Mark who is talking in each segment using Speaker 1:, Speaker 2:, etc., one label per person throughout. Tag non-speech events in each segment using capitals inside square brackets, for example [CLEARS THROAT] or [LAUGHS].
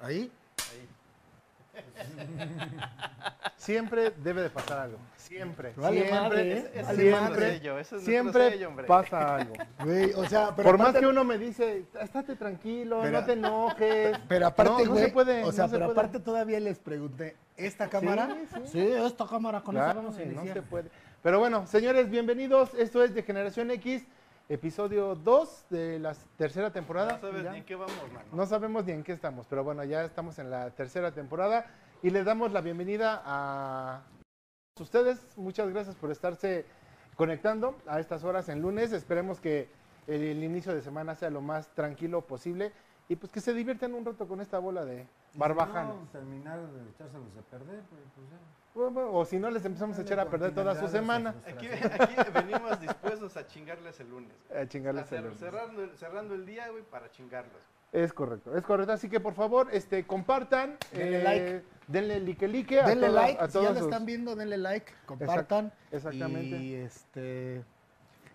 Speaker 1: ¿Ahí? Siempre debe de pasar algo. Siempre.
Speaker 2: Vale
Speaker 1: siempre.
Speaker 2: madre, ¿eh?
Speaker 1: es- es
Speaker 2: Vale
Speaker 1: siempre-
Speaker 2: madre.
Speaker 3: sello, ese es nuestro
Speaker 1: siempre
Speaker 3: sello, hombre.
Speaker 1: pasa algo.
Speaker 2: Güey, o sea, pero
Speaker 1: Por más
Speaker 2: aparte-
Speaker 1: que uno me dice, estate tranquilo,
Speaker 2: Pero-
Speaker 1: no te enojes.
Speaker 2: [LAUGHS] Pero aparte,
Speaker 1: No, no
Speaker 2: güey,
Speaker 1: se puede,
Speaker 2: o sea,
Speaker 1: no se
Speaker 2: pero
Speaker 1: puede.
Speaker 2: aparte todavía les pregunté, ¿esta cámara?
Speaker 1: sí.
Speaker 2: esta cámara, con
Speaker 1: Claro,
Speaker 2: esa vamos a
Speaker 1: no
Speaker 2: iniciar.
Speaker 1: se puede. Pero bueno, señores, bienvenidos. Esto es de Generación X, episodio 2 de la tercera temporada.
Speaker 3: No sabes
Speaker 1: Ya.
Speaker 3: ni en qué vamos, mano.
Speaker 1: No sabemos ni en qué estamos, pero bueno, ya estamos en la tercera temporada y les damos la bienvenida a ustedes. Muchas gracias por estarse conectando a estas horas en lunes. Esperemos que el, el inicio de semana sea lo más tranquilo posible y pues que se diviertan un rato con esta bola de barbajanos.
Speaker 4: No, pues, terminar de echárselos a perder, pues, pues ya.
Speaker 1: Bueno, O si no, les empezamos a
Speaker 4: Dale
Speaker 1: echar a perder toda su
Speaker 4: continuidad a
Speaker 1: semana.
Speaker 4: sus
Speaker 3: Aquí,
Speaker 4: frustraciones.
Speaker 3: aquí venimos dispuestos a chingarles el lunes.
Speaker 1: A chingarles
Speaker 3: A cer-
Speaker 1: el lunes.
Speaker 3: cerrando, el- cerrando el día, güey, para chingarlos.
Speaker 1: Es correcto, es correcto. Así que por favor, este, compartan, eh,
Speaker 2: Denle like.
Speaker 1: denle like, like a
Speaker 2: Denle
Speaker 1: todos-
Speaker 2: like,
Speaker 1: a
Speaker 2: si
Speaker 1: todos
Speaker 2: ya lo
Speaker 1: los-
Speaker 2: están viendo, denle like, compartan.
Speaker 1: Exactamente.
Speaker 2: Y este.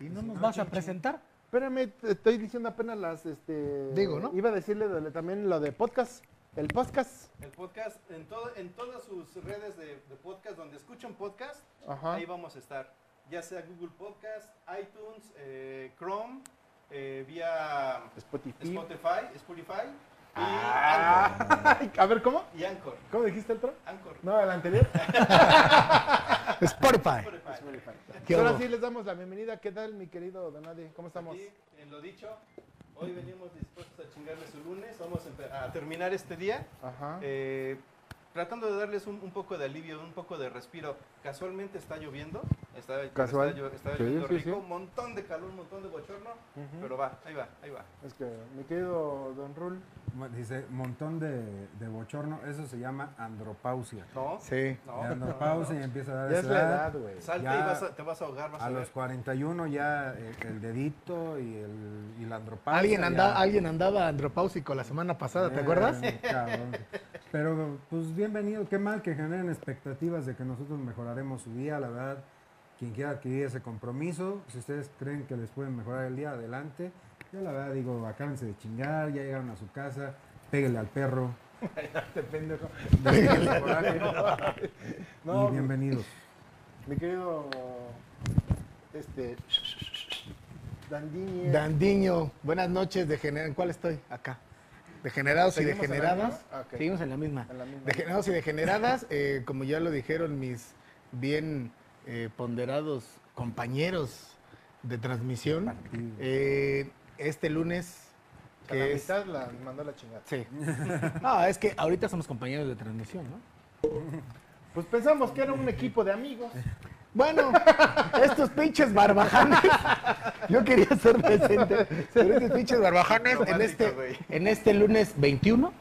Speaker 2: ¿Y no
Speaker 4: si
Speaker 2: nos
Speaker 4: no,
Speaker 2: vas a
Speaker 4: chin,
Speaker 2: presentar?
Speaker 1: Espérame, te estoy diciendo apenas las, este...
Speaker 2: Digo, ¿no?
Speaker 1: Iba a decirle de- también lo de podcast, el podcast.
Speaker 3: El podcast, en, todo, en todas sus redes de, de podcast, donde escuchan podcast,
Speaker 1: Ajá.
Speaker 3: ahí vamos a estar. Ya sea Google Podcast, iTunes, eh, Chrome, eh, vía
Speaker 1: Spotify.
Speaker 3: Spotify, Spotify y
Speaker 1: Ah.
Speaker 3: Anchor.
Speaker 1: Ay, a ver, ¿cómo?
Speaker 3: Y Anchor.
Speaker 1: ¿Cómo dijiste el otro?
Speaker 3: Anchor.
Speaker 1: No, el anterior.
Speaker 2: Spotify.
Speaker 3: [LAUGHS]
Speaker 1: Pues
Speaker 3: Spotify.
Speaker 2: ¿Qué
Speaker 1: Ahora
Speaker 2: hubo?
Speaker 1: sí les damos la bienvenida. ¿Qué tal, mi querido Donadi? ¿Cómo estamos?
Speaker 3: Aquí, en lo dicho, hoy venimos dispuestos a chingarles el lunes. Vamos a empe- a terminar este día.
Speaker 1: Ajá.
Speaker 3: Eh, tratando de darles un, un poco de alivio, un poco de respiro. Casualmente está lloviendo, está, está
Speaker 1: Casual.
Speaker 3: llo- está
Speaker 1: Sí,
Speaker 3: lloviendo
Speaker 1: sí,
Speaker 3: rico,
Speaker 1: sí.
Speaker 3: un montón de calor, un montón de bochorno,
Speaker 1: Ujú.
Speaker 3: pero va, ahí va, ahí va.
Speaker 1: Es que, mi querido Don Rul.
Speaker 4: Mo- Dice, montón de, de bochorno, eso se llama andropausia.
Speaker 3: No,
Speaker 2: Sí.
Speaker 3: no, no,
Speaker 4: Ya
Speaker 3: no,
Speaker 4: andropausia
Speaker 3: no.
Speaker 4: y empieza a
Speaker 2: Ah,
Speaker 4: dar
Speaker 1: Ya es
Speaker 4: esa
Speaker 1: la
Speaker 4: edad.
Speaker 1: edad, güey.
Speaker 3: [LAUGHS] Salte
Speaker 4: Ya
Speaker 3: y vas a- te vas a ahogar, vas a,
Speaker 4: A
Speaker 3: ver.
Speaker 4: los 41 ya eh, el, dedito y, el, y la andropausia.
Speaker 2: Alguien,
Speaker 4: ya-
Speaker 2: anda, alguien andaba andropáusico la semana pasada,
Speaker 1: Ah,
Speaker 2: ¿te
Speaker 4: Eh,
Speaker 2: acuerdas?
Speaker 4: cabrón. Pero pues bienvenido, qué mal que generen expectativas de que nosotros mejoraremos su día, la verdad. Quien quiera adquirir ese compromiso, si ustedes creen que les pueden mejorar el día, adelante. Yo la verdad digo, acábense de chingar, ya llegaron a su casa, péguenle al perro.
Speaker 1: Déjenle coraje. No,
Speaker 4: y bienvenidos.
Speaker 1: mi querido... Este... Dandini.
Speaker 2: Dandiño, buenas noches, degener- ¿en ¿Cuál estoy? Acá. Degenerados y
Speaker 1: ¿Seguimos en la
Speaker 2: degeneradas.
Speaker 1: misma? Ah, ok.
Speaker 2: Seguimos en la misma.
Speaker 1: En la misma.
Speaker 2: Degenerados y degeneradas, eh, como ya lo dijeron mis bien eh, ponderados compañeros de transmisión, eh, este lunes,
Speaker 1: a la
Speaker 2: que es...
Speaker 1: mitad la mandó a la chingada. [LAUGHS]
Speaker 2: Sí. No, es que ahorita somos compañeros de transmisión, ¿no?
Speaker 1: Pues pensamos que era un equipo de amigos.
Speaker 2: Bueno, estos pinches barbajanes. Yo quería ser presente. Pero estos pinches barbajanes en
Speaker 3: Romántico,
Speaker 2: este,
Speaker 3: güey.
Speaker 2: en este lunes 21,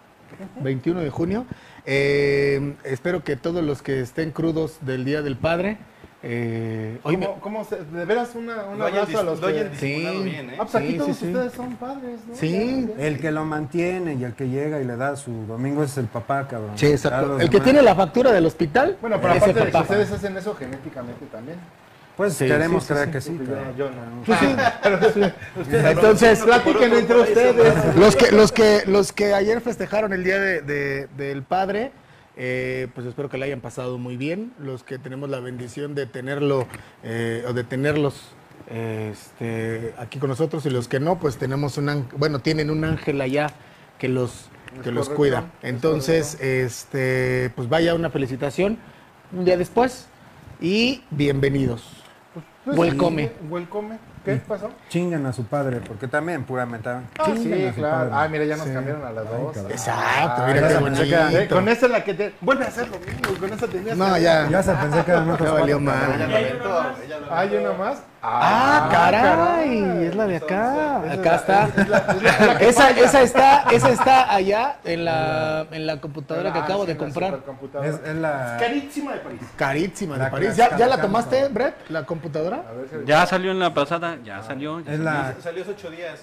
Speaker 2: 21 de junio. eh, espero que todos los que estén crudos del Día del Padre. eh, hoy me-
Speaker 1: ¿Cómo, cómo se, de veras una, un
Speaker 3: Lo hayan
Speaker 1: abrazo a
Speaker 3: dis-
Speaker 1: los
Speaker 3: lo hayan
Speaker 1: que...
Speaker 2: Sí.
Speaker 3: disimulado bien, ¿eh?
Speaker 1: Ah, pues aquí
Speaker 2: Sí, sí,
Speaker 1: todos
Speaker 2: sí.
Speaker 1: ustedes son padres, ¿no?
Speaker 2: Sí.
Speaker 1: Ya, ya.
Speaker 4: El que lo mantiene y el que llega y le da su domingo es el papá, cabrón.
Speaker 2: Sí,
Speaker 4: Ya
Speaker 2: exacto.
Speaker 4: los
Speaker 2: El que
Speaker 4: demás,
Speaker 2: tiene la factura del hospital.
Speaker 1: Bueno, pero
Speaker 2: ese
Speaker 1: aparte de que
Speaker 2: papá.
Speaker 1: ustedes hacen eso genéticamente también.
Speaker 4: Pues
Speaker 2: Sí,
Speaker 4: queremos
Speaker 2: sí, sí,
Speaker 4: creer
Speaker 2: sí,
Speaker 4: que sí.
Speaker 1: Porque
Speaker 4: cabrón.
Speaker 1: yo, yo no.
Speaker 2: Tú Pues sí,
Speaker 1: Entonces,
Speaker 2: Entonces,
Speaker 1: platiquen entre ustedes.
Speaker 2: Los que, los que, los que ayer festejaron el Día de- de- del Padre, eh, pues espero que la hayan pasado muy bien. Los que tenemos la bendición de tenerlo eh, o de tenerlos eh, este, aquí con nosotros y los que no, pues tenemos un ángel- bueno, tienen un ángel allá que los,
Speaker 1: Es
Speaker 2: que los
Speaker 1: correcto,
Speaker 2: cuida.
Speaker 1: es
Speaker 2: Entonces,
Speaker 1: correcto.
Speaker 2: este, pues vaya una felicitación un día después y bienvenidos. Welcome.
Speaker 1: Pues sí, Welcome. ¿Qué pasó?
Speaker 4: Chingan a su padre, porque también pura mentada.
Speaker 1: Ah, sí,
Speaker 4: Chingan a su
Speaker 1: claro.
Speaker 4: padre.
Speaker 1: Ah, mira, ya nos
Speaker 4: Sí.
Speaker 1: cambiaron a las
Speaker 4: Ay,
Speaker 1: dos.
Speaker 4: cabrón.
Speaker 2: Exacto,
Speaker 1: Ah,
Speaker 2: mira qué
Speaker 1: ya
Speaker 2: bonito.
Speaker 1: pensé que era- eh, Con esa la que te... Vuelve a hacer lo mismo, con esa tenías
Speaker 2: No,
Speaker 1: que-
Speaker 2: ya.
Speaker 4: Ya se pensé que eran otros
Speaker 2: [LAUGHS] Ya valió
Speaker 4: cuatro,
Speaker 2: madre.
Speaker 4: cabrón.
Speaker 1: ¿Hay una más?
Speaker 2: Ah, caray,
Speaker 1: caray.
Speaker 2: es la de acá.
Speaker 1: Esa es
Speaker 2: acá
Speaker 1: la-
Speaker 2: está.
Speaker 1: es la- es la- es la que
Speaker 2: esa,
Speaker 1: falla.
Speaker 2: esa está, esa está allá en la, en la computadora que
Speaker 1: Ah,
Speaker 2: acabo
Speaker 1: sí,
Speaker 2: de
Speaker 1: la
Speaker 2: comprar.
Speaker 1: supercomputadora.
Speaker 4: Es, es la.
Speaker 1: carísima de París.
Speaker 2: Carísima de
Speaker 4: La
Speaker 2: París.
Speaker 4: clas-
Speaker 2: ¿Ya, ya la
Speaker 4: clas-
Speaker 2: tomaste,
Speaker 4: clas-
Speaker 2: Brett? ¿La computadora?
Speaker 1: A ver si-
Speaker 5: Ya salió en la pasada, ya
Speaker 2: Ah,
Speaker 5: salió. ya
Speaker 4: Es
Speaker 5: salió.
Speaker 4: la.
Speaker 3: Salió hace ocho días.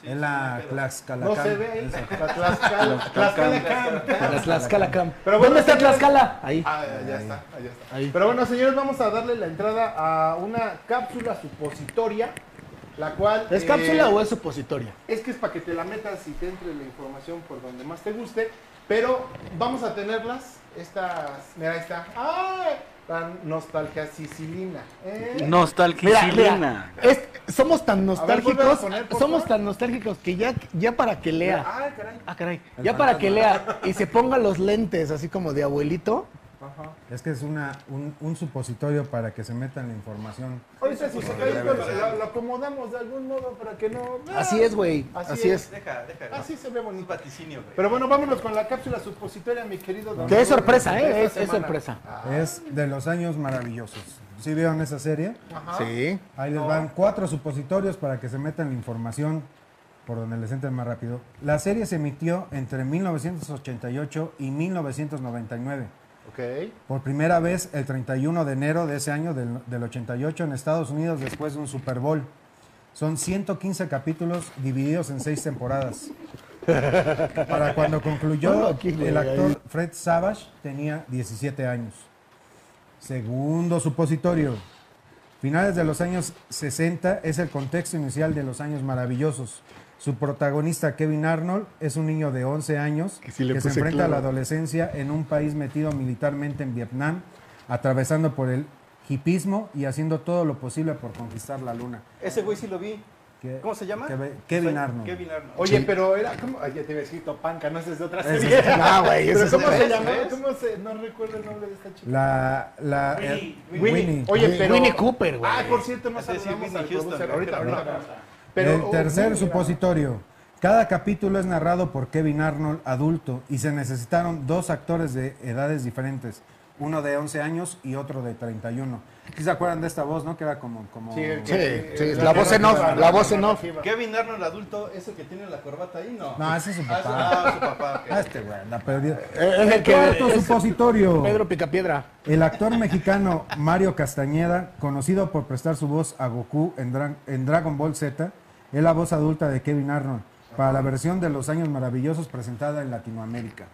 Speaker 3: Sí,
Speaker 4: Es
Speaker 3: sí,
Speaker 4: la
Speaker 3: no hay pedo.
Speaker 4: Tlaxcalacán.
Speaker 1: No se ve. ¿eh?
Speaker 4: Esa.
Speaker 1: La Tlaxcala. Tlaxcala.
Speaker 2: La Tlaxcala Cam.
Speaker 1: Pero bueno,
Speaker 2: ¿Dónde está
Speaker 1: señores-
Speaker 2: Tlaxcala? Ahí.
Speaker 1: Ah, ya está, allá está.
Speaker 2: Ahí.
Speaker 1: Pero bueno, señores, vamos a darle la entrada a una cápsula supositoria, la cual...
Speaker 2: ¿Es
Speaker 1: eh,
Speaker 2: cápsula o es supositoria?
Speaker 1: Es que es para que te la metas y te entre la información por donde más te guste. Pero vamos a tenerlas, estas, mira, ahí está. ¡Ah! La nostalgia sicilina. ¿eh?
Speaker 2: Mira, mira,
Speaker 5: Nostalgicilina.
Speaker 2: es- somos tan
Speaker 1: vuélvelo a
Speaker 2: nostálgicos,
Speaker 1: poner, por
Speaker 2: somos
Speaker 1: favor.
Speaker 2: tan nostálgicos que ya, ya para que lea,
Speaker 1: Ay, caray.
Speaker 2: ah, caray,
Speaker 4: El
Speaker 2: ya para
Speaker 4: fantasma.
Speaker 2: que lea y se ponga los lentes así como de abuelito,
Speaker 1: Ajá.
Speaker 4: Es que es una, un, un supositorio para que se meta en la información.
Speaker 1: Ahorita si se cae, pues, lo, lo acomodamos de algún modo para que no.
Speaker 2: así es, güey,
Speaker 1: Ah. Así
Speaker 2: así,
Speaker 1: es.
Speaker 2: es.
Speaker 3: Deja, deja.
Speaker 1: Así se ve
Speaker 3: Un
Speaker 1: bonito.
Speaker 3: vaticinio, güey.
Speaker 1: Pero bueno, vámonos con la cápsula supositoria, mi querido don
Speaker 2: Que es
Speaker 1: Raúl,
Speaker 2: sorpresa,
Speaker 1: de esta
Speaker 2: ¿eh? Es, es
Speaker 1: semana.
Speaker 2: sorpresa.
Speaker 4: Es de los años maravillosos. ¿Sí vieron esa serie?
Speaker 1: Ajá.
Speaker 2: Sí.
Speaker 4: Ahí les van cuatro supositorios para que se metan la información por donde les entren más rápido. La serie se emitió entre 1988 y 1999.
Speaker 1: Ok.
Speaker 4: Por primera vez el 31 de enero de ese año del, del 88 en Estados Unidos después de un Super Bowl. Son 115 capítulos divididos en seis
Speaker 2: [LAUGHS]
Speaker 4: temporadas. Para cuando concluyó,
Speaker 2: Bueno, aquí, güey,
Speaker 4: el
Speaker 2: ahí.
Speaker 4: actor Fred Savage tenía 17 años. Segundo supositorio. Finales de los años 60 es el contexto inicial de los años maravillosos. Su protagonista Kevin Arnold es un niño de 11 años
Speaker 2: Que sí le
Speaker 4: que se
Speaker 2: puse
Speaker 4: enfrenta a la
Speaker 2: clavo.
Speaker 4: adolescencia en un país metido militarmente en Vietnam, atravesando por el hipismo y haciendo todo lo posible por conquistar la luna.
Speaker 3: Ese güey sí lo vi.
Speaker 4: Que-
Speaker 3: ¿Cómo se llama?
Speaker 4: que ve- Kevin
Speaker 3: Soy-
Speaker 4: Arnold.
Speaker 3: Kevin Arnold.
Speaker 1: Oye, pero era como. Ay, ya te había escrito panca, no ese es de otra
Speaker 4: Ese
Speaker 1: serie. [LAUGHS]
Speaker 2: No, güey,
Speaker 1: Pero
Speaker 2: eso es
Speaker 1: ¿Cómo
Speaker 2: otra-
Speaker 1: se
Speaker 3: ¿ves?
Speaker 1: llama?
Speaker 3: ¿ves?
Speaker 1: ¿Cómo se.? No recuerdo el nombre de esta chica.
Speaker 4: La, la,
Speaker 3: Winnie,
Speaker 4: eh,
Speaker 1: Winnie.
Speaker 4: Winnie.
Speaker 1: Oye, pero.
Speaker 2: Winnie Cooper, güey.
Speaker 1: Ah, por cierto, no
Speaker 3: Así es,
Speaker 1: saludamos
Speaker 3: Whitney
Speaker 1: al
Speaker 3: Houston,
Speaker 1: producer.
Speaker 3: güey.
Speaker 1: Ahorita, ahorita. vamos.
Speaker 4: el
Speaker 1: oh,
Speaker 4: tercer
Speaker 1: mira.
Speaker 4: supositorio. Cada capítulo es narrado por Kevin Arnold adulto y se necesitaron dos actores de edades diferentes, uno de 11 años y otro de 31. ¿Sí se acuerdan de esta voz, no? Que era como... como...
Speaker 1: Sí, el
Speaker 2: Sí,
Speaker 1: que- eh,
Speaker 2: sí,
Speaker 1: el
Speaker 2: la voz en off, la voz en off.
Speaker 1: narrativa.
Speaker 3: Kevin Arnold adulto, ese que tiene la corbata ahí, no.
Speaker 4: No, ese es su
Speaker 3: Ah, su-
Speaker 4: papá.
Speaker 3: ah, su papá. ok.
Speaker 4: Ah, este güey, la perdida.
Speaker 2: Eh, Es el
Speaker 4: Cuarto
Speaker 2: que es
Speaker 4: supositorio.
Speaker 2: Pedro Picapiedra.
Speaker 4: El actor mexicano Mario Castañeda, conocido por prestar su voz a Goku en, Dra- en Dragon Ball Z, es la voz adulta de Kevin Arnold para la versión de Los Años Maravillosos presentada en Latinoamérica.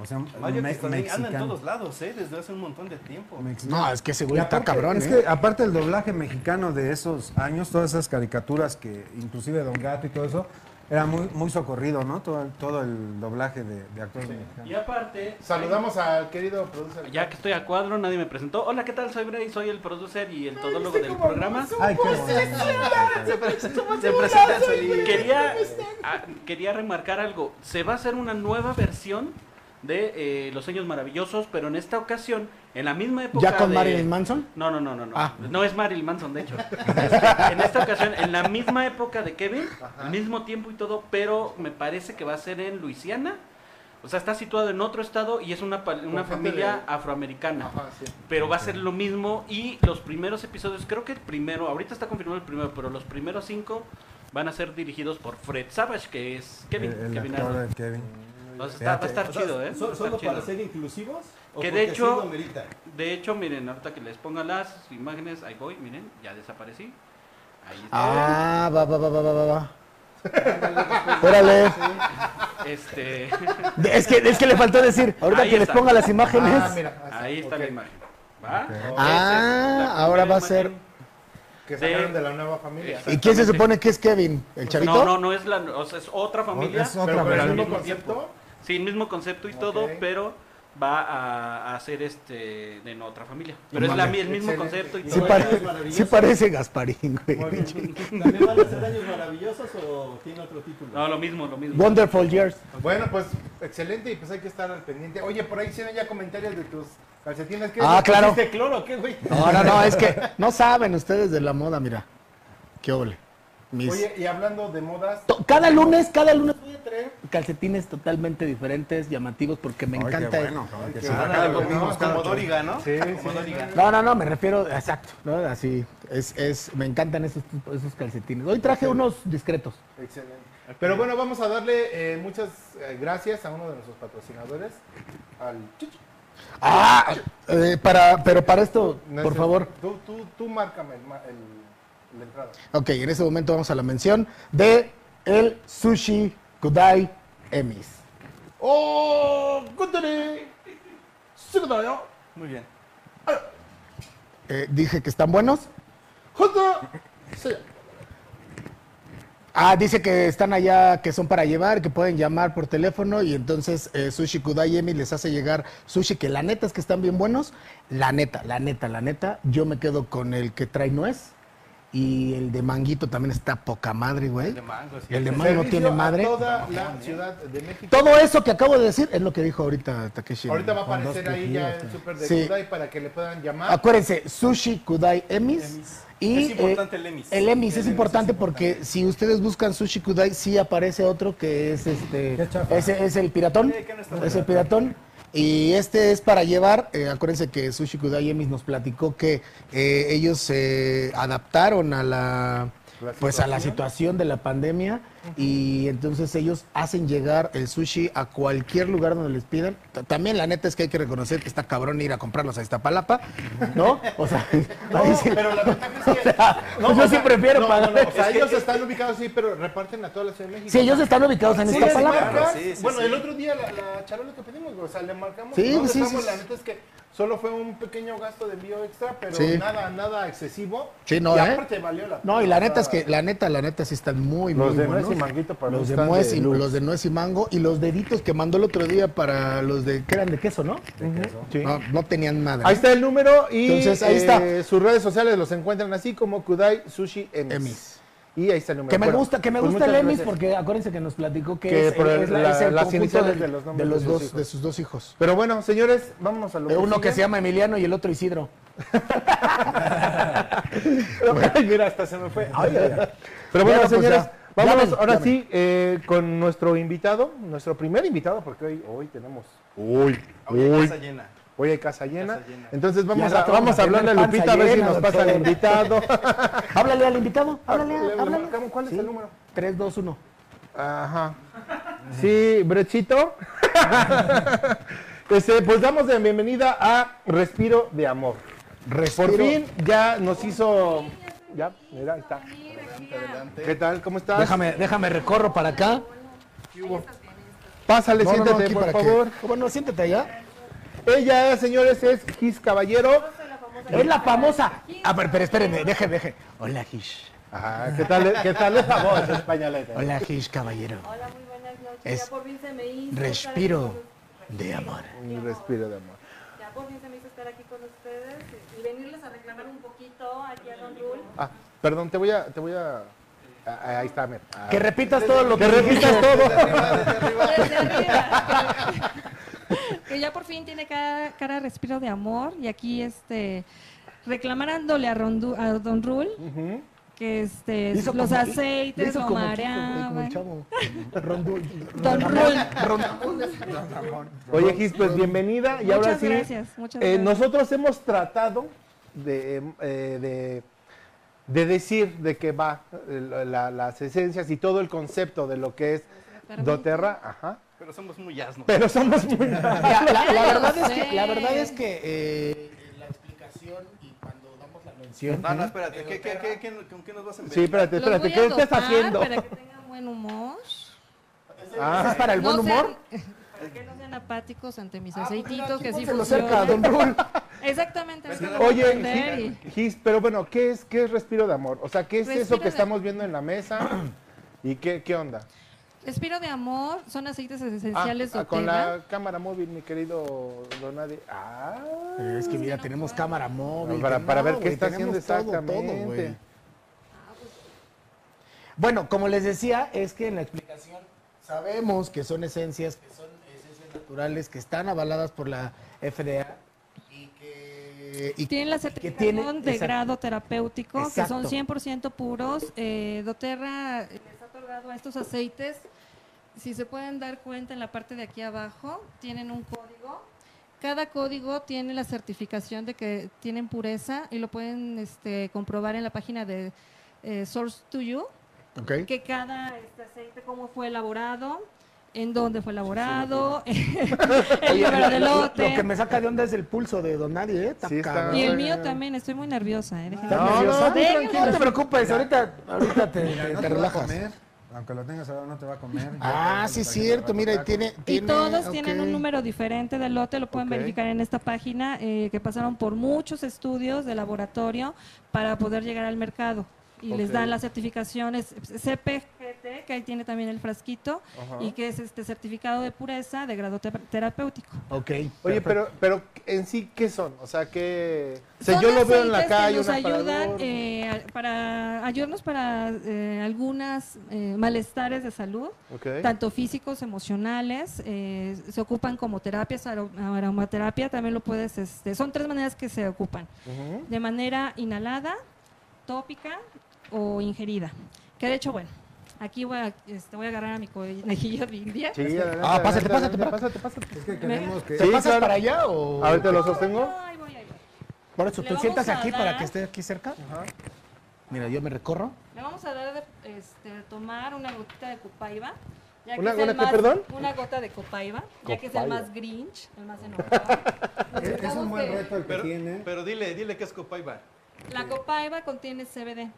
Speaker 4: O sea,
Speaker 3: Mario
Speaker 4: me-
Speaker 3: Castañeda anda en
Speaker 4: mexicano.
Speaker 3: todos lados, ¿eh? Desde hace un montón de tiempo.
Speaker 4: Mexicano.
Speaker 2: No, es que ese
Speaker 4: Y
Speaker 2: güey está
Speaker 4: aparte,
Speaker 2: cabrón,
Speaker 4: es
Speaker 2: ¿eh?
Speaker 4: que aparte el doblaje mexicano de esos años, todas esas caricaturas que inclusive Don Gato y todo eso, era muy, muy socorrido, ¿no? Todo, el- todo el doblaje de, de actores mexicanos.
Speaker 5: Y aparte,
Speaker 1: Saludamos al querido producer.
Speaker 5: ya que estoy a cuadro, nadie me presentó. Hola, ¿qué tal? Soy Bray, soy el producer y el todólogo
Speaker 1: ¿viste
Speaker 5: del
Speaker 1: cómo
Speaker 5: programa.
Speaker 1: avanzó?
Speaker 4: Ay, qué
Speaker 1: Pues,
Speaker 4: bueno.
Speaker 3: [LAUGHS] Se presenta- se presenta solito.
Speaker 5: Quería, ah, quería remarcar algo. Se va a hacer una nueva versión de eh, Los Años Maravillosos, pero en esta ocasión, en la misma época
Speaker 2: Ya con
Speaker 5: de-
Speaker 2: Marilyn Manson.
Speaker 5: No, no, no, no, no.
Speaker 2: Ah.
Speaker 5: No es Marilyn Manson, de hecho. Este, en esta ocasión, en la misma época de Kevin, al mismo tiempo y todo, pero me parece que va a ser en Luisiana. O sea, está situado en otro estado y es una, pa-
Speaker 1: gente
Speaker 5: una familia
Speaker 1: de-
Speaker 5: afroamericana.
Speaker 3: Ah,
Speaker 1: Ajá, sí.
Speaker 5: Pero va a ser lo mismo y los primeros episodios, creo que el primero, ahorita está confirmado el primero, pero los primeros cinco van a ser dirigidos por Fred Savage, que es Kevin.
Speaker 4: Eh, El- el
Speaker 5: Kevin
Speaker 4: actor
Speaker 5: Arnold.
Speaker 4: de Kevin.
Speaker 5: Entonces está- va a
Speaker 4: Fíjate.
Speaker 5: estar
Speaker 3: O sea,
Speaker 5: chido, ¿eh?
Speaker 3: so-
Speaker 5: Va a estar
Speaker 3: ¿Solo para
Speaker 5: chido.
Speaker 3: ser inclusivos? ¿O
Speaker 5: Que de
Speaker 3: porque sí
Speaker 5: hecho-
Speaker 3: lo amerita?
Speaker 5: De hecho, miren, ahorita que les ponga las imágenes, ahí voy, miren, ya desaparecí. Ahí está.
Speaker 2: Ah, va, va, va, va, va, va, va. Órale.
Speaker 5: Este,
Speaker 2: De- Es que, es que le faltó decir, ahorita
Speaker 5: Ahí
Speaker 2: que les
Speaker 5: está.
Speaker 2: ponga las imágenes.
Speaker 1: Ah, mira.
Speaker 5: ahí está
Speaker 1: ok.
Speaker 5: la imagen. ¿Va? Esa es
Speaker 2: Ah,
Speaker 5: la
Speaker 2: ahora
Speaker 5: primera
Speaker 2: va a ser-
Speaker 5: imagen.
Speaker 1: Que
Speaker 5: De-
Speaker 1: sacaron de la nueva familia.
Speaker 2: ¿Y quién se
Speaker 5: exactamente.
Speaker 2: supone que es Kevin? ¿El chavito?
Speaker 5: No, no, no es la, o sea, es otra familia.
Speaker 4: Es
Speaker 1: Pero
Speaker 4: otra
Speaker 1: con el
Speaker 4: versión.
Speaker 1: mismo
Speaker 5: Al mismo
Speaker 1: concepto.
Speaker 5: Sí, mismo concepto y todo,
Speaker 1: Ok.
Speaker 5: pero va a, a ser este de en otra familia. Pero es la, mi- el mismo
Speaker 1: Excelente.
Speaker 5: concepto y
Speaker 1: Sí,
Speaker 5: todo.
Speaker 2: Sí, pare-
Speaker 3: Es maravilloso.
Speaker 2: sí parece Gasparín, güey.
Speaker 1: Muy bien.
Speaker 3: ¿También van a ser años maravillosos o tiene otro título?
Speaker 5: No, lo mismo, lo mismo.
Speaker 2: Wonderful Years.
Speaker 1: Bueno, pues excelente y pues hay que estar al pendiente. Oye, por ahí hicieron ya comentarios de tus calcetines. ¿Qué
Speaker 2: Ah,
Speaker 1: ¿Le
Speaker 2: claro.
Speaker 1: pusiste cloro, qué güey?
Speaker 2: No, no, no, es que no saben ustedes de la moda, mira. Qué ole. Mis-
Speaker 1: Oye, y hablando de modas,
Speaker 2: To- Cada lunes, cada lunes voy a traer calcetines totalmente diferentes, llamativos, porque me
Speaker 4: Ay, qué
Speaker 2: encanta.
Speaker 4: bueno, cabrón, que
Speaker 1: qué
Speaker 4: sí.
Speaker 1: bueno.
Speaker 3: Nada,
Speaker 1: no,
Speaker 3: como-
Speaker 1: no,
Speaker 3: como
Speaker 1: no.
Speaker 3: Doriga, ¿no?
Speaker 1: Sí,
Speaker 3: Como
Speaker 1: sí,
Speaker 3: Doriga.
Speaker 2: No, no, no, me refiero, exacto, ¿no? Así, es, es, me encantan esos, esos calcetines. Hoy traje unos discretos.
Speaker 1: Excelente. Pero bueno, vamos a darle eh, muchas eh, gracias a uno de nuestros patrocinadores, al Chichi.
Speaker 2: Ah, eh, para, pero para esto,
Speaker 1: No
Speaker 2: por
Speaker 1: sé,
Speaker 2: favor.
Speaker 1: Tú, tú, tú márcame el, ma- el- la entrada.
Speaker 2: Ok, en este momento vamos a la mención de el sushi Kudai Emis.
Speaker 1: ¡Oh! ¡Cuéntale! ¡Sí, cuéntale!
Speaker 3: Muy bien.
Speaker 2: Eh, dije que están buenos.
Speaker 1: ¡Junto! ¡Sí!
Speaker 2: Ah, dice que están allá, que son para llevar, que pueden llamar por teléfono y entonces eh, Sushi Kudayemi les hace llegar sushi que la neta es que están bien buenos. La neta, la neta, la neta. Yo me quedo con el que trae nuez y el de manguito también está poca madre, güey.
Speaker 3: El de mango, sí.
Speaker 2: El de mango
Speaker 1: Servicio
Speaker 2: tiene
Speaker 1: a
Speaker 2: madre.
Speaker 1: Toda la ciudad de México.
Speaker 2: Todo eso que acabo de decir es lo que dijo ahorita Takeshi.
Speaker 1: Ahorita va a
Speaker 4: Con dos
Speaker 1: aparecer ahí ya
Speaker 4: cuchillos,
Speaker 1: el
Speaker 4: sí.
Speaker 1: súper de
Speaker 2: Sí. Ah,
Speaker 1: Hyundai para que le puedan llamar.
Speaker 2: Acuérdense, Sushi Kudai Emis. Y, eh,
Speaker 3: Es importante el Emis.
Speaker 2: El Emis es
Speaker 3: El Emis es
Speaker 2: importante
Speaker 3: importante.
Speaker 2: porque si ustedes buscan Sushi Kudai, sí aparece otro que es este.
Speaker 4: Qué chafa.
Speaker 2: Ese es el piratón.
Speaker 3: Eh, que no está
Speaker 2: es el piratón. Y este es para llevar. eh, acuérdense que Sushi Kudai Emis nos platicó que eh, ellos se adaptaron a la.
Speaker 1: La
Speaker 2: Pues a la situación de la pandemia y entonces ellos hacen llegar el sushi a cualquier lugar donde les pidan. Ta- También la neta es que hay que reconocer que está cabrón ir a comprarlos a Iztapalapa,
Speaker 1: [LAUGHS]
Speaker 2: ¿no? O sea,
Speaker 1: No,
Speaker 2: [LAUGHS] ahí sí-
Speaker 1: pero la ventaja es que.
Speaker 2: Pues yo sí prefiero
Speaker 1: no,
Speaker 2: pagar.
Speaker 1: no, no, o sea,
Speaker 3: Es que-
Speaker 1: ellos están ubicados sí, pero reparten a toda la ciudad de México.
Speaker 2: Sí, ellos están ubicados en
Speaker 1: Sí, les
Speaker 2: Iztapalapa.
Speaker 1: marcas.
Speaker 3: Sí, sí,
Speaker 1: bueno,
Speaker 3: sí.
Speaker 1: el otro día la, la charola que pedimos, o sea, le marcamos.
Speaker 2: Sí,
Speaker 1: no
Speaker 2: sí, sí,
Speaker 1: dejamos,
Speaker 2: sí.
Speaker 1: La neta es que solo fue un pequeño gasto de envío extra, pero
Speaker 2: Sí.
Speaker 1: nada, nada excesivo.
Speaker 2: Sí, no,
Speaker 1: y
Speaker 2: ¿eh?
Speaker 1: aparte valió la
Speaker 2: No, y la
Speaker 1: pena,
Speaker 2: neta
Speaker 1: o
Speaker 2: es
Speaker 1: sea,
Speaker 2: que, la neta, la neta sí están muy,
Speaker 1: Los
Speaker 2: muy
Speaker 1: de nuez
Speaker 2: buenos.
Speaker 1: y manguito para mí
Speaker 2: los de
Speaker 1: están
Speaker 2: nuez
Speaker 1: de
Speaker 2: y
Speaker 1: lujo.
Speaker 2: los de nuez y mango y los deditos que mandó el otro día para los de que eran de queso, ¿no?
Speaker 1: Sí.
Speaker 2: No, no tenían madre.
Speaker 1: Ahí está el número y
Speaker 2: Entonces, ahí
Speaker 1: eh,
Speaker 2: está.
Speaker 1: sus redes sociales los encuentran así como Kudai Sushi Emis.
Speaker 2: Emis.
Speaker 1: Y ahí está el número.
Speaker 2: Que me
Speaker 1: Bueno,
Speaker 2: gusta, que me
Speaker 1: pues
Speaker 2: gusta el
Speaker 1: muchas
Speaker 2: Emis
Speaker 1: gracias.
Speaker 2: porque acuérdense que nos platicó que,
Speaker 1: Que
Speaker 2: es,
Speaker 1: por el-
Speaker 2: es la-
Speaker 1: la-
Speaker 2: es el
Speaker 1: las
Speaker 2: conjunto
Speaker 1: iniciales
Speaker 2: del-
Speaker 1: de los nombres
Speaker 2: de los
Speaker 1: de sus
Speaker 2: dos,
Speaker 1: hijos.
Speaker 2: de sus dos hijos.
Speaker 1: Pero bueno, señores, vamos a lo
Speaker 2: Eh, Uno que se
Speaker 1: sigue.
Speaker 2: llama Emiliano y el otro
Speaker 1: [LAUGHS]
Speaker 2: Isidro.
Speaker 1: Ay, mira, hasta se me fue. Ay, ay, ay. Pero bueno,
Speaker 2: Bueno, pues
Speaker 1: señores,
Speaker 2: ya.
Speaker 1: vámonos
Speaker 2: Llamen,
Speaker 1: ahora
Speaker 2: llamen.
Speaker 1: sí eh, con nuestro invitado, nuestro primer invitado, porque hoy, hoy tenemos. Uy,
Speaker 3: Oye, casa llena.
Speaker 1: Hoy hay casa llena.
Speaker 3: Casa llena.
Speaker 1: Entonces vamos
Speaker 2: al
Speaker 1: a,
Speaker 2: rato
Speaker 1: vamos
Speaker 2: vamos
Speaker 1: a
Speaker 2: a
Speaker 1: hablarle a
Speaker 2: tener
Speaker 1: Lupita a
Speaker 2: panza
Speaker 1: ver si
Speaker 2: llena,
Speaker 1: nos pasa el
Speaker 2: doctor.
Speaker 1: invitado.
Speaker 2: Háblale al invitado, [LAUGHS] háblale,
Speaker 1: Le- le
Speaker 2: háblale.
Speaker 1: marcamos, ¿Cuál es el número?
Speaker 2: 3, 2, 1.
Speaker 1: Ajá. Sí, Brechito. [LAUGHS] Este, pues damos la bienvenida a Respiro de Amor. Por fin ya nos hizo. Ya, mira, ahí está. ¿Qué tal? ¿Cómo estás?
Speaker 2: Déjame, déjame recorro para acá.
Speaker 1: Pásale,
Speaker 2: No, no, no,
Speaker 1: siéntate,
Speaker 2: aquí
Speaker 1: por
Speaker 2: para que-
Speaker 1: favor.
Speaker 2: Bueno, siéntate allá.
Speaker 1: Ella, señores, es Gis Caballero.
Speaker 2: Es la famosa. Ah, pero, pero espérenme, deje, deje. Hola, Gish.
Speaker 1: Ajá, ¿qué tal, qué tal es la voz españoleta?
Speaker 2: Hola, Gish, caballero.
Speaker 6: Hola, muy buenas noches.
Speaker 2: Es
Speaker 6: ya por fin se me hizo.
Speaker 2: respiro
Speaker 6: estar aquí con
Speaker 2: de
Speaker 6: ustedes.
Speaker 2: amor.
Speaker 1: Un respiro de amor.
Speaker 6: Ya por fin se me hizo estar aquí con ustedes y venirles a reclamar un poquito aquí a Don Rul.
Speaker 1: Ah, perdón, te voy a, te voy a, ah, ahí está, mira. Ah,
Speaker 2: Que repitas todo lo que.
Speaker 1: que repitas
Speaker 3: [LAUGHS]
Speaker 1: todo.
Speaker 6: Desde arriba. que ya por fin tiene cara, cara de respiro de amor y aquí este reclamándole a, Rondu- a Don Rul
Speaker 1: Ujú.
Speaker 6: que este
Speaker 2: Hizo
Speaker 6: los
Speaker 2: como-
Speaker 6: aceites
Speaker 2: hizo
Speaker 6: lo
Speaker 2: como chico, güey, como
Speaker 6: mareaban.
Speaker 2: chavo. Rondul.
Speaker 6: Don Rul,
Speaker 1: Oye, Gis, pues bienvenida. Y ahora
Speaker 6: Muchas
Speaker 1: sí,
Speaker 6: gracias, muchas
Speaker 1: eh,
Speaker 6: gracias.
Speaker 1: nosotros hemos tratado de, eh, de, de decir de qué va eh, la- las esencias y todo el concepto de lo que es
Speaker 6: Permíteme.
Speaker 1: doTERRA, ajá.
Speaker 3: Pero somos muy asnos.
Speaker 1: Pero somos muy...
Speaker 2: Mira, la, la
Speaker 6: Ya lo
Speaker 2: verdad es que,
Speaker 6: sé.
Speaker 2: la verdad es que eh, la explicación y cuando damos la mención.
Speaker 3: No, no, espérate. ¿qué, qué, qué, qué- con qué nos vas a
Speaker 1: Sí,
Speaker 3: envenenar?
Speaker 1: espérate,
Speaker 6: los
Speaker 1: espérate,
Speaker 6: voy a
Speaker 1: ¿qué estás
Speaker 6: dotar
Speaker 1: haciendo?
Speaker 6: Para que tengan buen humor.
Speaker 1: Ah,
Speaker 2: ¿Es para el buen
Speaker 6: No
Speaker 2: humor?
Speaker 6: sean- para [LAUGHS] que no sean apáticos ante mis
Speaker 2: Ah, mira,
Speaker 6: aceititos, que sí
Speaker 2: pónselo cerca,
Speaker 6: funcionan.
Speaker 2: don Rul.
Speaker 6: Exactamente. eso lo voy a
Speaker 1: Oye,
Speaker 6: aprender y-
Speaker 1: Gis- Gis, pero bueno, ¿qué es, ¿qué es respiro de amor? O sea, ¿qué es eso
Speaker 6: Respiro
Speaker 1: que
Speaker 6: de-
Speaker 1: estamos viendo en la mesa? ¿Y qué, qué onda?
Speaker 6: Respiro de amor, son aceites
Speaker 1: Ah,
Speaker 6: esenciales
Speaker 1: ah,
Speaker 6: doTERRA.
Speaker 1: con la cámara móvil, mi querido Donadi. Ah,
Speaker 2: Es que mira, tenemos cámara móvil.
Speaker 1: Para-
Speaker 2: que
Speaker 1: para ver qué
Speaker 2: güey,
Speaker 1: está
Speaker 2: tenemos
Speaker 1: haciendo
Speaker 2: todo, todo,
Speaker 1: exactamente.
Speaker 2: güey. Bueno, como les decía, es que en la explicación sabemos que son esencias, que son esencias naturales, que están avaladas por la FDA y que... y
Speaker 6: Tienen la
Speaker 2: que
Speaker 6: certificación
Speaker 2: tienen-
Speaker 6: de
Speaker 2: exacto.
Speaker 6: grado terapéutico,
Speaker 2: Exacto.
Speaker 6: que son 100% puros. Eh, doTERRA les ha otorgado a estos aceites, si se pueden dar cuenta en la parte de aquí abajo, tienen un código. Cada código tiene la certificación de que tienen pureza y lo pueden este, comprobar en la página de eh, Source to You,
Speaker 2: Ok.
Speaker 6: que cada este, aceite, cómo fue elaborado, en dónde fue elaborado, [LAUGHS] el número de
Speaker 2: Lo,
Speaker 6: lote.
Speaker 2: lo que me saca de onda es el pulso de Don Nadie, ¿eh? Está
Speaker 1: Sí, está-
Speaker 2: cabrón.
Speaker 6: Y el
Speaker 1: Ay, ay,
Speaker 6: mío
Speaker 1: ay.
Speaker 6: también, estoy muy nerviosa. eh, déjenme-
Speaker 2: ¿Estás
Speaker 1: No, no,
Speaker 2: nerviosa?
Speaker 6: tú tranquila.
Speaker 2: no te preocupes, ahorita, ahorita te, te-
Speaker 4: No
Speaker 2: te
Speaker 4: te va a
Speaker 2: relajas.
Speaker 4: comer. Aunque lo tengas ahora, no te va a comer.
Speaker 2: Ah, sí, es cierto, mira, y tiene,
Speaker 6: Y
Speaker 2: tiene-
Speaker 6: todos
Speaker 2: ok.
Speaker 6: tienen un número diferente de lote, lo pueden
Speaker 1: Ok.
Speaker 6: verificar en esta página, eh, que pasaron por muchos estudios de laboratorio para poder llegar al mercado. y les
Speaker 1: Ok.
Speaker 6: dan las certificaciones CPGT, que ahí tiene también el frasquito,
Speaker 1: Ajá.
Speaker 6: y que es este certificado de pureza de grado te- terapéutico.
Speaker 2: Ok.
Speaker 1: Oye,
Speaker 2: perfecto.
Speaker 1: pero, pero en sí, ¿qué son? O sea, ¿qué...? O sea,
Speaker 6: Son
Speaker 1: yo lo veo en la
Speaker 6: aceites
Speaker 1: calle,
Speaker 6: que nos
Speaker 1: un
Speaker 6: ayudan
Speaker 1: aparador.
Speaker 6: eh, a- para ayudarnos para eh, algunas eh, malestares de salud,
Speaker 1: Ok.
Speaker 6: tanto físicos, emocionales. eh, se ocupan como terapias, aro- aromaterapia también lo puedes. Este, son tres maneras que se ocupan:
Speaker 1: Ujú.
Speaker 6: de manera inhalada, tópica o ingerida. Que de hecho, bueno, aquí voy a, este, voy a agarrar a mi conejillo de India.
Speaker 1: Sí, adelante,
Speaker 2: Ah, pásate,
Speaker 1: adelante,
Speaker 2: pásate, pásate.
Speaker 1: adelante, pásate, pásate.
Speaker 4: Es que queremos que...
Speaker 2: ¿Te
Speaker 1: Sí,
Speaker 2: pasas
Speaker 1: claro.
Speaker 2: para allá o.?
Speaker 1: Ahorita lo sostengo.
Speaker 6: Ay, voy, ay, voy.
Speaker 2: Por eso,
Speaker 6: Le
Speaker 2: ¿te
Speaker 6: vamos
Speaker 2: sientas
Speaker 6: a
Speaker 2: aquí para
Speaker 6: dar-
Speaker 2: que esté aquí cerca? Mira, yo me recorro.
Speaker 6: Le vamos a dar de este, de tomar una gotita de copaiba. ya que
Speaker 1: ¿Una-
Speaker 6: es el
Speaker 1: una qué,
Speaker 6: más-
Speaker 1: perdón?
Speaker 6: Una gota de copaiba, ya que es el
Speaker 1: Copaiba.
Speaker 6: más grinch, el más enojado. Nos
Speaker 4: Es, es un
Speaker 6: acordamos
Speaker 4: buen
Speaker 6: que
Speaker 4: reto el que
Speaker 3: Pero,
Speaker 4: tiene.
Speaker 3: pero dile, dile que es Copaiba.
Speaker 6: La copaiba contiene CBD.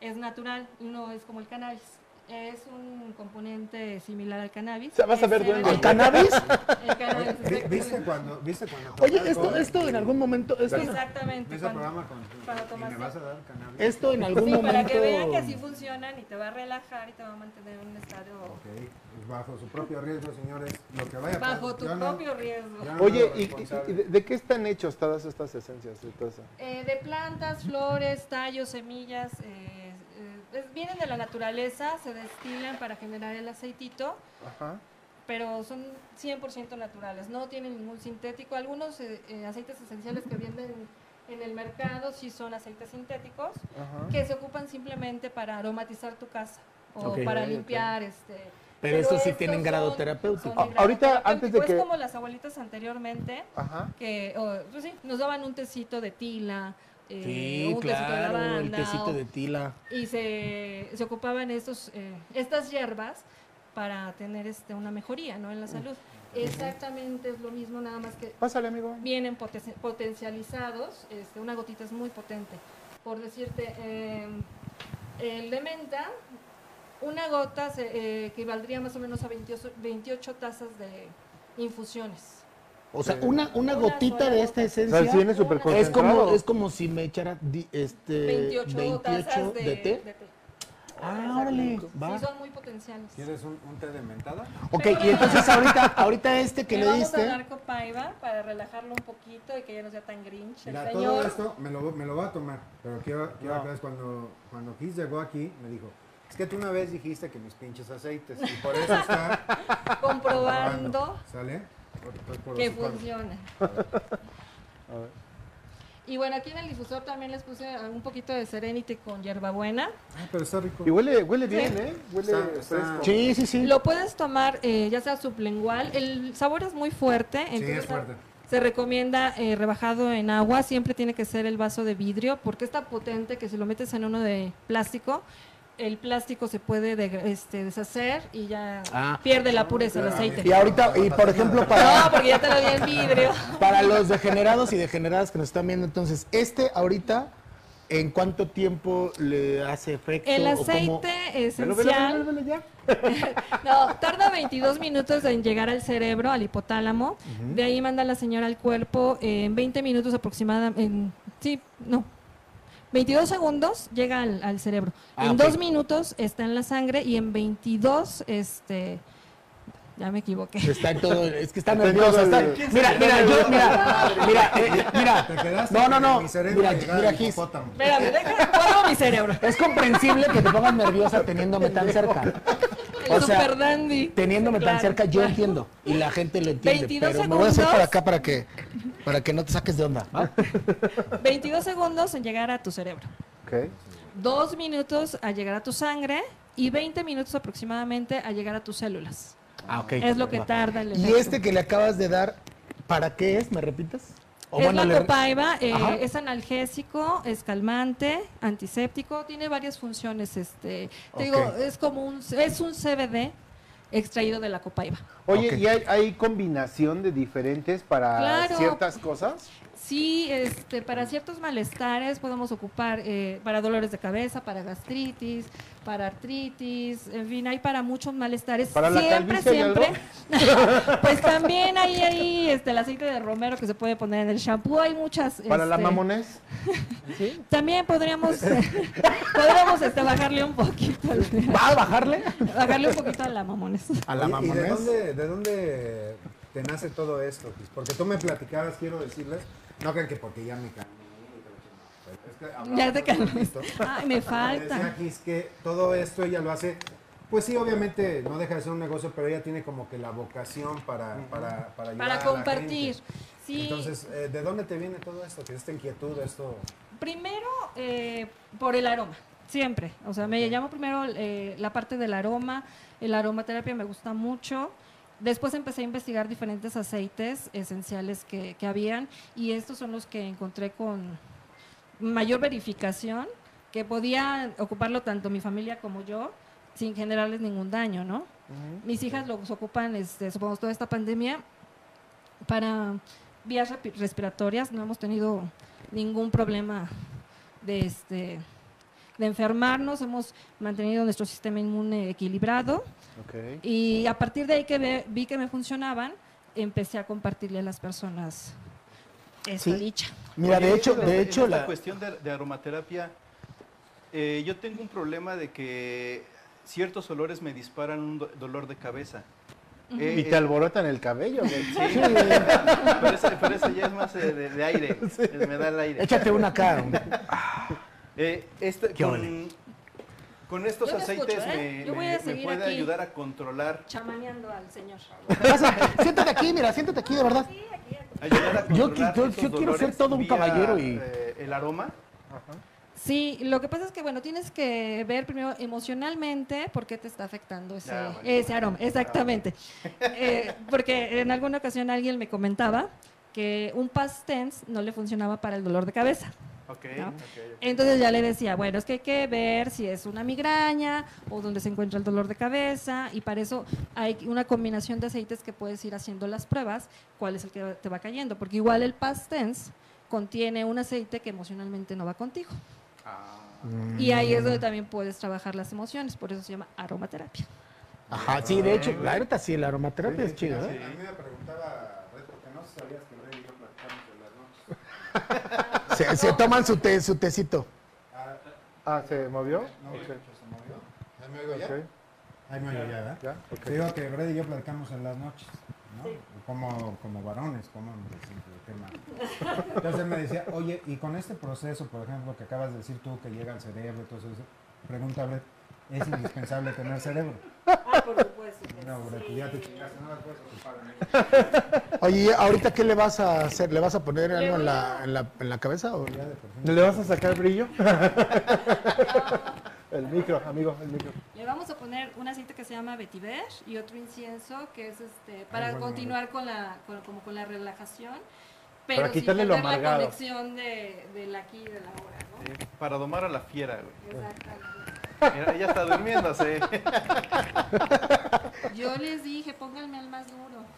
Speaker 6: Es natural, no es como el cannabis. Es un componente similar al cannabis.
Speaker 1: O sea, vas a
Speaker 6: Es
Speaker 1: ver,
Speaker 6: CBD.
Speaker 1: duende.
Speaker 2: ¿Al cannabis?
Speaker 6: El cannabis,
Speaker 4: Vi- ¿Viste
Speaker 6: exactamente.
Speaker 4: cuando, viste cuando
Speaker 2: Oye,
Speaker 4: Coca-Cola-
Speaker 2: esto, esto en algún momento. Esto,
Speaker 6: Exactamente.
Speaker 4: ¿Ves el
Speaker 6: cuando-
Speaker 4: programa con
Speaker 6: para
Speaker 4: y me
Speaker 6: tomarse-
Speaker 4: vas a dar cannabis?
Speaker 2: esto en algún
Speaker 6: Sí,
Speaker 2: momento.
Speaker 6: para que vean que así funcionan y te va a relajar y te va a mantener en un estado
Speaker 4: Ok, pues bajo su propio riesgo, señores. Lo que vaya a
Speaker 6: bajo
Speaker 4: pasar,
Speaker 6: tu
Speaker 4: yo no-
Speaker 6: propio riesgo.
Speaker 4: yo no
Speaker 1: Oye,
Speaker 4: hago
Speaker 1: ¿y, y- y
Speaker 4: responsable.
Speaker 1: de, de qué están hechos todas estas esencias? de todo eso?
Speaker 6: Eh, de plantas, flores, tallos, semillas. eh, eh, es- vienen de la naturaleza, se destilan para generar el aceitito,
Speaker 1: Ajá.
Speaker 6: pero son 100% naturales, no tienen ningún sintético. Algunos eh, eh, aceites esenciales que venden en el mercado sí son aceites sintéticos,
Speaker 1: Ajá.
Speaker 6: que se ocupan simplemente para aromatizar tu casa o
Speaker 2: Ok.
Speaker 6: para
Speaker 1: Ok, ok.
Speaker 6: limpiar este
Speaker 2: Pero estos sí
Speaker 6: estos
Speaker 2: tienen grado
Speaker 6: son-
Speaker 2: terapéutico.
Speaker 6: son de
Speaker 1: Ah,
Speaker 6: grado
Speaker 1: ahorita, antes de
Speaker 6: terapéutico,
Speaker 1: que-
Speaker 6: es como las abuelitas anteriormente
Speaker 1: Ajá.
Speaker 6: que o, pues sí, nos daban un tecito de tila, eh,
Speaker 2: Sí,
Speaker 6: un
Speaker 2: claro, el
Speaker 6: tecito
Speaker 2: tecito de
Speaker 6: de lavanda,
Speaker 2: tila.
Speaker 6: y se, se ocupaban estos, eh, estas hierbas para tener este, una mejoría ¿no? en la salud. Exactamente es lo mismo, nada más que
Speaker 1: Pásale, amigo.
Speaker 6: vienen poten- potencializados, este, una gotita es muy potente. Por decirte, eh, el de menta, una gota se, eh, equivaldría más o menos a 28, 28 tazas de infusiones.
Speaker 2: O sea,
Speaker 1: Sí.
Speaker 2: una, una
Speaker 6: Una
Speaker 2: gotita
Speaker 6: sola
Speaker 2: de esta
Speaker 6: gota.
Speaker 1: O
Speaker 2: esencia.
Speaker 1: sea, sí viene súper
Speaker 2: Es como,
Speaker 1: concentrado.
Speaker 2: es como si me echara di- este
Speaker 6: 28,
Speaker 2: 28,
Speaker 6: tazas
Speaker 2: de,
Speaker 6: de,
Speaker 2: té.
Speaker 6: de té.
Speaker 2: Ah, órale, va.
Speaker 6: Sí, son muy potenciales.
Speaker 4: ¿Quieres un, un té de mentada?
Speaker 2: Ok, y entonces ahorita, ahorita este que le
Speaker 6: vamos a
Speaker 2: diste.
Speaker 6: dar copaiba para relajarlo un poquito y que ya no sea tan grinch el
Speaker 4: Mira, todo
Speaker 6: señor.
Speaker 4: esto me lo, me lo voy a tomar, pero quiero, quiero
Speaker 1: No.
Speaker 4: aclarar, cuando, cuando Kiss llegó aquí, me dijo, es que tú una vez dijiste que mis pinches aceites, y por
Speaker 6: [LAUGHS]
Speaker 4: eso está
Speaker 6: Comprobando
Speaker 4: ¿Sale? Por- [LAUGHS] por- por
Speaker 6: que
Speaker 4: su cuerpo.
Speaker 6: funciona.
Speaker 4: [LAUGHS]
Speaker 1: A ver.
Speaker 6: Y bueno, aquí en el difusor también les puse ah, un poquito de Serenity con hierbabuena.
Speaker 4: Ay, Ah, pero está rico.
Speaker 1: Y huele, huele bien,
Speaker 6: Sí.
Speaker 1: ¿eh? Huele
Speaker 4: Está- está-
Speaker 1: fresco.
Speaker 2: Sí, sí, sí.
Speaker 6: Lo puedes tomar eh, ya sea sublingual. El sabor es muy fuerte.
Speaker 4: Sí,
Speaker 6: entonces
Speaker 4: es fuerte.
Speaker 6: Se recomienda eh, rebajado en agua, siempre tiene que ser el vaso de vidrio, porque es tan potente que si lo metes en uno de plástico, el plástico se puede deg- este, deshacer y ya
Speaker 2: Ah.
Speaker 6: pierde la pureza el
Speaker 4: Claro.
Speaker 6: aceite.
Speaker 2: Y ahorita, y por ejemplo,
Speaker 6: No,
Speaker 2: para,
Speaker 6: porque ya te lo di en vidrio.
Speaker 2: para los degenerados y degeneradas que nos están viendo, entonces, este ahorita, ¿en cuánto tiempo le hace efecto?
Speaker 6: El
Speaker 2: o cómo-
Speaker 6: aceite
Speaker 1: Velo, velo, velo,
Speaker 6: esencial,
Speaker 1: velo ya.
Speaker 6: [LAUGHS] no, tarda 22 minutos en llegar al cerebro, al hipotálamo. De ahí manda la señora al cuerpo eh, en 20 minutos aproximadamente. en- sí, no. 22 segundos llega al, al cerebro.
Speaker 2: Ah,
Speaker 6: en
Speaker 2: ok.
Speaker 6: dos minutos está en la sangre y en 22, este. Ya me equivoqué.
Speaker 2: Está en todo, es que está
Speaker 1: Está en
Speaker 2: nervioso.
Speaker 1: todo
Speaker 2: está-
Speaker 1: el-
Speaker 2: mira, mira, yo, mira, mira, eh,
Speaker 4: Te
Speaker 2: mira.
Speaker 4: quedaste
Speaker 2: No, no,
Speaker 4: con
Speaker 2: no.
Speaker 4: Mi cerebro
Speaker 2: Mira,
Speaker 4: pegado
Speaker 2: mira,
Speaker 4: al
Speaker 2: Gis.
Speaker 4: hipopótamo.
Speaker 6: Espérame, déjame pongo mi cerebro.
Speaker 2: Es comprensible que te pongas nerviosa teniéndome tan cerca.
Speaker 6: El
Speaker 2: O sea,
Speaker 6: super dandy.
Speaker 2: Teniéndome tan
Speaker 6: Claro.
Speaker 2: cerca, yo entiendo. Y la gente lo entiende.
Speaker 6: 22
Speaker 2: pero me voy a hacer
Speaker 6: segundos.
Speaker 2: para acá para que, para que no te saques de onda.
Speaker 1: Ah,
Speaker 2: ¿va?
Speaker 6: 22 segundos en llegar a tu cerebro.
Speaker 1: Ok.
Speaker 6: Dos minutos a llegar a tu sangre y 20 minutos aproximadamente a llegar a tus células.
Speaker 2: Ah, ok.
Speaker 6: Es lo que tarda el
Speaker 2: Y
Speaker 6: efecto.
Speaker 2: este que le acabas de dar, ¿para qué es? ¿Me repites? O
Speaker 6: es
Speaker 2: bueno,
Speaker 6: la
Speaker 2: le-
Speaker 6: copaiba, eh,
Speaker 2: Ajá.
Speaker 6: es analgésico, es calmante, antiséptico, tiene varias funciones. Este, te digo,
Speaker 2: Ok.
Speaker 6: es como un, es un CBD extraído de la copaiba.
Speaker 1: Oye,
Speaker 2: Ok.
Speaker 1: ¿y hay, hay combinación de diferentes para
Speaker 6: Claro.
Speaker 1: ciertas cosas?
Speaker 6: Sí, este, para ciertos malestares podemos ocupar eh, para dolores de cabeza, para gastritis, para artritis, en fin, hay para muchos malestares.
Speaker 1: ¿Para la
Speaker 6: siempre,
Speaker 1: calvicie hay algo?
Speaker 6: siempre. pues también hay ahí este, el aceite de romero que se puede poner en el shampoo. Hay muchas.
Speaker 1: ¿Para la
Speaker 6: este,
Speaker 1: mamones? ¿Sí?
Speaker 6: También podríamos, podríamos este, bajarle un poquito. al-
Speaker 2: ¿Va a bajarle?
Speaker 6: bajarle un poquito a la mamones.
Speaker 2: A la
Speaker 4: Oye, ¿Y de
Speaker 2: mamonés.
Speaker 4: dónde, de dónde te nace todo esto? Cris? Porque tú me platicabas, quiero decirles, no crean que porque ya me calmé. y que la chingada, pero
Speaker 6: Ya
Speaker 4: es que
Speaker 6: te
Speaker 4: hablaba
Speaker 6: calmas.
Speaker 4: tantito.
Speaker 6: [LAUGHS] Ay, me
Speaker 4: Me decía
Speaker 6: falta.
Speaker 4: Cris que todo esto ella lo hace, pues sí, obviamente no deja de ser un negocio, pero ella tiene como que la vocación para, para, para ayudar
Speaker 6: Para
Speaker 4: a la
Speaker 6: compartir.
Speaker 4: gente.
Speaker 6: Sí.
Speaker 4: Entonces, eh, ¿de dónde te viene todo esto? Que esta inquietud, esto...
Speaker 6: Primero, eh, por el aroma, siempre. O sea, me llamo primero eh, la parte del aroma. El aromaterapia me gusta mucho. Después empecé a investigar diferentes aceites esenciales que, que habían y estos son los que encontré con mayor verificación, que podía ocuparlo tanto mi familia como yo sin generarles ningún daño, ¿no? Mis hijas los ocupan, este, supongamos, toda esta pandemia para vías repi- respiratorias. No hemos tenido ningún problema de, este, de enfermarnos. Hemos mantenido nuestro sistema inmune equilibrado.
Speaker 1: Ok.
Speaker 6: Y a partir de ahí que ve- vi que me funcionaban, empecé a compartirle a las personas esta
Speaker 2: Sí.
Speaker 6: dicha.
Speaker 2: Mira,
Speaker 3: Oye,
Speaker 2: de hecho,
Speaker 3: en
Speaker 2: de
Speaker 3: esta-
Speaker 2: hecho,
Speaker 3: en esta
Speaker 2: la,
Speaker 3: cuestión de, de aromaterapia, eh, yo tengo un problema de que ciertos olores me disparan un do- dolor de cabeza. Eh,
Speaker 1: Y
Speaker 3: eh,
Speaker 1: te alborotan el cabello. güey.
Speaker 3: Sí, [LAUGHS] pero ese, pero ese ya es más eh, de,
Speaker 2: [LAUGHS]
Speaker 3: de aire, me da el aire.
Speaker 2: échate una acá. un-
Speaker 3: Eh, este-
Speaker 2: ¿Qué
Speaker 3: con, con estos
Speaker 6: Yo te
Speaker 3: aceites
Speaker 6: escucho, ¿eh?
Speaker 3: me,
Speaker 6: Yo voy
Speaker 3: me-
Speaker 6: a
Speaker 3: me
Speaker 6: seguir
Speaker 3: puede
Speaker 6: aquí.
Speaker 3: ayudar a controlar,
Speaker 6: Chamaneando al señor.
Speaker 2: Pasa, [LAUGHS] siéntate aquí, mira, siéntate aquí, de verdad.
Speaker 3: ayudar a
Speaker 2: Yo qui-
Speaker 3: controlar
Speaker 2: yo-
Speaker 3: esos
Speaker 2: yo quiero ser
Speaker 3: dolores
Speaker 2: todo un
Speaker 3: vía,
Speaker 2: caballero y-
Speaker 3: eh, el aroma.
Speaker 6: Sí, lo que pasa es que, bueno, tienes que ver primero emocionalmente por qué te está afectando ese,
Speaker 3: Ah, bueno.
Speaker 6: ese aroma.
Speaker 3: [LAUGHS]
Speaker 6: Exactamente. Eh, porque en alguna ocasión alguien me comentaba que un past tense no le funcionaba para el dolor de cabeza.
Speaker 3: Ok,
Speaker 6: ¿No?
Speaker 3: ok, ok.
Speaker 6: Entonces ya le decía, bueno, es que hay que ver si es una migraña o dónde se encuentra el dolor de cabeza y para eso hay una combinación de aceites que puedes ir haciendo las pruebas, cuál es el que te va cayendo, porque igual el past tense contiene un aceite que emocionalmente no va contigo. Y ahí es donde también puedes trabajar las emociones, por eso se llama aromaterapia.
Speaker 2: Ajá, sí, de hecho, la neta sí, la aromaterapia es chida, ¿eh?
Speaker 4: mí me preguntaba, porque no sabías que Rey y yo platicamos de las noches.
Speaker 2: Se, se toman su, té, su tecito.
Speaker 1: Ah, ¿se movió?
Speaker 4: No,
Speaker 1: Ok,
Speaker 4: se movió. Ahí me oigo ya.
Speaker 1: ok,
Speaker 4: Ahí me oigo ya, ¿verdad?
Speaker 1: ya, ok.
Speaker 4: Te digo que Brady y yo platicamos en las noches, ¿no? Como, como varones, como hombres, siempre el tema. Entonces él me decía, oye, y con este proceso, por ejemplo, que acabas de decir tú, que llega al cerebro, entonces, pregúntale, ¿es indispensable tener cerebro?
Speaker 6: Ah, por supuesto.
Speaker 4: No, Brady, ya te chingaste, no la puedes ocupar. amigo.
Speaker 2: Oye, ¿y ¿ahorita qué le vas a hacer? ¿Le vas a poner algo en la, en la, en la cabeza? O?
Speaker 4: Ya de por fin.
Speaker 1: ¿Le vas a sacar brillo? [LAUGHS] el micro, amigo, el micro.
Speaker 6: Le vamos a poner un aceite que se llama vetiver y otro incienso que es este para
Speaker 4: bueno,
Speaker 6: continuar con la con, como con la relajación, pero
Speaker 1: Para
Speaker 6: sin
Speaker 1: quitarle lo
Speaker 6: perder la
Speaker 1: amargado.
Speaker 6: conexión de, del aquí y de la hora, ¿no?
Speaker 3: Eh, Para domar a la fiera, güey.
Speaker 6: Exactamente.
Speaker 3: Mira, ella está
Speaker 2: [LAUGHS]
Speaker 3: durmiéndose.
Speaker 6: Yo les dije, pónganme al más duro.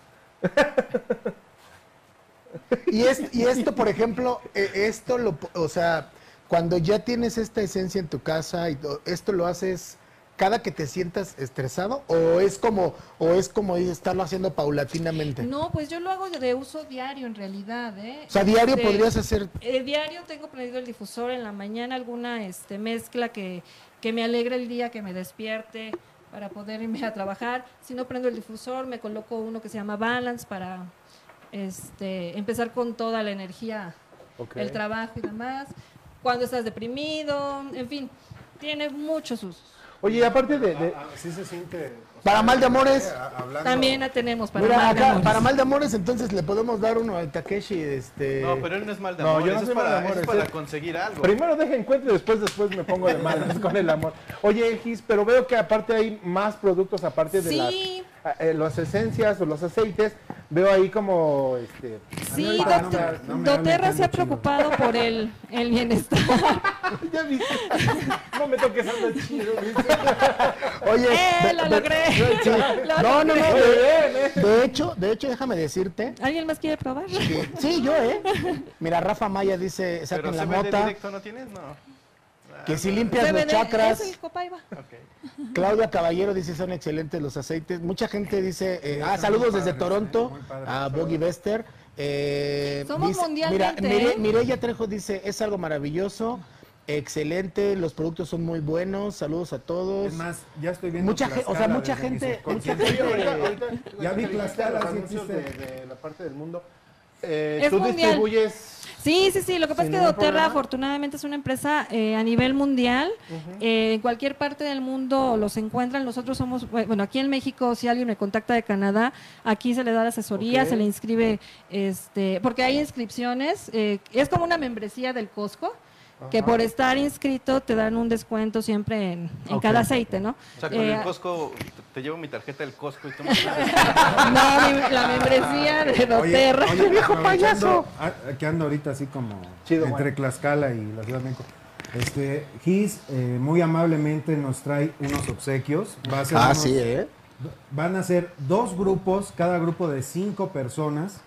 Speaker 2: Y, es, y esto, por ejemplo, eh, esto lo, po- o sea, cuando ya tienes esta esencia en tu casa, y to- ¿esto lo haces cada que te sientas estresado? ¿O es como, o es como estarlo haciendo paulatinamente?
Speaker 6: No, pues yo lo hago de uso diario en realidad, ¿eh?
Speaker 2: O sea, diario
Speaker 6: Este,
Speaker 2: podrías hacer
Speaker 6: Eh, diario tengo prendido el difusor en la mañana, alguna este, mezcla que, que me alegre el día, que me despierte para poder irme a trabajar. Si no prendo el difusor, me coloco uno que se llama Balance para este, empezar con toda la energía,
Speaker 1: Ok.
Speaker 6: el trabajo y demás. Cuando estás deprimido, en fin, tiene muchos usos.
Speaker 1: Oye, y aparte de... de-
Speaker 4: Ah, sí se siente... o sea,
Speaker 2: para mal de amores.
Speaker 4: a- hablando-
Speaker 6: También la tenemos para
Speaker 2: Mira,
Speaker 6: mal de
Speaker 2: acá,
Speaker 6: amores.
Speaker 2: para mal de amores, entonces le podemos dar uno a Takeshi, este...
Speaker 3: No, pero él no es mal de
Speaker 1: No,
Speaker 3: amor.
Speaker 1: yo no
Speaker 3: eso
Speaker 1: soy
Speaker 3: es
Speaker 1: mal de
Speaker 3: para,
Speaker 1: amor,
Speaker 3: eso es
Speaker 1: ese-
Speaker 3: para conseguir algo.
Speaker 1: Primero deja encuentro y después, después me
Speaker 6: [LAUGHS]
Speaker 1: pongo de malas con el amor. Oye, Gis, pero veo que aparte hay más productos aparte de las...
Speaker 6: Sí,
Speaker 1: eh, las esencias o los aceites, veo ahí como este,
Speaker 6: [LAUGHS] Sí,
Speaker 4: ahorita
Speaker 6: doc-
Speaker 4: no me- no me
Speaker 6: Doterra
Speaker 4: hablen
Speaker 6: se
Speaker 4: tanto chino.
Speaker 6: ha preocupado por el, el bienestar.
Speaker 1: Ya viste. [LAUGHS] No me toques algo chido, ¿viste?
Speaker 2: [LAUGHS] Oye,
Speaker 6: [LAUGHS] ¡Eh,
Speaker 2: de-
Speaker 6: lo
Speaker 2: de-
Speaker 6: logré!
Speaker 2: sí.
Speaker 6: [LAUGHS] Lo
Speaker 2: No, no, no.
Speaker 6: logré.
Speaker 2: De, de hecho, de hecho, déjame decirte.
Speaker 6: ¿Alguien más quiere probar? [LAUGHS]
Speaker 2: que- sí, yo, ¿eh? Mira, Rafa Maya dice,
Speaker 3: Pero
Speaker 2: saquen la
Speaker 3: CBD
Speaker 2: mota,
Speaker 3: directo no tienes, no. Ah,
Speaker 2: que si
Speaker 3: no.
Speaker 2: limpias los
Speaker 6: CBD,
Speaker 2: chakras.
Speaker 6: Es el Copaiba.
Speaker 3: Ok.
Speaker 2: Claudia Caballero dice son excelentes los aceites. Mucha gente dice, eh,
Speaker 4: Sí,
Speaker 2: ah,
Speaker 4: están
Speaker 2: saludos
Speaker 4: muy
Speaker 2: desde
Speaker 4: padres,
Speaker 2: Toronto
Speaker 4: eh, muy padres.
Speaker 2: a Boggy Bester. Eh,
Speaker 6: Somos mundialmente,
Speaker 2: Mira, Mire-
Speaker 6: ¿eh?
Speaker 2: Mireya Trejo dice, es algo maravilloso, excelente, los productos son muy buenos, saludos a todos.
Speaker 4: Es más, ya estoy viendo
Speaker 2: Mucha
Speaker 4: la
Speaker 2: gen- o sea,
Speaker 4: escala
Speaker 2: mucha
Speaker 4: desde mi
Speaker 2: gente-
Speaker 4: subconsciente.
Speaker 2: mucha gente-
Speaker 1: Ahorita- ahorita,
Speaker 4: Ya vi que la
Speaker 1: ahorita
Speaker 4: escala
Speaker 1: los
Speaker 4: sí
Speaker 1: anuncios de,
Speaker 4: existe.
Speaker 1: de la parte del mundo. Eh,
Speaker 6: Es
Speaker 1: tú
Speaker 6: mundial.
Speaker 1: distribuyes.
Speaker 6: Sí, sí, sí. Lo que pasa es
Speaker 1: Sin
Speaker 6: que
Speaker 1: ningún
Speaker 6: Doterra
Speaker 1: problema.
Speaker 6: afortunadamente es una empresa eh, a nivel mundial. Eh, en cualquier parte del mundo los encuentran. Nosotros somos, bueno, aquí en México, si alguien me contacta de Canadá, aquí se le da la asesoría,
Speaker 1: Ok.
Speaker 6: se le inscribe, este, porque hay inscripciones. eh, es como una membresía del Costco. Que
Speaker 1: Ajá.
Speaker 6: por estar inscrito te dan un descuento siempre en, en
Speaker 2: Ok.
Speaker 6: cada aceite, ¿no?
Speaker 3: O sea, con
Speaker 6: Eh,
Speaker 3: el Costco, te- te llevo mi tarjeta del Costco y tú me
Speaker 6: [LAUGHS] No, mi- la membresía de
Speaker 2: [LAUGHS]
Speaker 6: Doterra.
Speaker 4: aprovechando a- Que ando ahorita así como
Speaker 1: Chido,
Speaker 4: entre
Speaker 1: bueno.
Speaker 4: Tlaxcala y la Ciudad de México. Este, Gis eh, muy amablemente nos trae unos obsequios. Va a ser
Speaker 2: Ah,
Speaker 4: unos-
Speaker 2: sí, ¿eh?
Speaker 4: Van a ser dos grupos, cada grupo de cinco personas,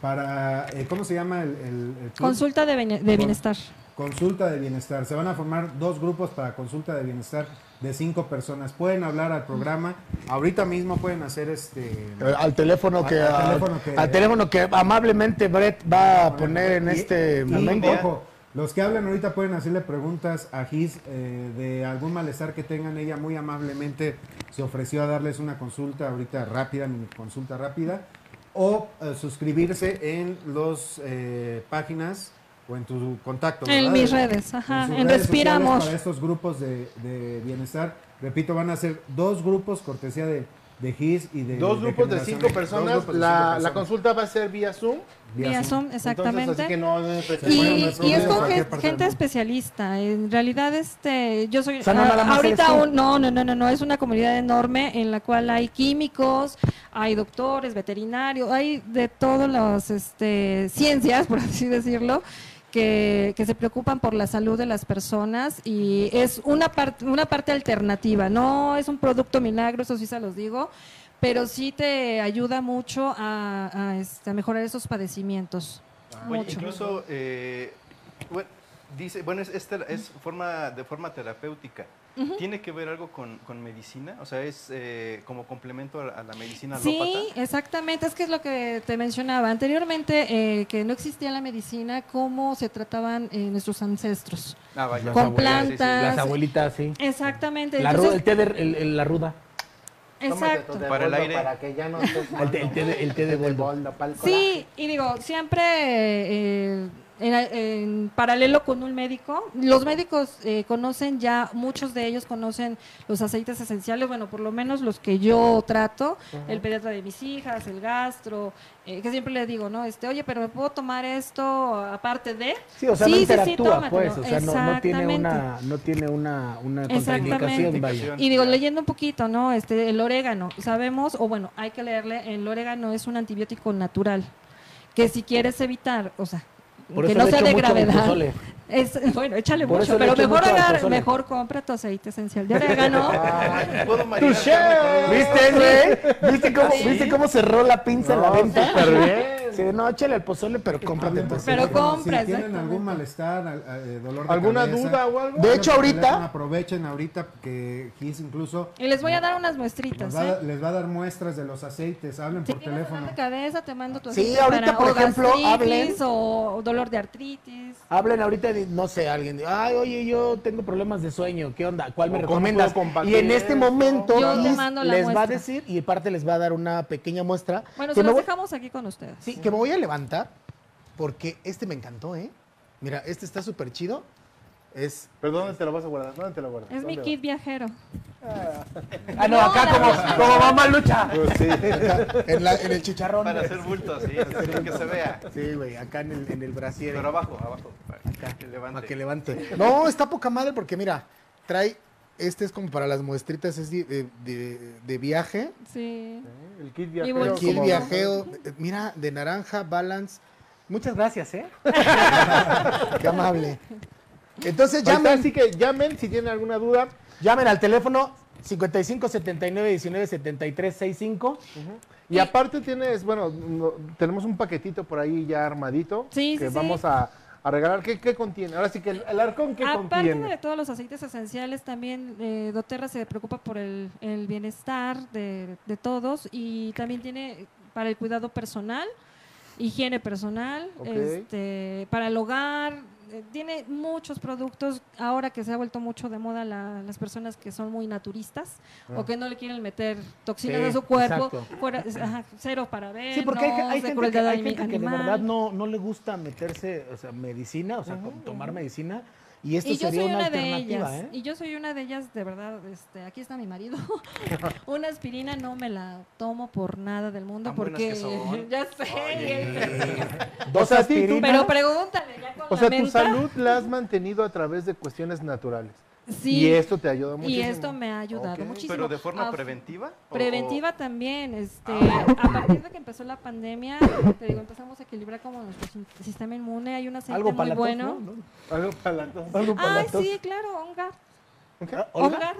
Speaker 4: para, eh, ¿cómo se llama el, el- el club?
Speaker 6: Consulta de, bene- de bienestar.
Speaker 4: Consulta de bienestar. Se van a formar dos grupos para consulta de bienestar de cinco personas. Pueden hablar al programa. Ahorita mismo pueden hacer este...
Speaker 2: Eh, Al teléfono,
Speaker 4: Al-
Speaker 2: que,
Speaker 4: al
Speaker 2: ah,
Speaker 4: teléfono que-
Speaker 2: al teléfono que amablemente Brett va a poner en
Speaker 4: Y-
Speaker 2: este
Speaker 4: y,
Speaker 2: momento.
Speaker 4: ojo, los que hablan ahorita pueden hacerle preguntas a Gis eh, de algún malestar que tengan. Ella muy amablemente se ofreció a darles una consulta ahorita rápida, mi consulta rápida. O eh, suscribirse en las páginas o en tu contacto.
Speaker 6: En
Speaker 4: ¿verdad?
Speaker 6: mis redes, este ajá,
Speaker 4: sus
Speaker 6: en
Speaker 4: redes
Speaker 6: Respiramos.
Speaker 4: sociales Para estos grupos de, de bienestar. Repito, van a ser dos grupos, cortesía de, de GIS y de.
Speaker 1: Dos
Speaker 4: de
Speaker 1: grupos de
Speaker 4: Generación
Speaker 1: cinco
Speaker 4: México. Dos
Speaker 1: personas.
Speaker 4: grupos de
Speaker 1: la,
Speaker 4: cinco
Speaker 1: la
Speaker 4: personas.
Speaker 1: consulta va a ser vía Zoom.
Speaker 4: Vía
Speaker 6: Vía
Speaker 4: Zoom.
Speaker 6: Zoom, exactamente.
Speaker 1: Entonces, así que no, eh, pues,
Speaker 6: Y,
Speaker 1: bueno, no hay
Speaker 6: y
Speaker 1: problema.
Speaker 6: es
Speaker 4: en
Speaker 6: con
Speaker 4: cualquier
Speaker 6: gen-
Speaker 4: parte
Speaker 6: gente
Speaker 4: del mundo.
Speaker 6: especialista. En realidad, este, yo soy
Speaker 2: sea, no
Speaker 6: ah,
Speaker 2: nada más
Speaker 6: ahorita
Speaker 2: eres tú.
Speaker 6: aún- no, no, no, no, no, es una comunidad enorme en la cual hay químicos, hay doctores, veterinarios, hay de todas las este, ciencias, por [LAUGHS] así decirlo. Que, que se preocupan por la salud de las personas y es una parte una parte alternativa no es un producto milagro eso sí se los digo pero sí te ayuda mucho a, a, este, a mejorar esos padecimientos
Speaker 3: Oye,
Speaker 6: mucho.
Speaker 3: incluso, eh, bueno, dice, bueno, es, es, tera- es forma, de forma terapéutica. ¿Tiene que ver algo con, con medicina? O sea, es eh, como complemento a, a la medicina alópata.
Speaker 6: Sí, exactamente. Es que es lo que te mencionaba anteriormente, eh, que no existía la medicina, cómo se trataban eh, nuestros ancestros.
Speaker 3: Ah, vaya.
Speaker 6: Con
Speaker 3: abuelas, sí, sí.
Speaker 6: plantas.
Speaker 2: Las abuelitas, sí.
Speaker 6: Exactamente.
Speaker 2: La, ru- el
Speaker 6: Ah, entonces-
Speaker 2: té de el- el- la ruda.
Speaker 1: Tómate tu
Speaker 6: exacto.
Speaker 1: de
Speaker 3: Para el
Speaker 1: boldo
Speaker 3: aire.
Speaker 1: Para que ya no [LAUGHS] estés
Speaker 2: El té, el té de, el té de boldo.
Speaker 6: Sí, y digo, siempre eh, en, en paralelo con un médico, los médicos eh, conocen ya, muchos de ellos conocen los aceites esenciales, bueno, por lo menos los que yo trato, el pediatra de mis hijas, el gastro, eh, que siempre le digo, ¿no? Este, oye, pero ¿me puedo tomar esto aparte de?
Speaker 2: Sí, o sea, no
Speaker 6: Sí, sí, sí,
Speaker 2: interactúa,
Speaker 6: tómatelo.
Speaker 2: pues, o sea, no, no tiene una,
Speaker 6: Exactamente.
Speaker 2: no tiene una, una
Speaker 6: Exactamente.
Speaker 2: contraindicación, vaya.
Speaker 6: Y digo, leyendo un poquito, ¿no? Este, el orégano, sabemos, o bueno, hay que leerle, el orégano es un antibiótico natural, que si quieres evitar, o sea,
Speaker 2: Por
Speaker 6: que
Speaker 2: eso
Speaker 6: no
Speaker 2: le
Speaker 6: sea
Speaker 2: echo
Speaker 6: de
Speaker 2: mucho
Speaker 6: gravedad.
Speaker 2: pozole.
Speaker 6: Es- [LAUGHS] bueno, échale
Speaker 2: Por eso le
Speaker 6: mucho, pero
Speaker 2: echo
Speaker 6: mejor,
Speaker 2: mucho al
Speaker 6: agar-
Speaker 2: pozole. Ah.
Speaker 6: mejor compra tu aceite esencial
Speaker 2: [LAUGHS]
Speaker 6: de orégano.
Speaker 3: Puedo marinar
Speaker 1: ¡Touché!
Speaker 3: agua con-
Speaker 2: ¿Viste, güey? ¿Viste cómo, ¿Viste cómo cerró la pinza en la venta?
Speaker 1: Súper bien.
Speaker 2: Sí, no, échale al pozole, pero cómprate el pozole.
Speaker 6: Pero
Speaker 4: Bueno,
Speaker 6: compra,
Speaker 4: Si tienen
Speaker 6: exactamente.
Speaker 4: algún malestar, al- a- eh, dolor de
Speaker 1: ¿Alguna
Speaker 4: cabeza,
Speaker 1: duda o algo?
Speaker 2: De hecho,
Speaker 4: por teléfono,
Speaker 2: ahorita-
Speaker 4: Aprovechen ahorita que Gis incluso
Speaker 6: y les voy a dar unas
Speaker 4: nos
Speaker 6: muestritas,
Speaker 4: va a
Speaker 6: ¿eh?
Speaker 4: dar- les va a dar muestras de los aceites. Hablen
Speaker 6: Si
Speaker 4: por
Speaker 6: tienes dolor
Speaker 4: teléfono.
Speaker 6: de cabeza, te mando tu
Speaker 2: Sí,
Speaker 6: aceite
Speaker 2: ahorita,
Speaker 6: para
Speaker 2: por
Speaker 6: o
Speaker 2: ejemplo,
Speaker 6: gastritis o dolor de artritis.
Speaker 2: Hablen ahorita de, no sé, alguien. de, Ay, oye, yo tengo problemas de sueño. ¿Qué onda? ¿Cuál me
Speaker 1: ¿O cómo
Speaker 2: recomiendas?
Speaker 1: puedo combatir
Speaker 2: Y en este
Speaker 1: esto?
Speaker 2: momento
Speaker 6: Yo te
Speaker 2: Liz
Speaker 6: mando la
Speaker 2: les va a
Speaker 6: muestra.
Speaker 2: decir y parte les va a dar una pequeña muestra.
Speaker 6: Bueno,
Speaker 2: que
Speaker 6: se
Speaker 2: me
Speaker 6: los
Speaker 2: voy-
Speaker 6: dejamos aquí con ustedes.
Speaker 2: Sí, que me voy a levantar porque este me encantó, ¿eh? Mira, este está súper chido. Es...
Speaker 1: ¿Pero dónde te lo vas a guardar? ¿Dónde te lo guardas?
Speaker 6: Es mi
Speaker 1: ¿Dónde
Speaker 6: kit viajero.
Speaker 2: Ah, no,
Speaker 6: No,
Speaker 2: acá
Speaker 6: la
Speaker 2: como,
Speaker 6: verdad.
Speaker 2: como mamá lucha.
Speaker 1: va? Pues sí.
Speaker 2: En, la- en el chicharrón.
Speaker 3: Para
Speaker 2: güey.
Speaker 3: hacer bultos, sí, así que se vea.
Speaker 2: Sí, güey, acá en el, en el brasier. eh,
Speaker 3: Pero abajo, abajo. para que
Speaker 2: Para
Speaker 3: levante.
Speaker 2: que levante. No, está poca madre porque mira, trae este es como para las muestritas, es di- de, de- de viaje.
Speaker 6: Sí.
Speaker 1: ¿eh? El kit
Speaker 6: Y
Speaker 1: viajero.
Speaker 6: bolsillo.
Speaker 2: Aquí
Speaker 6: Como-
Speaker 2: el viajeo, eh, mira, de naranja, balance. Muchas gracias, ¿eh? [LAUGHS] Qué amable. Entonces
Speaker 1: Ahí está,
Speaker 2: llamen,
Speaker 1: así que llamen si tienen alguna duda.
Speaker 7: Llamen al teléfono 55 79 19 73 65.
Speaker 1: Y aparte tienes, bueno, no- tenemos un paquetito por ahí ya armadito
Speaker 6: Sí,
Speaker 1: que
Speaker 6: sí, sí.
Speaker 1: vamos A, a regalar. ¿Qué, qué contiene? Ahora sí que el, el arcón, ¿qué
Speaker 6: Aparte de
Speaker 1: contiene?
Speaker 6: todos los aceites esenciales, también eh, doTERRA se preocupa por el, el bienestar de, de todos y también tiene para el cuidado personal, higiene personal,
Speaker 1: Ok.
Speaker 6: este, para el hogar. eh, Tiene muchos productos ahora que se ha vuelto mucho de moda la- las personas que son muy naturistas o
Speaker 7: Ah.
Speaker 6: que no le quieren meter toxinas
Speaker 2: Sí,
Speaker 6: a su cuerpo,
Speaker 2: exacto.
Speaker 6: fuera- ajá, cero para ver,
Speaker 7: Sí, porque hay, ge- hay
Speaker 6: de
Speaker 7: gente, que,
Speaker 6: crueldad
Speaker 7: hay
Speaker 6: ani-
Speaker 7: gente que de
Speaker 6: animal.
Speaker 7: verdad no, no le gusta meterse, o sea, medicina, o sea, com- tomar medicina. Y esto
Speaker 6: y yo
Speaker 7: sería
Speaker 6: soy
Speaker 7: una,
Speaker 6: una de
Speaker 7: alternativa,
Speaker 6: ellas.
Speaker 7: ¿eh?
Speaker 6: Y yo soy una de ellas, de verdad. Este, aquí está
Speaker 7: [LAUGHS]
Speaker 6: mi marido. una aspirina no me la tomo por nada del mundo
Speaker 3: Tan buenas
Speaker 6: porque
Speaker 3: que son.
Speaker 6: [LAUGHS] ya sé.
Speaker 7: Dos
Speaker 1: O sea, sí, tú-
Speaker 7: aspirinas.
Speaker 6: Pero pregúntale ya con
Speaker 1: O sea,
Speaker 6: la
Speaker 1: tu
Speaker 6: menta.
Speaker 1: salud la has mantenido a través de cuestiones naturales.
Speaker 6: Sí.
Speaker 1: Y esto te ayuda muchísimo.
Speaker 6: esto me ha ayudado
Speaker 1: Ok.
Speaker 6: muchísimo.
Speaker 3: Pero de forma
Speaker 6: Ah,
Speaker 3: preventiva. o- Ah.
Speaker 6: Preventiva también, este, a partir de que empezó la pandemia, te digo, empezamos a equilibrar como nuestro sin- sistema inmune, hay un aceite
Speaker 7: Algo
Speaker 6: muy
Speaker 7: para
Speaker 6: bueno.
Speaker 1: Algo para la tos.
Speaker 7: Algo para la
Speaker 6: Ay,
Speaker 7: tos.
Speaker 6: sí, claro, Ongar.
Speaker 7: ¿Olga?
Speaker 6: Ongar.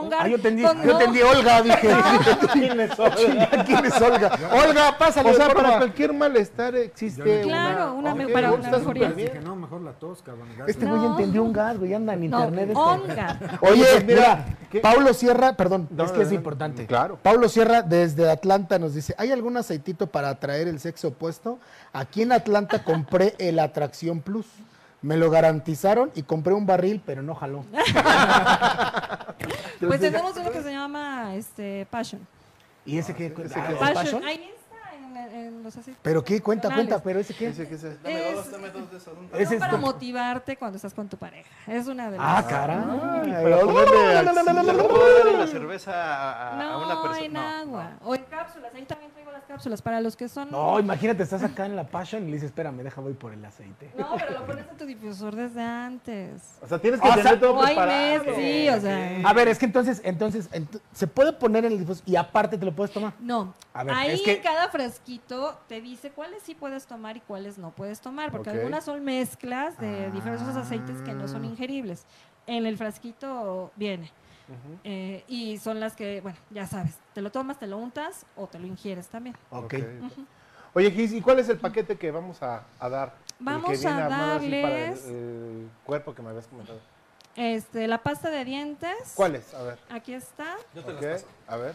Speaker 6: Ongar.
Speaker 7: Ah, yo entendí,
Speaker 6: Con-
Speaker 7: yo
Speaker 6: no,
Speaker 7: entendí Olga, dije. [LAUGHS]
Speaker 1: [LAUGHS]
Speaker 7: Chinga, ¿Quién es Olga? Olga, pásale.
Speaker 1: O sea,
Speaker 7: por
Speaker 1: para
Speaker 7: favor.
Speaker 1: cualquier malestar existe
Speaker 6: este, Claro,
Speaker 1: una...
Speaker 6: una me-
Speaker 1: Ok,
Speaker 6: para
Speaker 1: está
Speaker 6: una
Speaker 1: súper
Speaker 6: mejoría.
Speaker 1: bien.
Speaker 4: que no, mejor la tos, cabrón. ya.
Speaker 2: Este
Speaker 6: No.
Speaker 2: güey entendió un gas, güey, anda en
Speaker 6: No,
Speaker 2: internet. este.
Speaker 6: Ongar.
Speaker 2: [LAUGHS] Oye, mira,
Speaker 7: Oye, mira,
Speaker 1: ¿qué?
Speaker 2: Paulo Sierra, perdón,
Speaker 1: No,
Speaker 2: es que
Speaker 1: no,
Speaker 2: es
Speaker 1: no.
Speaker 2: importante.
Speaker 1: Claro.
Speaker 2: Paulo Sierra desde Atlanta nos dice, ¿hay algún aceitito para atraer el sexo opuesto? Aquí en Atlanta compré el Atracción Plus. Me lo garantizaron y compré un barril, pero no jaló.
Speaker 6: Pues tenemos uno que se llama este, Passion.
Speaker 2: ¿Y ese qué? Ah, ¿es
Speaker 6: Passion.
Speaker 2: Passion?
Speaker 6: Ahí está en, en los aceites.
Speaker 2: ¿Pero qué? Cuenta, cuenta,
Speaker 6: Naturales.
Speaker 2: pero ese qué?
Speaker 1: Dice que se-
Speaker 3: Dame dos,
Speaker 6: Es-
Speaker 3: dame dos de esas. un-
Speaker 2: Ese
Speaker 6: son
Speaker 2: es
Speaker 6: para
Speaker 2: como-
Speaker 6: motivarte cuando estás con tu pareja. Es una de
Speaker 2: Ah,
Speaker 6: las.
Speaker 2: caray.
Speaker 1: para
Speaker 3: Se le puedo dar en la cerveza a, a- a una
Speaker 6: no,
Speaker 3: persona.
Speaker 6: en agua. O en cápsulas. Ahí también traigo las cápsulas. Para los que son.
Speaker 7: No, imagínate, estás acá en la Passion y le dices, espérame, deja, voy por el aceite.
Speaker 6: No, pero lo pones en tu difusor desde antes.
Speaker 1: O sea, tienes
Speaker 3: Ah,
Speaker 1: que
Speaker 7: O sea,
Speaker 1: tener todo
Speaker 2: pues
Speaker 6: O hay
Speaker 1: preparado.
Speaker 6: mes, sí, o sea.
Speaker 7: A ver, es que entonces, entonces, ent- se puede poner en el difusor y aparte te lo puedes tomar.
Speaker 6: No,
Speaker 7: A ver,
Speaker 6: ahí
Speaker 7: es que-
Speaker 6: en cada fresquito te dice cuáles sí puedes tomar y cuáles no puedes tomar, porque
Speaker 1: Ok. Ah.
Speaker 6: algunas son mezclas de diversos aceites que no son ingeribles. En el frasquito viene. Eh, y son las que, bueno, ya sabes, te lo tomas, te lo untas o te lo ingieres también.
Speaker 1: Ok. Oye, Gis, ¿y cuál es el paquete que vamos a, a dar? El
Speaker 6: Vamos
Speaker 1: que viene
Speaker 6: a
Speaker 1: armado así para el,
Speaker 6: darles-
Speaker 1: el cuerpo que me habías comentado.
Speaker 6: Este, la pasta de dientes.
Speaker 1: ¿Cuál es? A ver.
Speaker 6: Aquí está.
Speaker 1: ok, A ver.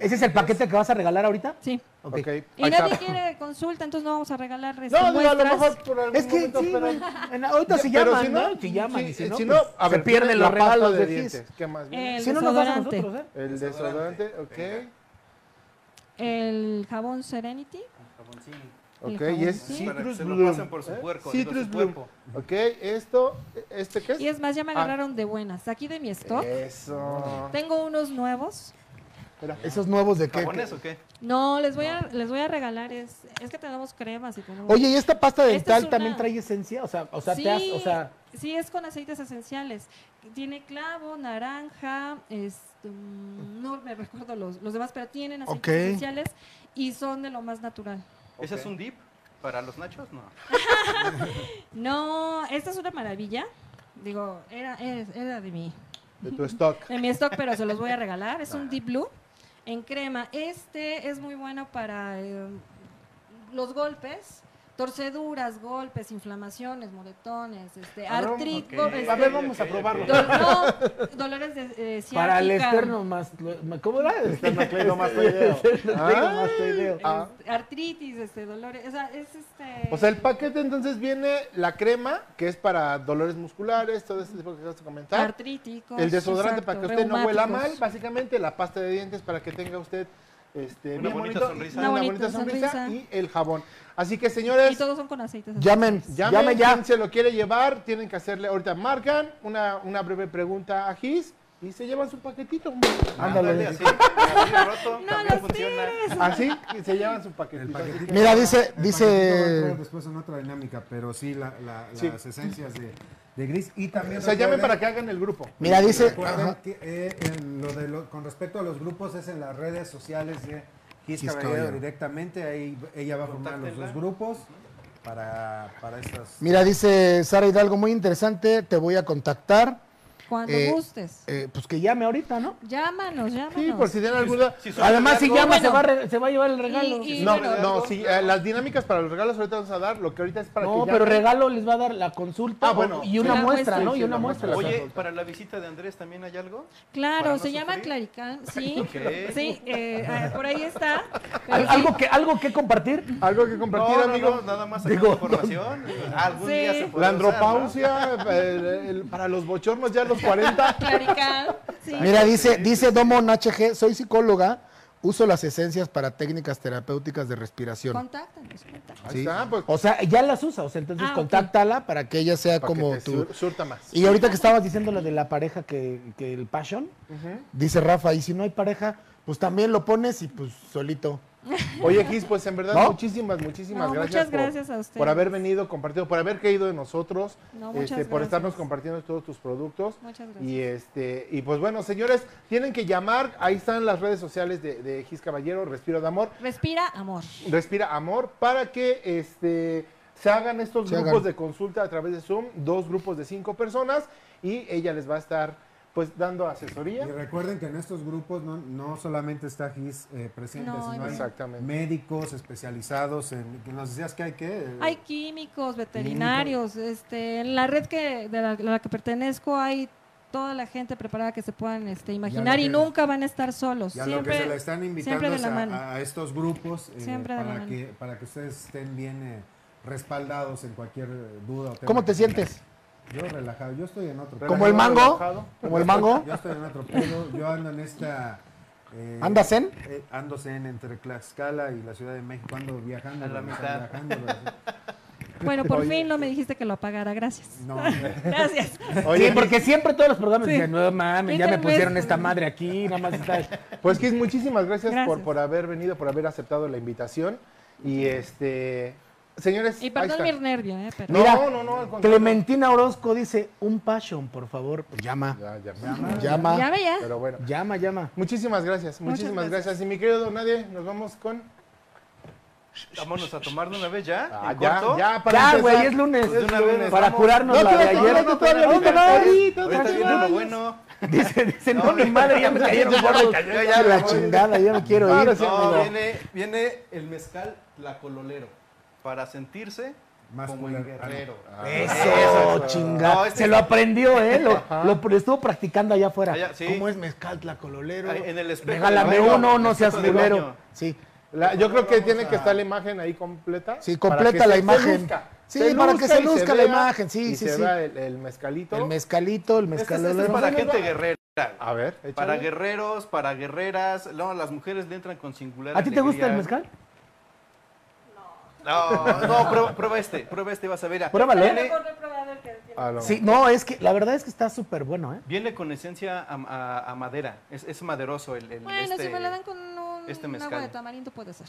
Speaker 7: ¿Ese es el paquete que vas a regalar ahorita?
Speaker 6: Sí.
Speaker 1: Ok.
Speaker 7: Ok.
Speaker 1: ahí
Speaker 6: Y
Speaker 1: está.
Speaker 6: nadie quiere consulta, entonces no vamos a regalar este,
Speaker 1: No, digo, a lo
Speaker 6: muestras.
Speaker 1: mejor por algún
Speaker 7: Es que
Speaker 1: momento,
Speaker 7: sí,
Speaker 1: pero-
Speaker 7: güey. En- ahorita
Speaker 1: Ya,
Speaker 7: se
Speaker 1: pero
Speaker 7: llaman, ¿no? Si llaman,
Speaker 1: sí,
Speaker 7: y si no,
Speaker 1: si
Speaker 7: pues,
Speaker 1: a ver,
Speaker 7: se pierden
Speaker 1: la
Speaker 7: los
Speaker 1: pasta
Speaker 7: regalos
Speaker 1: de
Speaker 7: de Gis.
Speaker 1: dientes. ¿Qué más? viene?
Speaker 6: El
Speaker 7: Si no nos vas a
Speaker 6: desodorante,
Speaker 7: nosotros, ¿eh?
Speaker 1: El desodorante, ok.
Speaker 6: el jabón Serenity. El
Speaker 1: Ok,
Speaker 6: jabón,
Speaker 1: y es
Speaker 6: sí.
Speaker 3: Para que
Speaker 1: Citrus
Speaker 3: se lo
Speaker 1: Bloom.
Speaker 3: pasen por su
Speaker 1: ¿eh?
Speaker 3: puerco, digo,
Speaker 1: Citrus
Speaker 3: su
Speaker 1: Bloom.
Speaker 3: cuerpo.
Speaker 1: Ok, esto, ¿este qué es?
Speaker 6: Y es más, ya me
Speaker 1: Ah. Eh.
Speaker 6: agarraron de buenas. Aquí de mi stock.
Speaker 1: Eso.
Speaker 6: Tengo unos nuevos.
Speaker 1: Mira,
Speaker 2: ¿Esos nuevos de qué?
Speaker 3: ¿Jabones o qué?
Speaker 6: No, les voy a les voy a regalar es es que tenemos cremas y tenemos
Speaker 2: Oye, ¿y esta pasta
Speaker 6: Esta
Speaker 2: dental
Speaker 6: es una-
Speaker 2: también trae esencia? O sea, o sea,
Speaker 6: sí,
Speaker 2: te has, o sea,
Speaker 6: sí es con aceites esenciales. Tiene clavo, naranja, este, mm, no me recuerdo los, los demás, pero tienen aceites
Speaker 2: Ok.
Speaker 6: esenciales y son de lo más natural.
Speaker 3: ¿Ese es un dip? ¿Para los nachos? No.
Speaker 6: No, esta es una maravilla. Digo, era es- era de mi
Speaker 1: de tu stock.
Speaker 6: de mi stock, pero se los
Speaker 1: [LAUGHS]
Speaker 6: voy a regalar. Es un
Speaker 1: Ah.
Speaker 6: Deep Blue en crema. Este es muy bueno para eh, los golpes, torceduras, golpes, inflamaciones, moretones, este,
Speaker 1: Ah, A ver,
Speaker 6: artritis.
Speaker 3: ok.
Speaker 6: gol- este,
Speaker 2: a ver, vamos a probarlo.
Speaker 6: dol- no, dolores de eh,
Speaker 7: Para el
Speaker 6: ciática,
Speaker 7: externo más... lo- ¿Cómo era?
Speaker 3: Este
Speaker 1: Este, [LAUGHS] Ah,
Speaker 6: este,
Speaker 1: ah.
Speaker 6: artritis, este, dolores, o sea, es este...
Speaker 1: O sea, el paquete entonces viene la crema, que es para dolores musculares, todo ese tipo de cosas que comentar.
Speaker 6: artríticos,
Speaker 1: El desodorante
Speaker 6: exacto,
Speaker 1: para que usted no huela mal,
Speaker 6: reumáticos.
Speaker 1: básicamente la pasta de dientes para que tenga usted este,
Speaker 3: Una
Speaker 1: bien
Speaker 3: bonita
Speaker 1: bonito,
Speaker 3: sonrisa.
Speaker 1: Una,
Speaker 6: Una
Speaker 1: bonita
Speaker 6: bonita
Speaker 1: sonrisa,
Speaker 6: sonrisa.
Speaker 1: y el jabón. Así que
Speaker 6: Y
Speaker 1: señores,
Speaker 6: todos son con aceites.
Speaker 2: llamen,
Speaker 1: llamen,
Speaker 2: llamen ya.
Speaker 1: quien se lo quiere llevar, tienen que hacerle, ahorita marcan, una, una breve pregunta a Gis y se llevan su paquetito.
Speaker 3: Ándale, así, así de roto,
Speaker 6: No
Speaker 3: también
Speaker 6: los
Speaker 3: funciona.
Speaker 6: tires.
Speaker 1: Así que se llevan su paquetito. así que-
Speaker 2: Mira, dice,
Speaker 4: El paquetito va a
Speaker 2: dice.
Speaker 4: entrar después en otra dinámica, pero sí, la- la-
Speaker 1: Sí.
Speaker 4: las esencias de, de gris. Y también.
Speaker 1: O sea, llamen
Speaker 4: recuerden-
Speaker 1: para que hagan el grupo.
Speaker 2: Mira, dice.
Speaker 4: Recuerden que, eh, en lo de lo- con respecto a los grupos es en las redes sociales de Kiss
Speaker 2: Kiss
Speaker 4: Caballero,
Speaker 2: Caballero.
Speaker 4: directamente. Ahí ella va a formar los dos grupos para, para estas.
Speaker 2: Mira, dice Sara Hidalgo, muy interesante, te voy a contactar.
Speaker 6: Cuando
Speaker 2: Eh,
Speaker 6: gustes.
Speaker 2: Eh, pues que llame ahorita, ¿no?
Speaker 6: Llámanos, llámanos.
Speaker 1: Sí, por si tienen alguna.
Speaker 3: Si son
Speaker 7: Además, si
Speaker 3: algo-
Speaker 7: llama,
Speaker 6: bueno.
Speaker 7: se, va a re- se va a llevar el regalo.
Speaker 6: Y- y-
Speaker 1: No,
Speaker 6: bueno,
Speaker 1: no, sí, eh, las dinámicas para los regalos ahorita vamos a dar, lo que ahorita es para que
Speaker 7: No,
Speaker 1: ya-
Speaker 7: pero regalo les va a dar la consulta
Speaker 1: Ah, bueno.
Speaker 7: y una
Speaker 6: La
Speaker 7: muestra,
Speaker 6: muestra.
Speaker 7: ¿no?
Speaker 6: Sí,
Speaker 7: y
Speaker 1: sí,
Speaker 7: una
Speaker 1: la
Speaker 7: muestra.
Speaker 1: muestra.
Speaker 7: Oye,
Speaker 3: Oye, para la visita de Andrés también hay algo. para
Speaker 6: Claro,
Speaker 3: no
Speaker 6: se llama
Speaker 3: sufrir.
Speaker 6: Claricán, sí.
Speaker 3: Ok.
Speaker 6: Sí, eh, ah, por ahí está. pero
Speaker 7: ¿al-
Speaker 6: sí.
Speaker 7: algo, que, ¿Algo que compartir?
Speaker 1: algo que compartir,
Speaker 3: no, no,
Speaker 1: amigo.
Speaker 3: no, nada más sacando información. Algún día
Speaker 6: Sí.
Speaker 3: se puede
Speaker 1: La
Speaker 3: usar, ¿no?
Speaker 1: andropausia, el- el- para los bochornos ya a los 40.
Speaker 6: Claricán, sí.
Speaker 7: Ah,
Speaker 2: Mira, dice, dice Domon HG, soy psicóloga, uso las esencias para técnicas terapéuticas de respiración.
Speaker 6: Contáctanos, contáctanos.
Speaker 1: Ahí está, pues,
Speaker 7: O sea, ya las usa, o sea, entonces
Speaker 6: Ah, ok.
Speaker 7: contáctala para que ella sea
Speaker 1: para
Speaker 2: como
Speaker 1: que te
Speaker 2: tú.
Speaker 1: sur- surta más.
Speaker 2: Y ahorita que estaba
Speaker 7: Estabas diciendo lo de la pareja que, que el passion.
Speaker 2: Dice Rafa, y si no hay pareja, pues también lo pones y pues solito.
Speaker 1: Oye, Gis, pues en verdad,
Speaker 2: ¿No?
Speaker 1: muchísimas, muchísimas
Speaker 6: No,
Speaker 1: gracias.
Speaker 6: muchas
Speaker 1: por-
Speaker 6: gracias a ustedes.
Speaker 1: Por haber venido, compartido, por haber creído en nosotros,
Speaker 6: No,
Speaker 1: este,
Speaker 6: muchas
Speaker 1: por estarnos
Speaker 6: gracias.
Speaker 1: compartiendo todos tus productos.
Speaker 6: Muchas gracias.
Speaker 1: Y este, y pues bueno, señores, tienen que llamar, ahí están las redes sociales de, de Gis Caballero, Respiro de Amor,
Speaker 6: Respira amor.
Speaker 1: Respira Amor, para que este se hagan estos
Speaker 2: Se
Speaker 1: grupos
Speaker 2: hagan.
Speaker 1: de consulta a través de Zoom, dos grupos de cinco personas, y ella les va a estar pues dando asesoría.
Speaker 4: Y recuerden que en estos grupos no, no solamente está GIS eh, presente,
Speaker 6: No,
Speaker 4: sino
Speaker 6: no.
Speaker 4: hay
Speaker 1: Exactamente.
Speaker 4: médicos especializados en. que Nos decías que hay que. eh,
Speaker 6: Hay químicos, veterinarios, este, en la red que de la, la que pertenezco hay toda la gente preparada que se puedan este, imaginar y
Speaker 4: que-
Speaker 6: nunca van a estar solos.
Speaker 4: Y a lo que se la
Speaker 6: Siempre
Speaker 4: están invitando
Speaker 6: siempre de
Speaker 4: es
Speaker 6: la
Speaker 4: a-
Speaker 6: mano.
Speaker 4: a, estos grupos eh,
Speaker 6: Siempre de la
Speaker 4: para,
Speaker 6: mano.
Speaker 4: que, para que ustedes estén bien eh, respaldados en cualquier eh, duda. O tema
Speaker 2: ¿Cómo
Speaker 4: que
Speaker 2: te
Speaker 4: tengan.
Speaker 2: sientes?
Speaker 4: Yo relajado, yo estoy en otro
Speaker 2: ¿Como el mango?
Speaker 1: Relajado.
Speaker 2: ¿Como el mango?
Speaker 4: Yo estoy en otro pedo, yo ando en esta... eh,
Speaker 2: ¿Andas en?
Speaker 4: eh, ando en entre Tlaxcala y la Ciudad de México, ando viajando.
Speaker 3: A la
Speaker 4: regresando,
Speaker 3: mitad. [LAUGHS]
Speaker 4: viajando, regresando.
Speaker 6: Bueno, por fin no me dijiste que lo apagara,
Speaker 4: [LAUGHS]
Speaker 6: gracias.
Speaker 4: No,
Speaker 6: Gracias.
Speaker 1: Oye,
Speaker 7: sí, porque siempre todos los programas
Speaker 6: Sí.
Speaker 7: dicen, no mames, ya me
Speaker 6: Internet.
Speaker 7: pusieron esta madre aquí, nada más está...
Speaker 1: Pues Kiss, muchísimas gracias,
Speaker 6: Gracias.
Speaker 1: Por, por haber venido, por haber aceptado la invitación. Y este, señores,
Speaker 6: Y
Speaker 1: ahí
Speaker 6: perdón
Speaker 1: está.
Speaker 6: mi nervio, eh, pero-
Speaker 1: No,
Speaker 7: Mira,
Speaker 1: no, no, al contrario.
Speaker 7: Clementina Orozco dice, un passion, por favor. Pues llama,
Speaker 1: Ya, ya,
Speaker 2: Llama.
Speaker 6: Ya ve ya.
Speaker 1: Pero bueno.
Speaker 7: llama, llama.
Speaker 1: Muchísimas gracias,
Speaker 6: Muchas
Speaker 1: muchísimas gracias.
Speaker 6: gracias.
Speaker 1: Y mi querido Don Nadie, nos vamos con.
Speaker 3: Vámonos a tomar de una vez ya.
Speaker 1: Ah,
Speaker 3: en
Speaker 1: ya,
Speaker 3: corto.
Speaker 1: ya, para
Speaker 7: Ya,
Speaker 1: empezar.
Speaker 7: güey, es lunes.
Speaker 3: De una vez,
Speaker 7: Para
Speaker 3: vamos.
Speaker 7: curarnos
Speaker 1: No,
Speaker 7: la de
Speaker 1: todavía
Speaker 7: ayer.
Speaker 1: no, no, todavía no.
Speaker 7: Ahorita,
Speaker 1: Ahorita
Speaker 7: ahorita,
Speaker 3: Ahorita viene
Speaker 7: ahorita.
Speaker 3: lo bueno.
Speaker 7: Dice, dice, no, mi madre, ya me [LAUGHS] cayeron gordos.
Speaker 3: Ya, ya,
Speaker 7: Ya
Speaker 3: me
Speaker 7: la
Speaker 3: voy.
Speaker 7: chingada, ya me quiero
Speaker 1: Ahora
Speaker 7: ir.
Speaker 1: sí,
Speaker 3: No,
Speaker 1: amigo.
Speaker 3: viene, viene el mezcal la cololero para sentirse
Speaker 4: Más
Speaker 3: como
Speaker 4: culero.
Speaker 3: el guerrero.
Speaker 7: Eso, Oh, chinga.
Speaker 3: No, este-
Speaker 7: Se lo aprendió, ¿eh? Lo, lo estuvo practicando allá afuera.
Speaker 3: Allá, sí.
Speaker 7: ¿Cómo es mezcal tlacololero?
Speaker 3: Ahí, en el espejo
Speaker 7: Regálame
Speaker 3: del baño,
Speaker 7: uno, no
Speaker 3: espejo
Speaker 7: seas
Speaker 3: del
Speaker 7: culero.
Speaker 3: baño.
Speaker 7: Sí.
Speaker 1: La- yo creo que tiene que estar la imagen ahí completa.
Speaker 2: Sí,
Speaker 1: para
Speaker 2: completa
Speaker 1: que
Speaker 2: la
Speaker 1: se- se
Speaker 2: imagen.
Speaker 1: luzca.
Speaker 2: Sí, para que se
Speaker 1: y
Speaker 2: luzca la
Speaker 1: vea,
Speaker 2: imagen, sí,
Speaker 1: y
Speaker 2: sí,
Speaker 1: se
Speaker 2: sí.
Speaker 1: vea el, el mezcalito.
Speaker 2: El mezcalito, el
Speaker 3: Este es-
Speaker 2: mezcalolero.
Speaker 3: este es para gente guerrera.
Speaker 1: A ver,
Speaker 3: Para
Speaker 1: échale.
Speaker 3: guerreros, para guerreras. No, las mujeres le entran con singular
Speaker 7: ¿A ti te gusta el
Speaker 3: alegría.
Speaker 7: mezcal?
Speaker 3: No,
Speaker 7: [LAUGHS]
Speaker 3: no, prueba, prueba este. Prueba este, vas a ver.
Speaker 7: Pruébalo. ¿eh?
Speaker 3: Viene,
Speaker 1: A lo-
Speaker 7: Sí, no, es que la verdad es que está súper bueno, ¿eh?
Speaker 3: viene con esencia a, a- a madera. Es, es maderoso el, el-
Speaker 6: Bueno,
Speaker 3: este-
Speaker 6: si me la dan con un,
Speaker 3: este
Speaker 6: un agua
Speaker 3: mezcal.
Speaker 6: de tamarindo
Speaker 3: [LAUGHS]
Speaker 6: puede ser.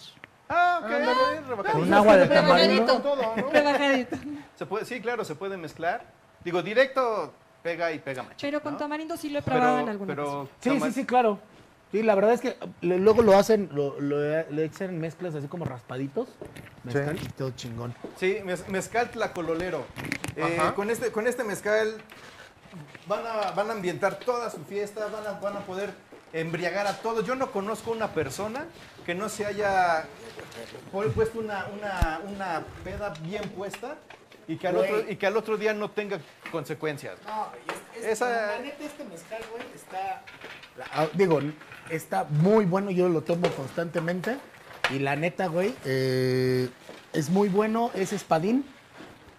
Speaker 3: Ah, ok. rebajadito.
Speaker 7: Con agua de tamarindo.
Speaker 1: Con todo, ¿no?
Speaker 3: [LAUGHS]
Speaker 6: Rebajadito.
Speaker 3: Se puede, sí, claro, se puede mezclar. Digo, directo pega y pega machín.
Speaker 6: Pero con
Speaker 3: ¿no?
Speaker 6: tamarindo sí lo he
Speaker 3: Pero-
Speaker 6: probado en alguna ocasión.
Speaker 3: pero
Speaker 7: Sí,
Speaker 3: tama-
Speaker 7: sí, sí, claro. Sí, la verdad es que le- luego lo hacen, lo, lo, le echan en mezclas así como raspaditos. Mezcal y todo chingón.
Speaker 3: Sí, mez- mezcal tlacololero. Eh,
Speaker 1: Ajá.
Speaker 3: con, este, con este mezcal van a, van a ambientar toda su fiesta, van a, van a poder embriagar a todos. Yo no conozco una persona que no se haya pu- puesto una, una, una peda bien puesta y que, al otro, y que al otro día no tenga consecuencias. Esa-
Speaker 7: este mezcal, güey, está... ah, digo, está muy bueno, yo lo tomo constantemente. Y la neta, güey, eh, es muy bueno, es espadín.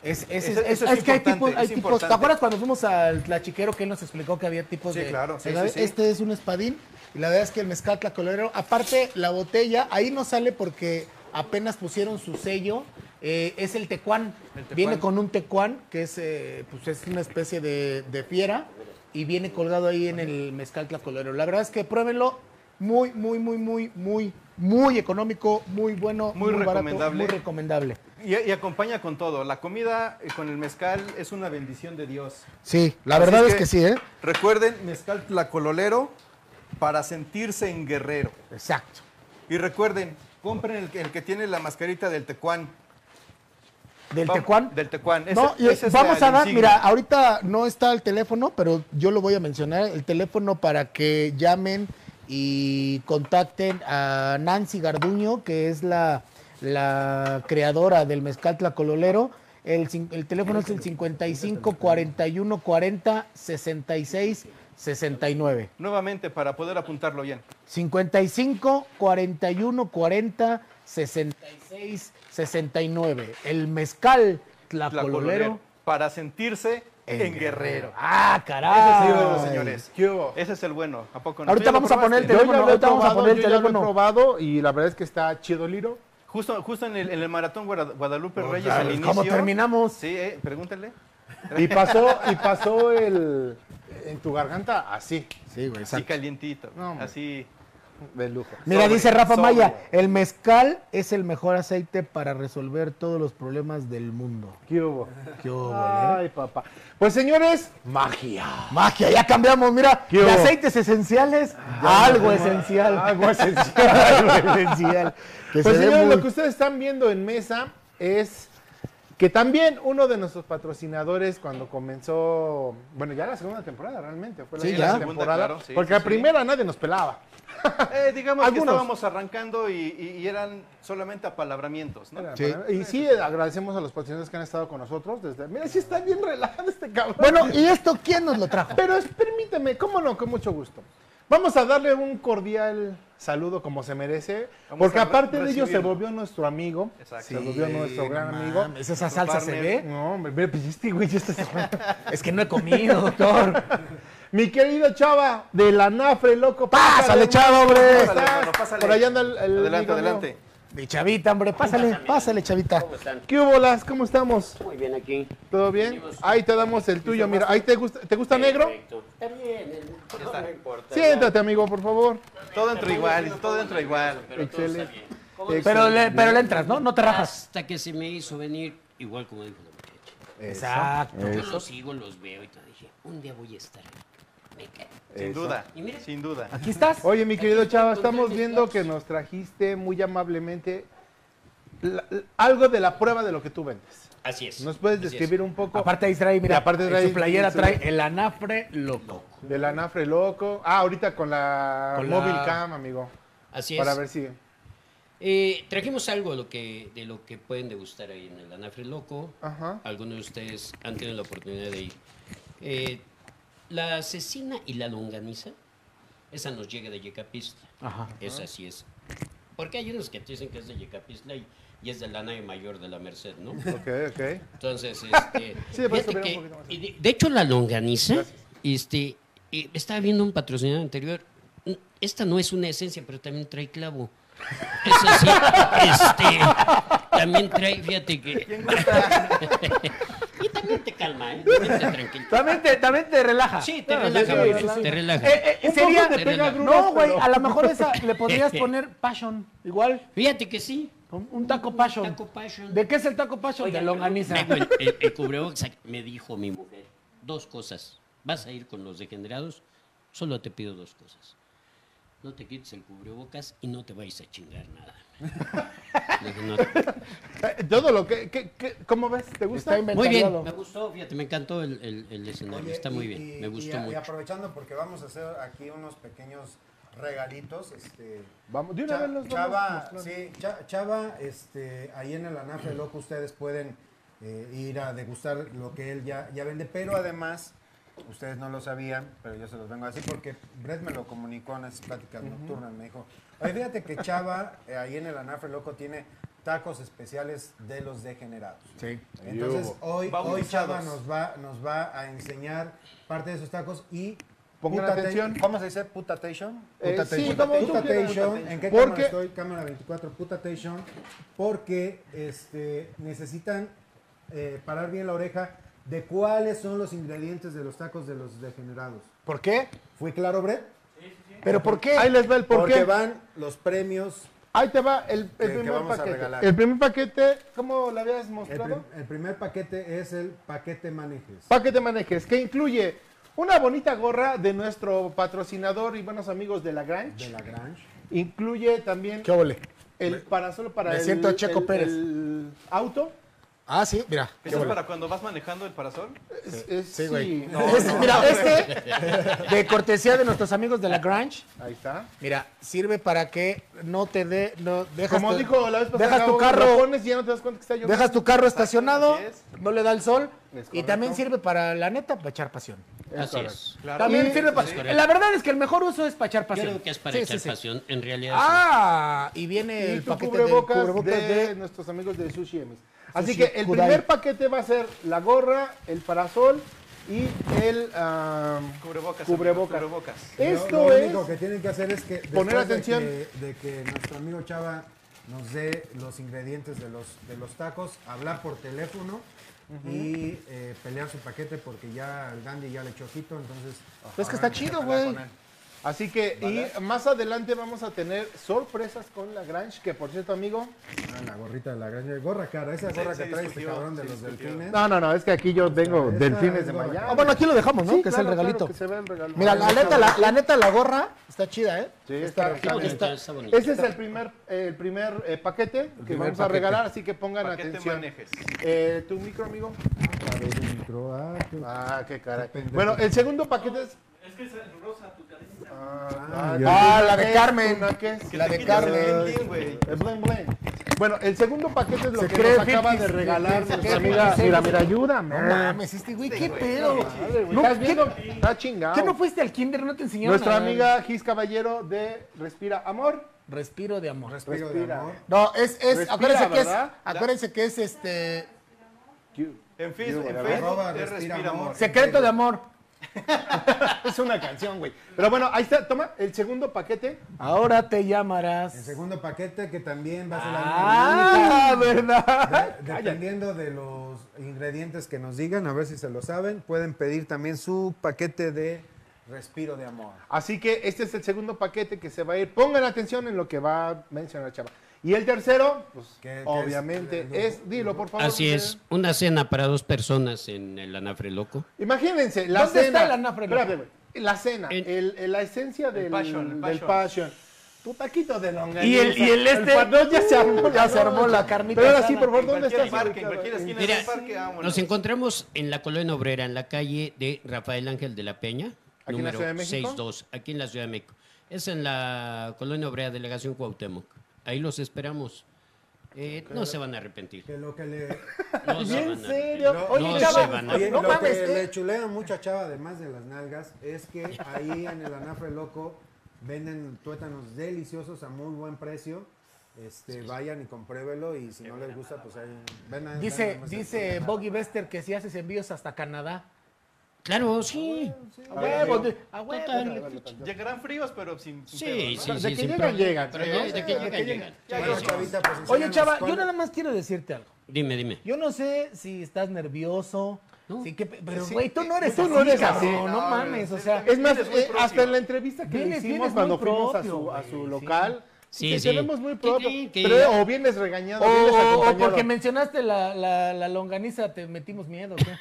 Speaker 7: Es, es,
Speaker 3: Eso-
Speaker 7: es-
Speaker 3: eso
Speaker 7: es
Speaker 3: es
Speaker 7: que hay
Speaker 3: importante,
Speaker 7: tipos, hay
Speaker 3: es
Speaker 7: tipos- ¿Te
Speaker 3: importante.
Speaker 7: acuerdas cuando fuimos al Tlachiquero que él nos explicó que había tipos
Speaker 3: Sí,
Speaker 7: de...
Speaker 3: claro, sí,
Speaker 7: de agave?
Speaker 3: sí, sí.
Speaker 7: Este es un espadín y la verdad es que el mezcal tlacolero, aparte la botella, ahí no sale porque apenas pusieron su sello, eh, es el tecuán.
Speaker 3: El tecuán.
Speaker 7: Viene con un tecuán, que es, eh, pues es una especie de, de fiera, y viene colgado ahí en el mezcal tlacolero. La verdad es que pruébenlo. Muy, muy, muy, muy, muy, muy económico, muy bueno,
Speaker 3: Muy
Speaker 7: barato,
Speaker 3: recomendable.
Speaker 7: muy recomendable.
Speaker 3: Y, y acompaña con todo. La comida eh, con el mezcal es una bendición de Dios.
Speaker 7: Sí, la
Speaker 3: Así
Speaker 7: verdad
Speaker 3: es
Speaker 7: es
Speaker 3: que-
Speaker 7: que, sí, ¿eh?
Speaker 3: Recuerden, mezcal tlacololero para sentirse en guerrero.
Speaker 7: Exacto.
Speaker 3: Y recuerden, compren el, que- el que tiene la mascarita del tecuán.
Speaker 7: Del
Speaker 3: Va-
Speaker 7: Tecuán.
Speaker 3: Del tecuán. Ese-
Speaker 7: No, y
Speaker 3: ese es
Speaker 7: vamos
Speaker 3: la-
Speaker 7: a
Speaker 3: la
Speaker 7: dar,
Speaker 3: insignia.
Speaker 7: mira, ahorita no está el teléfono, pero yo lo voy a mencionar, el teléfono para que llamen y contacten [LAUGHS] a Nancy Garduño, que es la, la creadora del Mezcal Tlacololero. El, cin- el teléfono es el 55 41 40 66 69.
Speaker 3: Nuevamente, para poder apuntarlo bien.
Speaker 7: 55 41 40 66 69. El Mezcal Tlacololero.
Speaker 3: Tlacololero. Para sentirse en, guerrero.
Speaker 7: Ah,
Speaker 3: Ese
Speaker 7: carajo.
Speaker 3: es el bueno, señores.
Speaker 1: ¿Qué hubo?
Speaker 3: Ese es el bueno. ¿A poco no?
Speaker 7: Ahorita
Speaker 3: ¿Tú ya lo
Speaker 7: vamos a poner el
Speaker 3: probaste?
Speaker 1: Yo ya
Speaker 7: teléfono.
Speaker 1: lo he
Speaker 7: Ahorita vamos a
Speaker 1: probado,
Speaker 7: poner
Speaker 1: yo
Speaker 7: el
Speaker 1: ya lo he
Speaker 7: teléfono.
Speaker 1: probado y la verdad es que está chido Liro.
Speaker 3: Justo, justo en, el, en el maratón Guara- Guadalupe Reyes al inicio.
Speaker 7: ¿Cómo terminamos?
Speaker 3: Sí, eh, pregúntale.
Speaker 1: Y pasó, y pasó el en tu garganta así,
Speaker 7: Sí, güey,
Speaker 3: Así calientito.
Speaker 1: No, hombre.
Speaker 3: así.
Speaker 1: de lujo.
Speaker 7: Mira,
Speaker 3: Sobre,
Speaker 7: dice Rafa
Speaker 3: sobre.
Speaker 7: Maya, eh, el mezcal es el mejor aceite para resolver todos los problemas del mundo.
Speaker 1: ¿Qué hubo?
Speaker 7: Qué óvole, ¿eh?
Speaker 1: Ay, papá. Pues señores, magia.
Speaker 7: Magia, ya cambiamos, mira,
Speaker 1: ¿Qué
Speaker 7: de
Speaker 1: hubo?
Speaker 7: aceites esenciales a algo esencial.
Speaker 1: Algo esencial.
Speaker 7: Algo esencial. Que
Speaker 1: Pues
Speaker 7: se dé
Speaker 1: señores,
Speaker 7: muy-
Speaker 1: lo que ustedes están viendo en mesa es que también uno de nuestros patrocinadores cuando comenzó, bueno, ya la segunda temporada realmente, fue la,
Speaker 7: Sí,
Speaker 1: la
Speaker 7: ya.
Speaker 1: segunda
Speaker 3: Segunda,
Speaker 1: temporada,
Speaker 3: claro, sí,
Speaker 1: porque
Speaker 3: sí,
Speaker 1: la
Speaker 3: sí.
Speaker 1: primera nadie nos pelaba.
Speaker 3: Eh, digamos que
Speaker 1: Algunos.
Speaker 3: estábamos arrancando y, y- y eran solamente apalabramientos, ¿no?
Speaker 7: Sí.
Speaker 1: Y sí, agradecemos a los patrocinadores que han estado con nosotros. Desde, mira, sí está bien relajado este cabrón.
Speaker 7: Bueno, ¿y esto quién nos lo trajo?
Speaker 1: Pero es- permíteme, cómo no, con mucho gusto. Vamos a darle un cordial saludo como se merece,
Speaker 3: Vamos
Speaker 1: porque
Speaker 3: a re-
Speaker 1: aparte de ello se
Speaker 3: recibirlo.
Speaker 1: volvió nuestro amigo,
Speaker 3: Exacto.
Speaker 1: se volvió nuestro gran
Speaker 7: no
Speaker 1: amigo.
Speaker 7: mames, esa salsa se
Speaker 3: partner.
Speaker 7: ve.
Speaker 1: No, hombre, ve, pues este güey ya está [LAUGHS]
Speaker 7: Es que no he comido, [LAUGHS] doctor.
Speaker 1: Mi querido Chava, de la Nafre, loco.
Speaker 7: Pásale, Chava, hombre.
Speaker 1: ¿Cómo
Speaker 3: Pásale,
Speaker 1: estás?
Speaker 3: hermano, pásale.
Speaker 1: Por allá anda el, el
Speaker 3: adelante,
Speaker 1: amigo mío.
Speaker 3: adelante.
Speaker 7: Mi chavita, hombre, pásale, pásale, chavita.
Speaker 8: ¿Cómo están?
Speaker 1: ¿Qué hubo, Las? ¿Cómo estamos?
Speaker 8: Muy bien aquí.
Speaker 1: ¿Todo bien? Ahí te damos el tuyo, mira. Ahí te gusta, ¿te gusta negro?
Speaker 8: Perfecto. Está bien, el- no me importa.
Speaker 1: Siéntate, amigo, por favor.
Speaker 3: Todo entra igual, todo entra igual.
Speaker 8: Pero todo está
Speaker 1: Excelente.
Speaker 8: bien.
Speaker 7: Pero le, pero le entras, ¿no? No te rajas.
Speaker 8: Hasta que se me hizo venir, igual como dijo la muchacha.
Speaker 7: Exacto.
Speaker 8: Yo los sigo, los veo y todo. Dije, un día voy a estar ahí. Me cae.
Speaker 3: Sin duda,
Speaker 8: Y mira.
Speaker 3: sin duda.
Speaker 7: Aquí estás.
Speaker 1: Oye, mi querido Chava,
Speaker 8: Entonces,
Speaker 1: estamos viendo que nos trajiste muy amablemente la- la- algo de la prueba de lo que tú vendes.
Speaker 8: Así es.
Speaker 1: ¿Nos puedes
Speaker 8: así es.
Speaker 1: describir un poco?
Speaker 7: Aparte ahí trae, mira,
Speaker 1: Y aparte trae-
Speaker 7: en su playera
Speaker 1: su-
Speaker 7: trae el anafre loco.
Speaker 1: De la Nafre, loco. Ah, ahorita con la
Speaker 7: Con la-
Speaker 1: móvil cam, amigo.
Speaker 8: Así
Speaker 1: para
Speaker 8: es.
Speaker 1: ver si...
Speaker 8: Eh, trajimos algo de lo, que, de lo que pueden degustar ahí en el Anafre Loco.
Speaker 1: Ajá.
Speaker 8: Algunos de ustedes han tenido la oportunidad de ir. Eh, la asesina y la longaniza, esa nos llega de Yecapistla.
Speaker 7: Ajá.
Speaker 8: Esa sí es. Porque hay unos que te dicen que es de Yecapistla y, y es de la nave mayor de la Merced, ¿no?
Speaker 1: Ok, ok.
Speaker 7: [LAUGHS]
Speaker 8: Entonces, este,
Speaker 1: Sí, puedes
Speaker 8: fíjate
Speaker 1: subir un
Speaker 8: que-
Speaker 1: poquito más.
Speaker 8: y de, de hecho, la longaniza, este, eh, estaba viendo un patrocinador anterior. n- Esta no es una esencia, pero también trae clavo. Es
Speaker 7: [LAUGHS]
Speaker 8: así, este, también trae, fíjate que. [LAUGHS] y también te
Speaker 7: [LAUGHS]
Speaker 8: calma, ¿eh? También te tranquila.
Speaker 7: También te, también te relaja.
Speaker 8: Sí, te
Speaker 1: Ah,
Speaker 8: relaja,
Speaker 1: sí,
Speaker 8: Mauricio,
Speaker 1: relaja.
Speaker 8: te relaja.
Speaker 7: Eh, eh,
Speaker 1: Un
Speaker 7: sería.
Speaker 1: poco te pega
Speaker 8: No,
Speaker 1: gruras,
Speaker 7: No, güey,
Speaker 1: pero-
Speaker 7: a lo mejor esa le podrías poner passion. Igual,
Speaker 8: Fíjate que sí.
Speaker 7: un un taco passion.
Speaker 8: Taco passion.
Speaker 7: ¿De qué es el taco passion? De longaniza.
Speaker 8: Traigo El, el- el cubrebocas aquí. me dijo mi mujer dos cosas. Vas a ir con los degenerados, solo te pido dos cosas. No te quites el cubrebocas y no te vais a chingar nada. Le
Speaker 7: [LAUGHS]
Speaker 8: dije, "No".
Speaker 1: Eh, [LAUGHS] Todo lo que, que- que- ¿Cómo ves? ¿Te gusta?
Speaker 7: Está
Speaker 8: Muy bien,
Speaker 7: inventariado.
Speaker 8: me gustó, fíjate, me encantó el, el- el escenario,
Speaker 4: Oye,
Speaker 8: está
Speaker 4: y-
Speaker 8: muy bien,
Speaker 4: y-
Speaker 8: me
Speaker 4: y
Speaker 8: gustó
Speaker 4: a- Y
Speaker 8: mucho.
Speaker 4: aprovechando porque vamos a hacer aquí unos pequeños regalitos, este
Speaker 1: Vamos, de una
Speaker 4: Cha-
Speaker 1: vez los vamos
Speaker 4: Chava,
Speaker 1: mostrando.
Speaker 4: sí, Cha- Chava, este, ahí en el Anafre Loco ustedes pueden eh, ir a degustar lo que él ya, ya vende, pero además, ustedes no lo sabían, pero yo se los vengo así porque Brett me lo comunicó en esas pláticas nocturnas, me dijo, oye, fíjate que Chava, eh, ahí en el Anafre Loco tiene tacos especiales de los degenerados.
Speaker 2: Sí.
Speaker 4: Entonces, hoy,
Speaker 3: Bautizados.
Speaker 4: hoy Chava nos va, nos va a enseñar parte de esos tacos y...
Speaker 1: Pongan
Speaker 4: putate-
Speaker 1: atención.
Speaker 4: ¿Cómo se dice? Putatation.
Speaker 1: Eh,
Speaker 4: Putatation.
Speaker 1: sí, como tú
Speaker 4: Putatation.
Speaker 1: quieras.
Speaker 4: ¿En qué
Speaker 1: Porque-
Speaker 4: cámara estoy? Cámara 24, Putatation. Porque este, necesitan eh, parar bien la oreja de cuáles son los ingredientes de los tacos de los degenerados.
Speaker 7: ¿Por qué?
Speaker 4: ¿Fui claro, Brett?
Speaker 7: ¿Pero por qué?
Speaker 1: Ahí les va el
Speaker 4: Porque
Speaker 1: porqué.
Speaker 4: van los premios,
Speaker 1: Ahí te va el, el
Speaker 3: que
Speaker 1: primer
Speaker 3: vamos a
Speaker 1: paquete.
Speaker 3: regalar.
Speaker 1: El primer paquete, ¿cómo lo habías
Speaker 4: el,
Speaker 1: mostrado?
Speaker 4: prim- el primer paquete es el paquete manejes.
Speaker 1: Paquete Manejes, que incluye una bonita gorra de nuestro patrocinador y buenos amigos de La Grange.
Speaker 4: de la Grange.
Speaker 1: Incluye también
Speaker 7: ¿Qué ole?
Speaker 1: el parasol para
Speaker 7: me
Speaker 1: el,
Speaker 7: siento Checo
Speaker 1: el-
Speaker 7: Pérez.
Speaker 1: el auto.
Speaker 7: Ah, sí, mira. qué
Speaker 3: ¿Eso es
Speaker 7: ole.
Speaker 3: para cuando vas manejando el parasol?
Speaker 1: Es- es-
Speaker 7: Sí, güey. [LAUGHS]
Speaker 1: No,
Speaker 7: Este, mira, este, de cortesía de nuestros amigos de la Grange,
Speaker 1: Ahí está.
Speaker 7: mira, sirve para que no te dé, no, dejas
Speaker 1: Como
Speaker 7: tu,
Speaker 1: dijo la vez pasada,
Speaker 7: dejas tu
Speaker 1: Gabo,
Speaker 7: carro,
Speaker 1: lo pones y ya no te das cuenta que está lloviendo.
Speaker 7: dejas tu carro estacionado,
Speaker 3: así es.
Speaker 7: no le da el sol,
Speaker 1: Es
Speaker 7: y también
Speaker 1: correcto.
Speaker 7: sirve para, la neta, para echar pasión.
Speaker 8: Así es.
Speaker 7: También
Speaker 1: Y-
Speaker 7: sirve para,
Speaker 8: sí.
Speaker 7: la verdad es que el mejor uso es para echar
Speaker 8: Yo
Speaker 7: pasión.
Speaker 8: creo que es para
Speaker 7: Sí,
Speaker 8: echar
Speaker 7: sí, sí.
Speaker 8: pasión, en realidad.
Speaker 7: Ah, y viene
Speaker 1: Y
Speaker 7: el
Speaker 1: tu
Speaker 7: paquete de
Speaker 1: cubrebocas,
Speaker 7: cubrebocas
Speaker 1: de,
Speaker 7: de-
Speaker 1: nuestros amigos de Sushi Emis. Así
Speaker 7: Sushi
Speaker 1: que el
Speaker 7: Kudai.
Speaker 1: primer paquete va a ser la gorra, el parasol y el ah,
Speaker 3: Cubrebocas. amigo,
Speaker 1: cubrebocas.
Speaker 3: cubrebocas.
Speaker 1: Esto
Speaker 4: lo, lo
Speaker 1: es
Speaker 4: único que tienen que hacer es que después
Speaker 1: poner
Speaker 4: de
Speaker 1: atención.
Speaker 4: que- De que, nuestro amigo Chava nos dé los ingredientes de los de los tacos, hablar por teléfono y eh, pelear su paquete porque ya el Gandhi ya le echó ojito, entonces.
Speaker 7: Pues que está chido, güey.
Speaker 1: Así que, y más adelante vamos a tener sorpresas con la Grange, que por cierto, amigo.
Speaker 4: Ah, la gorrita de la granja, gorra cara, esa gorra
Speaker 3: se
Speaker 4: que trae este
Speaker 3: discutió,
Speaker 4: cabrón de
Speaker 3: se
Speaker 4: los
Speaker 3: discutió.
Speaker 4: delfines.
Speaker 1: No, no, no, es que aquí yo vengo
Speaker 4: Esta-
Speaker 1: delfines
Speaker 4: esta
Speaker 1: de
Speaker 4: es la
Speaker 1: Miami.
Speaker 7: Ah, bueno, aquí lo dejamos, ¿no?
Speaker 1: Sí,
Speaker 7: que es el
Speaker 1: claro,
Speaker 7: regalito.
Speaker 1: claro, que se vea el regalo.
Speaker 7: Mira, la
Speaker 1: Ahí está.
Speaker 7: neta, la, la neta, la gorra está chida, ¿eh?
Speaker 1: Sí, está-
Speaker 7: Está-
Speaker 1: está-
Speaker 8: Bonito,
Speaker 7: está-
Speaker 8: está bonito.
Speaker 1: Ese es el primer, eh, el primer eh, paquete que
Speaker 7: primer
Speaker 1: vamos a
Speaker 7: paquete.
Speaker 1: regalar, así que pongan
Speaker 3: Paquete
Speaker 1: atención.
Speaker 3: manejes.
Speaker 1: Eh, tu micro, amigo.
Speaker 4: A ver, el micro, ah, qué-
Speaker 1: Ah, qué caray.
Speaker 4: Qué pendejo.
Speaker 1: Bueno, el segundo paquete es.
Speaker 5: Es que es rosa tu cabeza.
Speaker 1: Ah,
Speaker 7: ya. Ah, la de Carmen.
Speaker 1: La
Speaker 3: Te
Speaker 1: de
Speaker 3: quitas el
Speaker 1: Carmen.
Speaker 3: bling, güey.
Speaker 1: El bling bling. Bueno, el segundo paquete es lo
Speaker 7: Se
Speaker 1: que
Speaker 7: cree
Speaker 1: nos acaba de
Speaker 7: fifties,
Speaker 1: regalar
Speaker 7: se cree
Speaker 1: nuestra
Speaker 7: fifties,
Speaker 1: amiga.
Speaker 7: se cree
Speaker 1: Mira,
Speaker 7: fifties.
Speaker 1: mira, ayúdame. Ah,
Speaker 7: No mames, este güey, qué pedo.
Speaker 1: Madre, güey,
Speaker 7: No,
Speaker 1: ¿Estás
Speaker 7: ¿qué-
Speaker 1: viendo? Está chingado.
Speaker 7: ¿Qué no eh? fuiste al kinder? No te enseñaron
Speaker 1: Nuestra
Speaker 7: nada?
Speaker 1: amiga Gis Caballero de Respira Amor.
Speaker 7: Respiro de amor.
Speaker 4: respiro de
Speaker 1: Respira.
Speaker 4: amor.
Speaker 7: No, es, es,
Speaker 1: Respira,
Speaker 7: acuérdense que es,
Speaker 1: ¿verdad?
Speaker 7: acuérdense que es este,
Speaker 3: En Facebook, en
Speaker 1: Arroba
Speaker 3: Facebook
Speaker 4: respira
Speaker 3: es Respira
Speaker 4: amor.
Speaker 3: Amor.
Speaker 7: secreto de amor.
Speaker 1: Es una canción, güey. Pero bueno, ahí está. Toma el segundo paquete.
Speaker 7: Ahora te
Speaker 4: El
Speaker 7: llamarás.
Speaker 4: segundo paquete que también va a ser la
Speaker 7: Ah, ¿verdad?
Speaker 4: De- dependiendo de los ingredientes que nos digan, a ver si se lo saben, pueden pedir también su paquete de respiro de amor.
Speaker 1: Así que este es el segundo paquete que se va a ir. Pongan atención en lo que va a mencionar Chava. Y el tercero, pues,
Speaker 4: ¿Qué- qué es?
Speaker 1: obviamente es, Dilo, por favor.
Speaker 8: Así es, una cena para dos personas en el Anafre Loco.
Speaker 1: Imagínense, la
Speaker 7: ¿Dónde
Speaker 1: cena.
Speaker 7: está el anafre, loco?
Speaker 1: Espérate, güey. La cena,
Speaker 8: En-
Speaker 1: el- el- la esencia del,
Speaker 3: passion, el
Speaker 1: del
Speaker 3: passion.
Speaker 1: passion. Tu taquito de longaniza.
Speaker 7: Y el- y el este-
Speaker 1: padrón ya se armó,
Speaker 7: Ya se armó la
Speaker 1: noche.
Speaker 7: carnita
Speaker 1: Pero ahora sí,
Speaker 7: asada.
Speaker 1: por favor,
Speaker 3: En
Speaker 1: ¿dónde
Speaker 3: cualquier
Speaker 1: estás?
Speaker 3: parque, en
Speaker 1: ubicado?
Speaker 3: cualquier esquina
Speaker 8: Mira,
Speaker 3: del parque, ah, vámonos.
Speaker 8: Nos encontramos en la colonia obrera, en la calle de Rafael Ángel de la Peña,
Speaker 1: ¿Aquí en la
Speaker 8: número
Speaker 1: Ciudad de México?
Speaker 8: 62, aquí en la Ciudad de México. Es en la colonia obrera, delegación Cuauhtémoc. Ahí los esperamos. Eh, no se van a arrepentir.
Speaker 4: Que lo que le,
Speaker 1: [LAUGHS] ¿En
Speaker 8: No se van a arrepentir.
Speaker 1: serio? Oye,
Speaker 8: No
Speaker 1: chava,
Speaker 8: se van a-
Speaker 1: oye,
Speaker 4: lo
Speaker 1: no mames.
Speaker 4: que
Speaker 1: eh.
Speaker 4: le chulean mucho a Chava, además de las nalgas, es que ahí en el Anafre Loco venden tuétanos deliciosos a muy buen precio. Este, Vayan y compruébelo y si no les gusta, pues ahí vengan.
Speaker 7: Dice, dice Boggy Bester que si haces envíos hasta Canadá.
Speaker 8: Claro, sí.
Speaker 7: A huevo, di- a huevo.
Speaker 8: Total.
Speaker 7: dale, pinche.
Speaker 3: Llegarán fríos, pero sin. sin pedo,
Speaker 8: Sí,
Speaker 3: ¿no?
Speaker 8: sí,
Speaker 1: De
Speaker 8: sí,
Speaker 1: que
Speaker 8: sin
Speaker 1: llegan,
Speaker 8: problema.
Speaker 1: llegan, ¿eh?
Speaker 8: Pero
Speaker 1: sí,
Speaker 8: no,
Speaker 1: sí,
Speaker 8: de que llegan, llegan.
Speaker 4: Bueno,
Speaker 8: Sí,
Speaker 4: Chavita, pues,
Speaker 7: Oye,
Speaker 4: enséñanos
Speaker 7: chava, yo
Speaker 4: cuál-
Speaker 7: nada más quiero decirte algo.
Speaker 8: Dime, dime.
Speaker 7: Yo no sé si estás nervioso,
Speaker 8: No.
Speaker 7: si qué pe- pero
Speaker 1: Sí,
Speaker 7: güey, tú no eres
Speaker 1: tú no
Speaker 7: así,
Speaker 1: eres
Speaker 7: cabrón,
Speaker 1: así.
Speaker 7: no,
Speaker 3: No,
Speaker 7: mames,
Speaker 3: güey.
Speaker 7: o sea,
Speaker 1: Es más,
Speaker 3: Vienes muy
Speaker 1: eh,
Speaker 3: próximo.
Speaker 1: hasta en la entrevista que le
Speaker 7: Vienes-
Speaker 1: hicimos
Speaker 7: vienes
Speaker 1: cuando
Speaker 7: muy
Speaker 1: fuimos
Speaker 7: propio,
Speaker 1: a su, a su
Speaker 7: güey, sí.
Speaker 1: local,
Speaker 8: Sí,
Speaker 1: te
Speaker 8: sí.
Speaker 1: tenemos muy
Speaker 8: Sí,
Speaker 1: propio.
Speaker 8: sí, que-
Speaker 1: pero o vienes regañado,
Speaker 7: o,
Speaker 1: vienes
Speaker 7: o- o
Speaker 1: acompañado.
Speaker 7: porque mencionaste la, la, la longaniza te metimos miedo, ¿qué?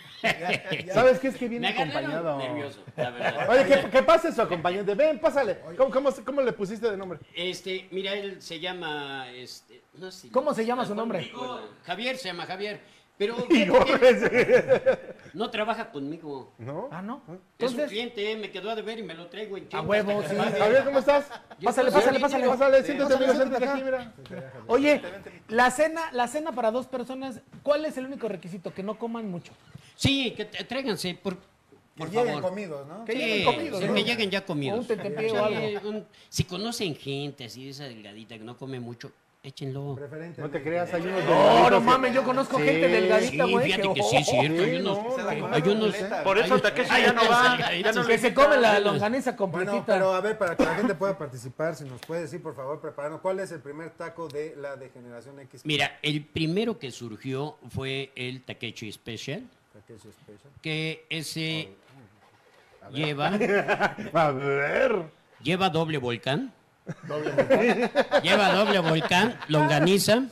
Speaker 1: ¿Sabes qué es que viene
Speaker 8: Me
Speaker 1: acompañado?
Speaker 8: agarraron nervioso, la verdad.
Speaker 1: Oye, que, que pase su acompañante. Ven, pásale. ¿Cómo, cómo, cómo le pusiste de nombre?
Speaker 8: Este, mira, él se llama, este, no sé.
Speaker 7: ¿Cómo se llama su nombre?
Speaker 8: Igor. Javier se llama Javier,
Speaker 7: [LAUGHS]
Speaker 8: pero
Speaker 1: Igor,
Speaker 8: fíjate que
Speaker 1: ese.
Speaker 8: no trabaja conmigo.
Speaker 1: ¿No?
Speaker 7: Ah, pues. no.
Speaker 8: Es un este
Speaker 7: Entonces,
Speaker 8: cliente, eh, me quedó a deber y me lo traigo en
Speaker 7: a
Speaker 8: chinga.
Speaker 7: huevo, sí.
Speaker 1: Javier, ¿cómo estás?
Speaker 7: Pásale,
Speaker 8: Yo-
Speaker 7: pásale,
Speaker 8: yo-
Speaker 7: pásale.
Speaker 1: Pásale, siéntate, amigo, siéntate aquí, mira.
Speaker 7: Oye, la cena, la cena para dos personas, ¿cuál es el único requisito? Que no coman mucho.
Speaker 8: Sí, que te- tráiganse, por, por
Speaker 4: que lleguen
Speaker 8: favor.
Speaker 4: comidos, ¿no?
Speaker 7: Que
Speaker 8: Sí,
Speaker 7: lleguen comidos,
Speaker 8: sí,
Speaker 7: ¿no?
Speaker 8: que lleguen ya
Speaker 7: O un
Speaker 8: comidos.
Speaker 7: tentempié
Speaker 8: Sí,
Speaker 7: o algo.
Speaker 8: un- si conocen gente así de esa delgadita que no come mucho, échenlo.
Speaker 4: Preferente.
Speaker 1: No te creas, ¿Eh? hay unos
Speaker 7: No, no
Speaker 1: delgaditos
Speaker 7: mames,
Speaker 1: que-
Speaker 7: yo conozco
Speaker 1: Sí,
Speaker 7: gente
Speaker 8: Sí,
Speaker 7: delgadita, güey.
Speaker 8: fíjate que sí, es cierto. Hay unos,
Speaker 1: no,
Speaker 3: Se la
Speaker 1: no,
Speaker 3: comieron
Speaker 8: hay unos-
Speaker 3: completa.
Speaker 5: Por eso Takeshi ya no va. Ya no
Speaker 7: que se come la longaniza con
Speaker 4: Bueno,
Speaker 7: puntita.
Speaker 4: pero a ver, para que la gente pueda participar, si nos puede decir, por favor, prepararnos, ¿cuál es el primer taco de la de Generación X?
Speaker 8: Mira, el primero que surgió fue el Takechi Special,
Speaker 4: Takeshi Special.
Speaker 8: que ese lleva,
Speaker 1: A ver.
Speaker 8: lleva doble volcán. [LAUGHS] lleva doble volcán, longaniza.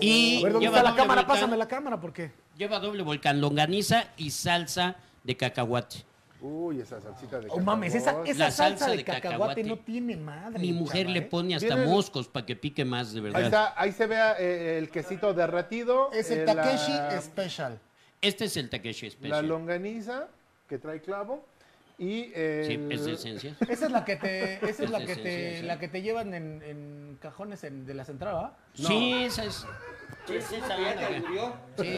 Speaker 8: Y
Speaker 2: A ver, ¿dónde
Speaker 8: lleva
Speaker 2: está la
Speaker 8: doble
Speaker 2: cámara?
Speaker 8: volcán-
Speaker 2: Pásame la cámara, porque...
Speaker 8: Lleva doble volcán, longaniza y salsa de cacahuate.
Speaker 1: Uy, esa salsita de
Speaker 2: Oh, mames, esa,
Speaker 1: cacahuate.
Speaker 2: esa
Speaker 8: La
Speaker 2: salsa,
Speaker 8: salsa
Speaker 2: de,
Speaker 8: de
Speaker 2: cacahuate,
Speaker 8: cacahuate.
Speaker 2: no tiene madre.
Speaker 8: Mi mujer
Speaker 2: chaval,
Speaker 8: le
Speaker 2: ¿eh?
Speaker 8: pone hasta
Speaker 1: Viene-
Speaker 8: moscos para que pique más, de
Speaker 1: Ahí,
Speaker 8: verdad.
Speaker 1: está, ahí se ve eh, el quesito derretido.
Speaker 2: Es el
Speaker 1: eh, la-
Speaker 2: Takeshi Special.
Speaker 8: Este es el Takeshi
Speaker 1: La
Speaker 8: Special.
Speaker 1: longaniza que trae clavo y
Speaker 8: Sí,
Speaker 1: el,
Speaker 8: es de esencia.
Speaker 2: Esa es la que [LAUGHS] te, esa es la
Speaker 8: Sí,
Speaker 2: que
Speaker 8: sí,
Speaker 2: te,
Speaker 8: sí, sí.
Speaker 2: la que te llevan en, en cajones en- de la central, ¿va?
Speaker 8: Sí, esa es. Sí,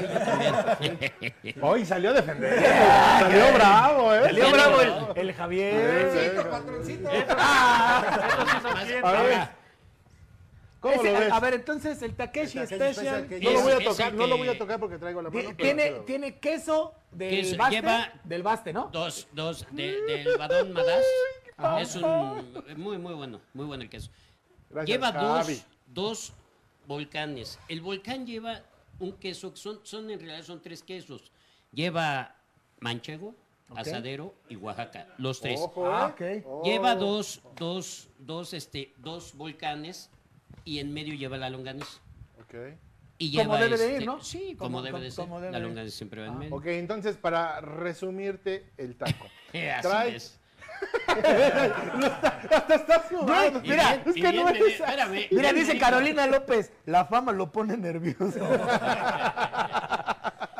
Speaker 1: ¡Ay, salió a defender! ¡Salió bravo, eh!
Speaker 8: Salió bravo el-
Speaker 2: El Javier.
Speaker 3: patroncito.
Speaker 2: [LAUGHS]
Speaker 1: A ver. ¿Cómo
Speaker 2: Ese-
Speaker 1: lo ves?
Speaker 2: A ver, entonces el Takeshi,
Speaker 4: Takeshi
Speaker 2: Special,
Speaker 4: Special que
Speaker 1: no lo voy a
Speaker 8: ese
Speaker 1: tocar, no lo
Speaker 8: que-
Speaker 1: voy a tocar porque traigo la
Speaker 2: ti-
Speaker 1: mano. pero
Speaker 2: tiene,
Speaker 1: se lo-
Speaker 2: tiene queso del
Speaker 8: Queso,
Speaker 2: baste,
Speaker 8: lleva-
Speaker 2: del baste, ¿no?
Speaker 8: [LAUGHS] Dos, dos, de- del Badón Madás. Es un. Muy, muy bueno, muy bueno el queso.
Speaker 1: Gracias,
Speaker 8: lleva
Speaker 1: Javi.
Speaker 8: dos, dos volcanes. El volcán lleva un queso, que son, son en realidad son tres quesos. Lleva manchego, asadero y Oaxaca, los tres.
Speaker 1: Ojo,
Speaker 2: Ah,
Speaker 1: eh.
Speaker 2: ok.
Speaker 1: Oh.
Speaker 8: Lleva dos, dos, dos, este, dos volcanes y en medio lleva la longaniza.
Speaker 1: Ok.
Speaker 8: Y
Speaker 2: Como
Speaker 8: lleva
Speaker 2: debe de
Speaker 8: este-
Speaker 2: ir, ¿no?
Speaker 8: Sí, como,
Speaker 2: Como-
Speaker 8: debe
Speaker 2: como-
Speaker 8: de ser.
Speaker 2: como debe
Speaker 8: la
Speaker 2: de ir. Ah,
Speaker 8: longaniza siempre va en medio.
Speaker 1: Ok, entonces para resumirte el taco.
Speaker 8: Eh, [LAUGHS] así
Speaker 1: Trae-
Speaker 8: es.
Speaker 1: Hasta estás sudando.
Speaker 8: Y
Speaker 2: Mira,
Speaker 8: bien- y bien me- espérame,
Speaker 2: Mira,
Speaker 8: bien me
Speaker 2: dice
Speaker 8: dijo-
Speaker 2: Carolina López, la fama lo pone nervioso.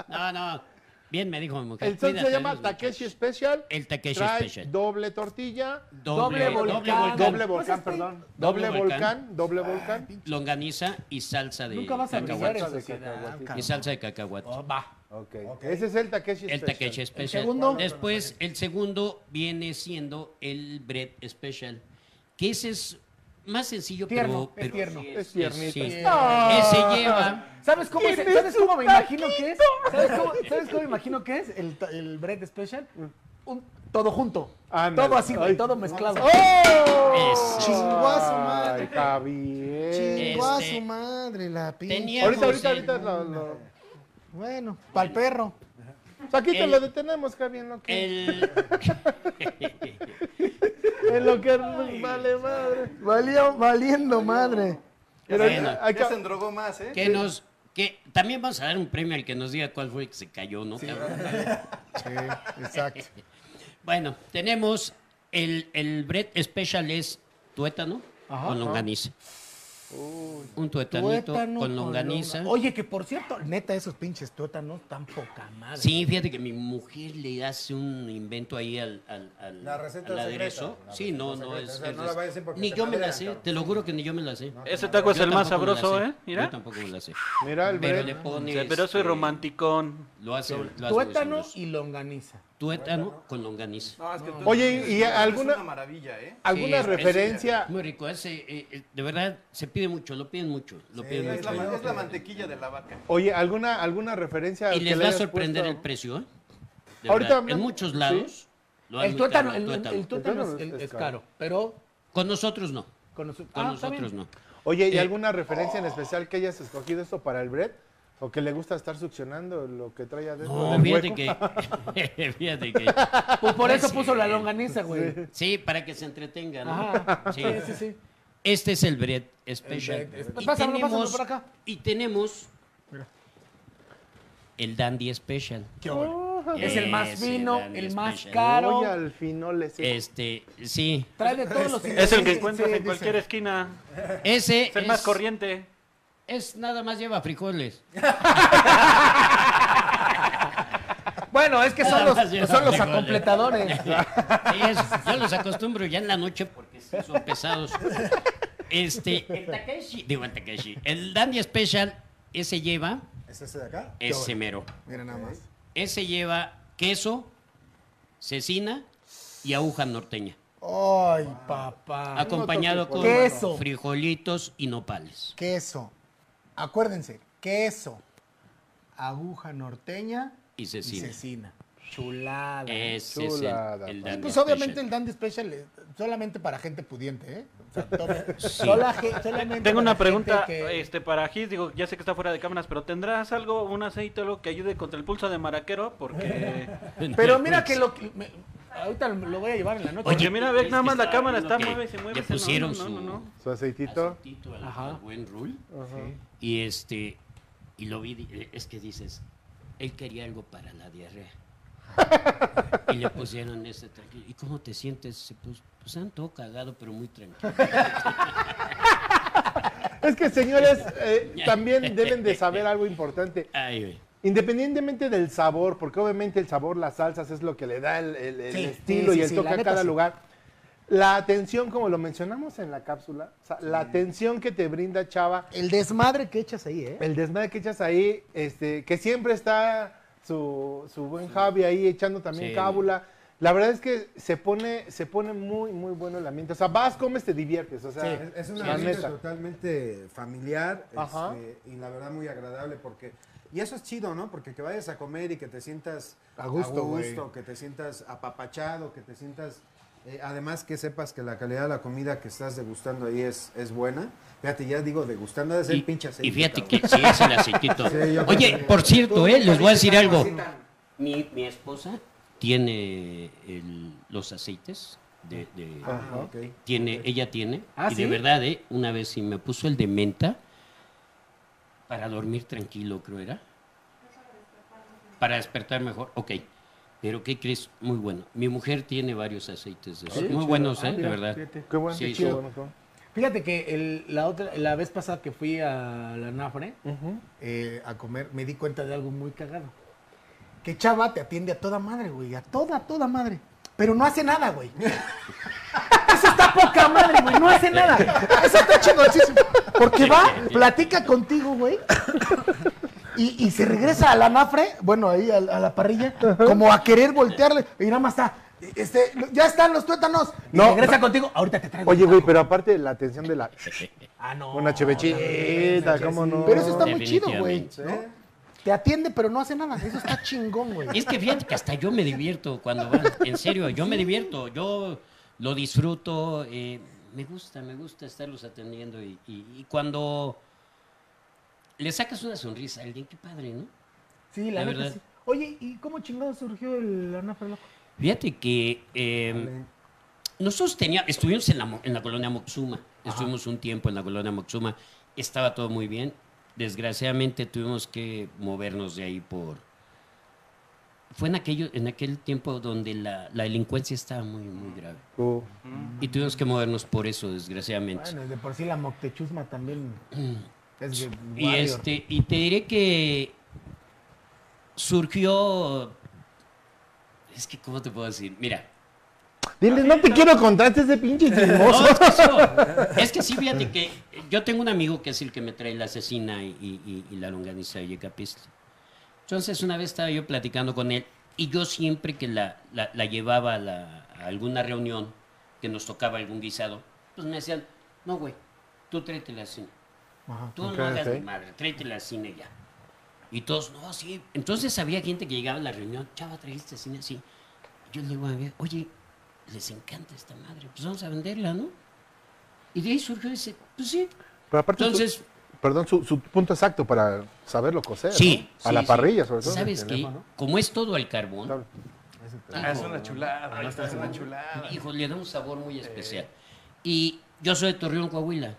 Speaker 8: No, no. Bien me dijo mi mujer.
Speaker 1: El sol se
Speaker 8: cuídate,
Speaker 1: llama
Speaker 8: los muchachos.
Speaker 1: Takeshi Special.
Speaker 8: El Takeshi
Speaker 1: Trae
Speaker 8: Special.
Speaker 1: doble tortilla.
Speaker 8: Doble,
Speaker 2: Doble volcán.
Speaker 8: doble volcán.
Speaker 1: Doble
Speaker 2: Pues
Speaker 1: volcán,
Speaker 2: estoy-
Speaker 1: perdón.
Speaker 8: Doble
Speaker 1: Doble
Speaker 8: volcán.
Speaker 1: volcán, doble volcán.
Speaker 8: longaniza y salsa de
Speaker 2: Nunca vas a
Speaker 8: cacahuate.
Speaker 2: brillar en
Speaker 1: Salsa de
Speaker 2: sociedad.
Speaker 1: cacahuatito.
Speaker 8: Y salsa de cacahuate.
Speaker 2: Va.
Speaker 1: Okay. Ese es el Takeshi
Speaker 8: el
Speaker 1: Special.
Speaker 8: Takeshi Special.
Speaker 2: segundo?
Speaker 8: Después, el segundo viene siendo el Bread Special, que ese es más sencillo,
Speaker 2: Tierno, es
Speaker 8: pero... pero-
Speaker 2: tierno.
Speaker 1: Es tiernito.
Speaker 8: sí.
Speaker 2: Ah.
Speaker 8: Ese lleva...
Speaker 2: ¿Sabes cómo, es- ¿sabes cómo me imagino que es? ¿Sabes cómo, sabes cómo me imagino que es el, ta- el bread special? Un, todo junto.
Speaker 1: Ándale.
Speaker 2: Todo así, güey,
Speaker 1: Ay.
Speaker 2: todo mezclado.
Speaker 1: ¡Oh!
Speaker 8: ese.
Speaker 7: Chinguazo, madre.
Speaker 1: Ay, Javier.
Speaker 8: Este-
Speaker 7: Chingó a su madre, la pinche.
Speaker 8: Tenía-
Speaker 1: Ahorita, ahorita,
Speaker 8: José.
Speaker 1: ahorita lo, lo-
Speaker 7: Bueno, pa'l perro.
Speaker 1: O sea, aquí te
Speaker 8: El-
Speaker 1: lo detenemos, Javier, en lo que,
Speaker 8: El...
Speaker 2: [LAUGHS]
Speaker 1: en lo que vale madre.
Speaker 7: Valía, valiendo madre.
Speaker 1: Pero
Speaker 8: Bueno.
Speaker 1: ahorita hay que-
Speaker 3: Ya se endrogó más, ¿eh?
Speaker 8: que nos... Que también vamos a dar un premio al que nos diga cuál fue el que se cayó, ¿no? cabrón?
Speaker 7: [LAUGHS] Sí, exacto.
Speaker 8: [LAUGHS] Bueno, tenemos el, el bread special es tuétano con longaniza. un tuetanito
Speaker 7: Tuétano
Speaker 8: con longaniza.
Speaker 7: longa- Oye, que por cierto, neta, esos pinches tuétanos tan poca madre.
Speaker 8: Sí, fíjate que mi mujer le hace un invento ahí al, al, al-
Speaker 4: La receta
Speaker 8: al
Speaker 4: secreta,
Speaker 8: aderezo.
Speaker 4: la
Speaker 8: sí,
Speaker 4: receta
Speaker 8: no,
Speaker 4: secreta,
Speaker 8: no es.
Speaker 4: o sea,
Speaker 8: es-
Speaker 4: no la vayas a hacer porque
Speaker 8: ni
Speaker 4: te
Speaker 8: yo me la
Speaker 4: madrean,
Speaker 8: sé,
Speaker 4: cabrón.
Speaker 8: te lo juro que ni yo me la sé.
Speaker 5: Ese taco es
Speaker 8: Yo
Speaker 5: el más
Speaker 8: tampoco me la
Speaker 5: sabroso,
Speaker 8: sé,
Speaker 5: ¿eh? Mira.
Speaker 8: Yo tampoco me la sé.
Speaker 1: Mira el
Speaker 8: Pero le
Speaker 1: bread.
Speaker 8: pones.
Speaker 5: Pero soy
Speaker 8: eh,
Speaker 5: romanticón.
Speaker 8: Lo hace. Lo hace muy
Speaker 7: Tuétano
Speaker 8: sabroso.
Speaker 7: y longaniza.
Speaker 8: Tuétano con longaniza.
Speaker 3: No, es que tú-
Speaker 1: Oye, ¿y
Speaker 3: es
Speaker 1: alguna-
Speaker 3: una maravilla, ¿eh?
Speaker 1: ¿Alguna
Speaker 8: Sí, es- es-
Speaker 1: referencia?
Speaker 8: Muy rico. ese, eh, eh, de verdad, se pide mucho, lo piden mucho. Lo piden
Speaker 3: Es
Speaker 8: mucho.
Speaker 3: la, ma- es la mantequilla de la vaca.
Speaker 1: Oye, ¿alguna, alguna referencia?
Speaker 8: Y
Speaker 1: que le
Speaker 8: les va a
Speaker 1: hayas
Speaker 8: sorprender
Speaker 1: puesto?
Speaker 8: el precio, ¿eh? De
Speaker 1: Ahorita
Speaker 8: verdad, en
Speaker 1: hablamos-
Speaker 8: muchos lados. lo hacen
Speaker 7: El
Speaker 8: muy
Speaker 2: tuétano, el,
Speaker 8: caro,
Speaker 2: el- el tuétano es, el- es caro, pero
Speaker 8: Con nosotros no.
Speaker 2: con, noso-
Speaker 8: Con
Speaker 2: Ah, está bien.
Speaker 8: nosotros no.
Speaker 1: Oye, ¿y
Speaker 8: Eh,
Speaker 1: alguna referencia en especial que hayas escogido esto para el bread? ¿O que le gusta estar succionando lo que trae adentro?
Speaker 8: No,
Speaker 1: del
Speaker 8: fíjate
Speaker 1: hueco?
Speaker 8: que. [LAUGHS] fíjate que.
Speaker 2: Pues por eso
Speaker 8: Sí.
Speaker 2: puso la longaniza, güey.
Speaker 8: Sí, para que se entretengan. ¿no?
Speaker 2: Ajá.
Speaker 8: Sí.
Speaker 2: Sí, sí, sí.
Speaker 8: Este es el bread special.
Speaker 2: Pues pásamelo, pásamelo por acá.
Speaker 8: Y tenemos. El dandy special.
Speaker 2: Es el más
Speaker 8: Ese
Speaker 2: fino,
Speaker 8: Dandy
Speaker 2: el más
Speaker 8: Special.
Speaker 2: caro.
Speaker 1: Oye, al final le sé.
Speaker 8: Este, sí.
Speaker 2: Trae de todos los
Speaker 5: Es el que
Speaker 2: ingredientes.
Speaker 5: encuentras
Speaker 2: Sí,
Speaker 5: en
Speaker 2: dice.
Speaker 5: cualquier esquina.
Speaker 8: Ese.
Speaker 5: Es el más corriente.
Speaker 8: Es nada más lleva
Speaker 2: [LAUGHS]
Speaker 8: frijoles.
Speaker 2: Bueno, es que son
Speaker 7: [LAUGHS]
Speaker 8: Nada más
Speaker 2: los,
Speaker 8: lleva
Speaker 2: son los
Speaker 8: frijoles.
Speaker 2: acompletadores.
Speaker 8: [LAUGHS] Sí, es- yo los acostumbro ya en la noche porque sí son pesados. Este, el Takeshi, digo el Takeshi, el Dandy Special, ese lleva,
Speaker 4: ¿Es ese de acá?
Speaker 8: ese mero.
Speaker 7: Mira nada más.
Speaker 8: Ese lleva queso, cecina y aguja norteña,
Speaker 7: Ay,
Speaker 5: Ah,
Speaker 7: papá.
Speaker 8: acompañado con
Speaker 7: Queso.
Speaker 8: frijolitos y nopales.
Speaker 7: Queso. Acuérdense, queso. Aguja norteña
Speaker 8: Y
Speaker 7: y
Speaker 8: cecina.
Speaker 7: cecina. Chulada.
Speaker 8: Ese
Speaker 1: Chulada,
Speaker 8: es el- el,
Speaker 1: papá.
Speaker 8: Dandy
Speaker 7: Pues
Speaker 8: Special.
Speaker 7: obviamente el Dandy Special es solamente para gente pudiente, ¿eh? O
Speaker 5: [LAUGHS]
Speaker 7: sea, todo-
Speaker 8: Sí. [LAUGHS]
Speaker 7: sola ge- solamente
Speaker 5: Tengo una
Speaker 7: para gente
Speaker 5: pregunta
Speaker 7: que-
Speaker 5: este, para Gis, digo, ya sé que está fuera de cámaras, pero ¿tendrás algo, un aceite o algo que ayude contra el pulso de maraquero? Porque,
Speaker 7: Pero mira
Speaker 8: pues.
Speaker 7: que lo que- me- ahorita lo voy a llevar en la noche.
Speaker 5: Oye, mira, ve,
Speaker 8: es
Speaker 5: nada
Speaker 8: que
Speaker 5: más la
Speaker 8: estaba
Speaker 5: cámara
Speaker 8: viendo
Speaker 5: está,
Speaker 8: que
Speaker 5: mueve, se mueve,
Speaker 8: Le
Speaker 5: se- no,
Speaker 8: pusieron
Speaker 5: no, no,
Speaker 8: su
Speaker 5: no.
Speaker 1: Su aceitito.
Speaker 8: aceitito al-
Speaker 5: Ajá.
Speaker 8: al buen Rule.
Speaker 1: Ajá.
Speaker 8: Y este, y lo vi, di- eh, es que dices, él quería algo para
Speaker 4: [LAUGHS]
Speaker 8: la diarrea. y le pusieron ese tranquilo. ¿Y cómo te sientes? Se puso, pues han todo cagado, pero muy tranquilo.
Speaker 1: Es que, señores,
Speaker 8: [LAUGHS]
Speaker 1: eh, también deben de saber algo importante.
Speaker 8: Ay, güey.
Speaker 1: Independientemente del sabor, porque obviamente el sabor, las salsas es lo que le da el, el- el
Speaker 7: Sí,
Speaker 1: estilo y
Speaker 7: sí, sí,
Speaker 1: el
Speaker 7: sí,
Speaker 1: toque
Speaker 7: la
Speaker 1: a
Speaker 7: neta
Speaker 1: cada
Speaker 7: sí.
Speaker 1: lugar. La atención, como lo mencionamos en la cápsula, o sea, la atención que te brinda Chava,
Speaker 7: El desmadre que echas ahí, ¿eh?
Speaker 1: el desmadre que echas ahí, este, que siempre está su, su buen Javi ahí echando también
Speaker 8: Sí.
Speaker 1: cábula. La verdad es que se pone, se pone muy, muy bueno el ambiente. O sea, vas, comes, te diviertes. O sea,
Speaker 4: Es, es un
Speaker 1: la
Speaker 4: ambiente
Speaker 1: neta.
Speaker 4: totalmente familiar
Speaker 1: Ajá.
Speaker 4: este, y la verdad muy agradable porque... Y eso es chido, ¿no? Porque que vayas a comer y que te sientas
Speaker 2: A gusto, güey.
Speaker 4: gusto, que te sientas apapachado, que te sientas... eh, además que sepas que la calidad de la comida que estás degustando ahí es, es buena. Fíjate, ya digo, degustando ha de ser
Speaker 8: Y,
Speaker 4: pinche
Speaker 8: y
Speaker 4: aceite,
Speaker 8: fíjate
Speaker 4: cabrón.
Speaker 8: que sí es el aceitito.
Speaker 4: Sí, yo
Speaker 8: Oye,
Speaker 4: creo.
Speaker 8: por cierto, eh, les voy a decir algo.
Speaker 4: Así tan-
Speaker 8: Mi, mi esposa tiene el- los aceites de, de-
Speaker 4: Ah, ok.
Speaker 8: tiene, ella tiene,
Speaker 7: Ah,
Speaker 8: y
Speaker 7: ¿sí?
Speaker 8: de verdad, eh, una vez sí me puso el de menta para dormir tranquilo, creo era. Para despertar mejor, ok. Pero ¿qué crees? Muy bueno. Mi mujer tiene varios aceites
Speaker 7: Ah,
Speaker 8: de esos, muy buenos, eh, de verdad.
Speaker 1: Qué bueno,
Speaker 8: Sí,
Speaker 1: qué
Speaker 8: sí.
Speaker 1: chido. ¿no? Qué
Speaker 7: Fíjate que el- la, otra, la vez pasada que fui a la Nafre
Speaker 1: bueno.
Speaker 7: eh, a comer, me di cuenta de algo muy cagado. Que Chava te atiende a toda madre, güey. A toda, toda madre. Pero no hace nada, güey. Eso está poca madre, güey. No hace nada. Eso está chingoncísimo. Porque va, platica contigo, güey. Y, y se regresa a la nafre, bueno, ahí a, la- a la parrilla, como a querer voltearle. Y nada más está. Este, ya están los tuétanos. Y
Speaker 1: No.
Speaker 7: regresa contigo. Ahorita te traigo.
Speaker 1: Oye, güey, pero aparte de la atención de la...
Speaker 7: Ah, no.
Speaker 1: Una chevechita, cómo no.
Speaker 7: Pero eso está muy chido, güey.
Speaker 8: Definitivamente.
Speaker 7: ¿no? Te atiende, pero no hace nada. Eso está [LAUGHS] chingón, güey.
Speaker 8: Es que fíjate que hasta yo me divierto cuando van. En serio, yo me divierto, yo lo disfruto. eh, me gusta, me gusta estarlos atendiendo. Y, y- y cuando le sacas una sonrisa a alguien, qué padre, ¿no?
Speaker 7: Sí, la
Speaker 8: La
Speaker 7: verdad.
Speaker 8: verdad.
Speaker 7: Oye, ¿y cómo chingado surgió el anafre loco?
Speaker 8: Fíjate que eh, nosotros teníamos, estuvimos en la, Mo- en la colonia Moxuma, estuvimos un tiempo en la colonia Moxuma, estaba todo muy bien. Desgraciadamente tuvimos que movernos de ahí por... Fue en, aquello, en aquel tiempo donde la, la delincuencia estaba muy, muy grave.
Speaker 1: Uh,
Speaker 8: Y tuvimos que movernos por eso, desgraciadamente.
Speaker 7: Bueno, de por sí la moctechusma
Speaker 8: [CLEARS THROAT]
Speaker 7: también. Es de
Speaker 8: y,
Speaker 7: warrior.
Speaker 8: este, y te diré que surgió... Es que, ¿cómo te puedo decir? Mira,
Speaker 1: Diles, no te quiero contar este es de pinche chismoso.
Speaker 8: No, es, que sí, es que sí, fíjate que yo tengo un amigo que es el que me trae la asesina y, y- y la longaniza de Yecapistla. Entonces, una vez estaba yo platicando con él y yo siempre que la, la- la llevaba a, la- a alguna reunión que nos tocaba algún guisado, pues me decían, no, güey, tú tráete la asesina. Tú
Speaker 1: ok,
Speaker 8: no hagas
Speaker 1: ok.
Speaker 8: de madre, tráete la cine ya. Y todos, no, sí. Entonces había gente que llegaba a la reunión, chava, trajiste cine así. Yo le digo a ver, oye, les encanta esta madre, pues vamos a venderla, ¿no? Y de ahí surgió ese, pues sí.
Speaker 1: Pero aparte, su-
Speaker 8: Entonces,
Speaker 1: perdón, su, su punto exacto para saberlo cocer.
Speaker 8: sí.
Speaker 1: ¿no? A
Speaker 8: sí,
Speaker 1: la
Speaker 8: sí.
Speaker 1: parrilla, sobre todo.
Speaker 8: ¿Sabes
Speaker 1: El
Speaker 8: qué?
Speaker 1: teléfono.
Speaker 8: Como es todo al carbón,
Speaker 1: Claro.
Speaker 3: Ah, es una chulada,
Speaker 8: Ay,
Speaker 3: no, es una
Speaker 8: no.
Speaker 3: chulada.
Speaker 8: Hijo, le da un sabor muy especial. Y yo soy de Torreón, Coahuila.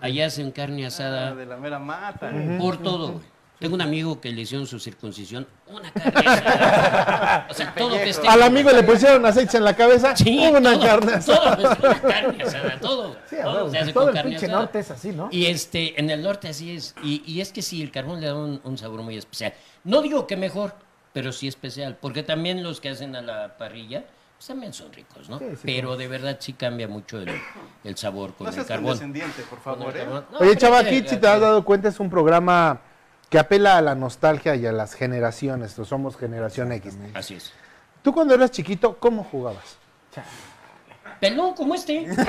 Speaker 8: Allá hacen carne asada.
Speaker 3: Ah, De la mera mata.
Speaker 8: Por todo, güey. Tengo un amigo que le hicieron su circuncisión
Speaker 3: [LAUGHS]
Speaker 8: una carne. asada. o sea, todo que esté.
Speaker 1: Al amigo le pusieron aceite en la cabeza.
Speaker 8: Sí,
Speaker 1: una
Speaker 8: todo,
Speaker 1: carne asada.
Speaker 8: Todo, pues, una carne asada, todo.
Speaker 7: Sí, a
Speaker 8: todo
Speaker 7: huevo,
Speaker 8: se hace
Speaker 7: todo
Speaker 8: con
Speaker 7: el
Speaker 8: carne
Speaker 7: pinche
Speaker 8: asada.
Speaker 7: norte es así, ¿no?
Speaker 8: Y este, en el norte así es. Y, y es que sí, el carbón le da un, un sabor muy especial. No digo que mejor, pero sí especial. Porque también los que hacen a la parrilla, pues también son ricos, ¿no?
Speaker 7: Sí, sí,
Speaker 8: pero de verdad sí cambia mucho el, el sabor con
Speaker 3: No
Speaker 8: el
Speaker 3: seas
Speaker 8: carbón.
Speaker 3: condescendiente, por
Speaker 8: Con el
Speaker 3: favor, ¿eh?
Speaker 8: carbón. No,
Speaker 1: Oye,
Speaker 8: pero
Speaker 1: Chava,
Speaker 8: es que-
Speaker 1: aquí, si te has dado cuenta, es un programa que apela a la nostalgia y a las generaciones. Nosotros Somos generación X.
Speaker 8: Así es.
Speaker 1: Tú cuando eras chiquito, ¿cómo jugabas?
Speaker 8: pelón como este.
Speaker 7: Eh.
Speaker 1: A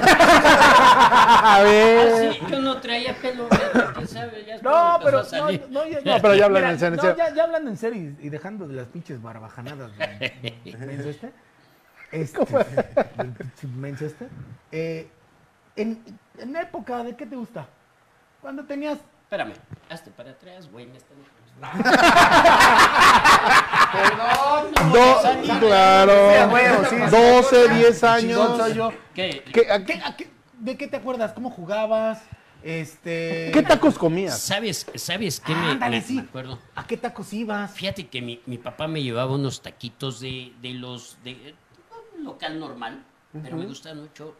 Speaker 8: Ah,
Speaker 1: ver.
Speaker 8: sí, yo no traía pelo, fíjate, quién sabe, ya después
Speaker 7: No,
Speaker 8: empezó
Speaker 7: pero.
Speaker 8: a
Speaker 7: No,
Speaker 8: salir.
Speaker 7: no, ya,
Speaker 1: No, pero ya hablando
Speaker 7: Mira,
Speaker 1: en serio, en
Speaker 7: no,
Speaker 1: serio.
Speaker 7: ya, ya hablando en serio y, y dejando de las pinches barbajanadas. del-
Speaker 8: [LAUGHS]
Speaker 7: del menso este. Este, del pinche menso este. Eh, en, en época, ¿de qué te gusta? Cuando tenías.
Speaker 8: Espérame, hazte para atrás, güey, me están...
Speaker 1: Do- claro.
Speaker 7: huevo,
Speaker 1: 12, 10
Speaker 7: Chingón
Speaker 1: años.
Speaker 7: soy yo.
Speaker 8: ¿Qué?
Speaker 1: ¿Qué, a
Speaker 7: ¿Qué-
Speaker 1: qué,
Speaker 7: a qué- ¿De qué te acuerdas? ¿Cómo jugabas? Este.
Speaker 1: qué tacos comías?
Speaker 8: ¿Sabes, sabes qué me,
Speaker 7: Ándale,
Speaker 8: me-
Speaker 7: sí.
Speaker 8: me acuerdo?
Speaker 7: ¿A qué tacos ibas?
Speaker 8: Fíjate que mi, mi papá me llevaba unos taquitos de, de los de eh, un local normal, pero me gustan mucho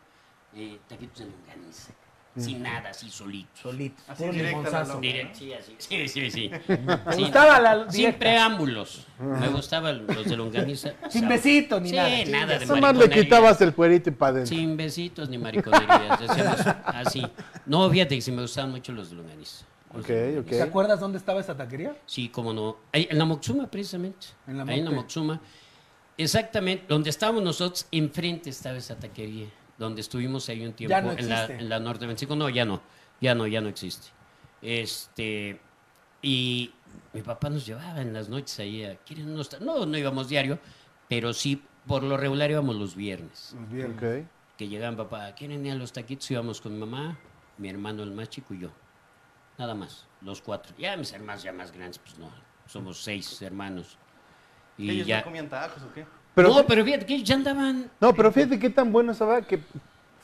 Speaker 8: eh, taquitos de longaniza, sin nada, así solitos.
Speaker 7: Solitos.
Speaker 3: Así
Speaker 7: Puro
Speaker 3: directo a la
Speaker 7: limonzazo.
Speaker 3: loca.
Speaker 8: Direct- sí, así. [LAUGHS] Sí, sí, sí.
Speaker 7: Me
Speaker 8: Sin-
Speaker 7: gustaba la
Speaker 8: Sin
Speaker 7: directa.
Speaker 8: preámbulos. Me gustaban los de longaniza.
Speaker 7: [LAUGHS] Sin
Speaker 8: Sabor.
Speaker 7: besito ni
Speaker 8: Sí,
Speaker 7: nada.
Speaker 8: nada,
Speaker 7: Chingas.
Speaker 8: de
Speaker 1: Nomás le
Speaker 8: mariconería.
Speaker 1: quitabas el puerito y para adentro.
Speaker 8: Sin besitos ni mariconerías. decíamos así. No, fíjate que sí me gustaban mucho los de longaniza. Los de
Speaker 1: Ok,
Speaker 8: longaniza.
Speaker 1: ok.
Speaker 7: ¿Te acuerdas dónde estaba esa taquería?
Speaker 8: Sí, cómo no. Ahí, en la Moxuma, precisamente.
Speaker 7: En la
Speaker 8: Ahí en la
Speaker 7: Mocte.
Speaker 8: Moxuma. Exactamente, donde estábamos nosotros, enfrente estaba esa taquería, donde estuvimos ahí un tiempo
Speaker 7: Ya no
Speaker 8: en, la,
Speaker 7: existe.
Speaker 8: en la Norte 25. No, ya no, ya no, ya no existe. Este, y mi papá nos llevaba en las noches ahí a, ¿quieren unos ta-?" No, no íbamos diario, pero sí, por lo regular íbamos los viernes.
Speaker 1: Ok.
Speaker 8: Que llegaban, papá, ¿quieren ir a los taquitos? Íbamos con mi mamá, mi hermano el más chico y yo. Nada más, los cuatro. Ya mis hermanos ya más grandes, pues no. Somos seis hermanos. Y
Speaker 3: ¿Ellos
Speaker 8: ya.
Speaker 3: no comían tacos o qué?
Speaker 1: Pero,
Speaker 8: no, pero fíjate que ellos ya andaban.
Speaker 1: no, pero fíjate qué tan bueno estaba que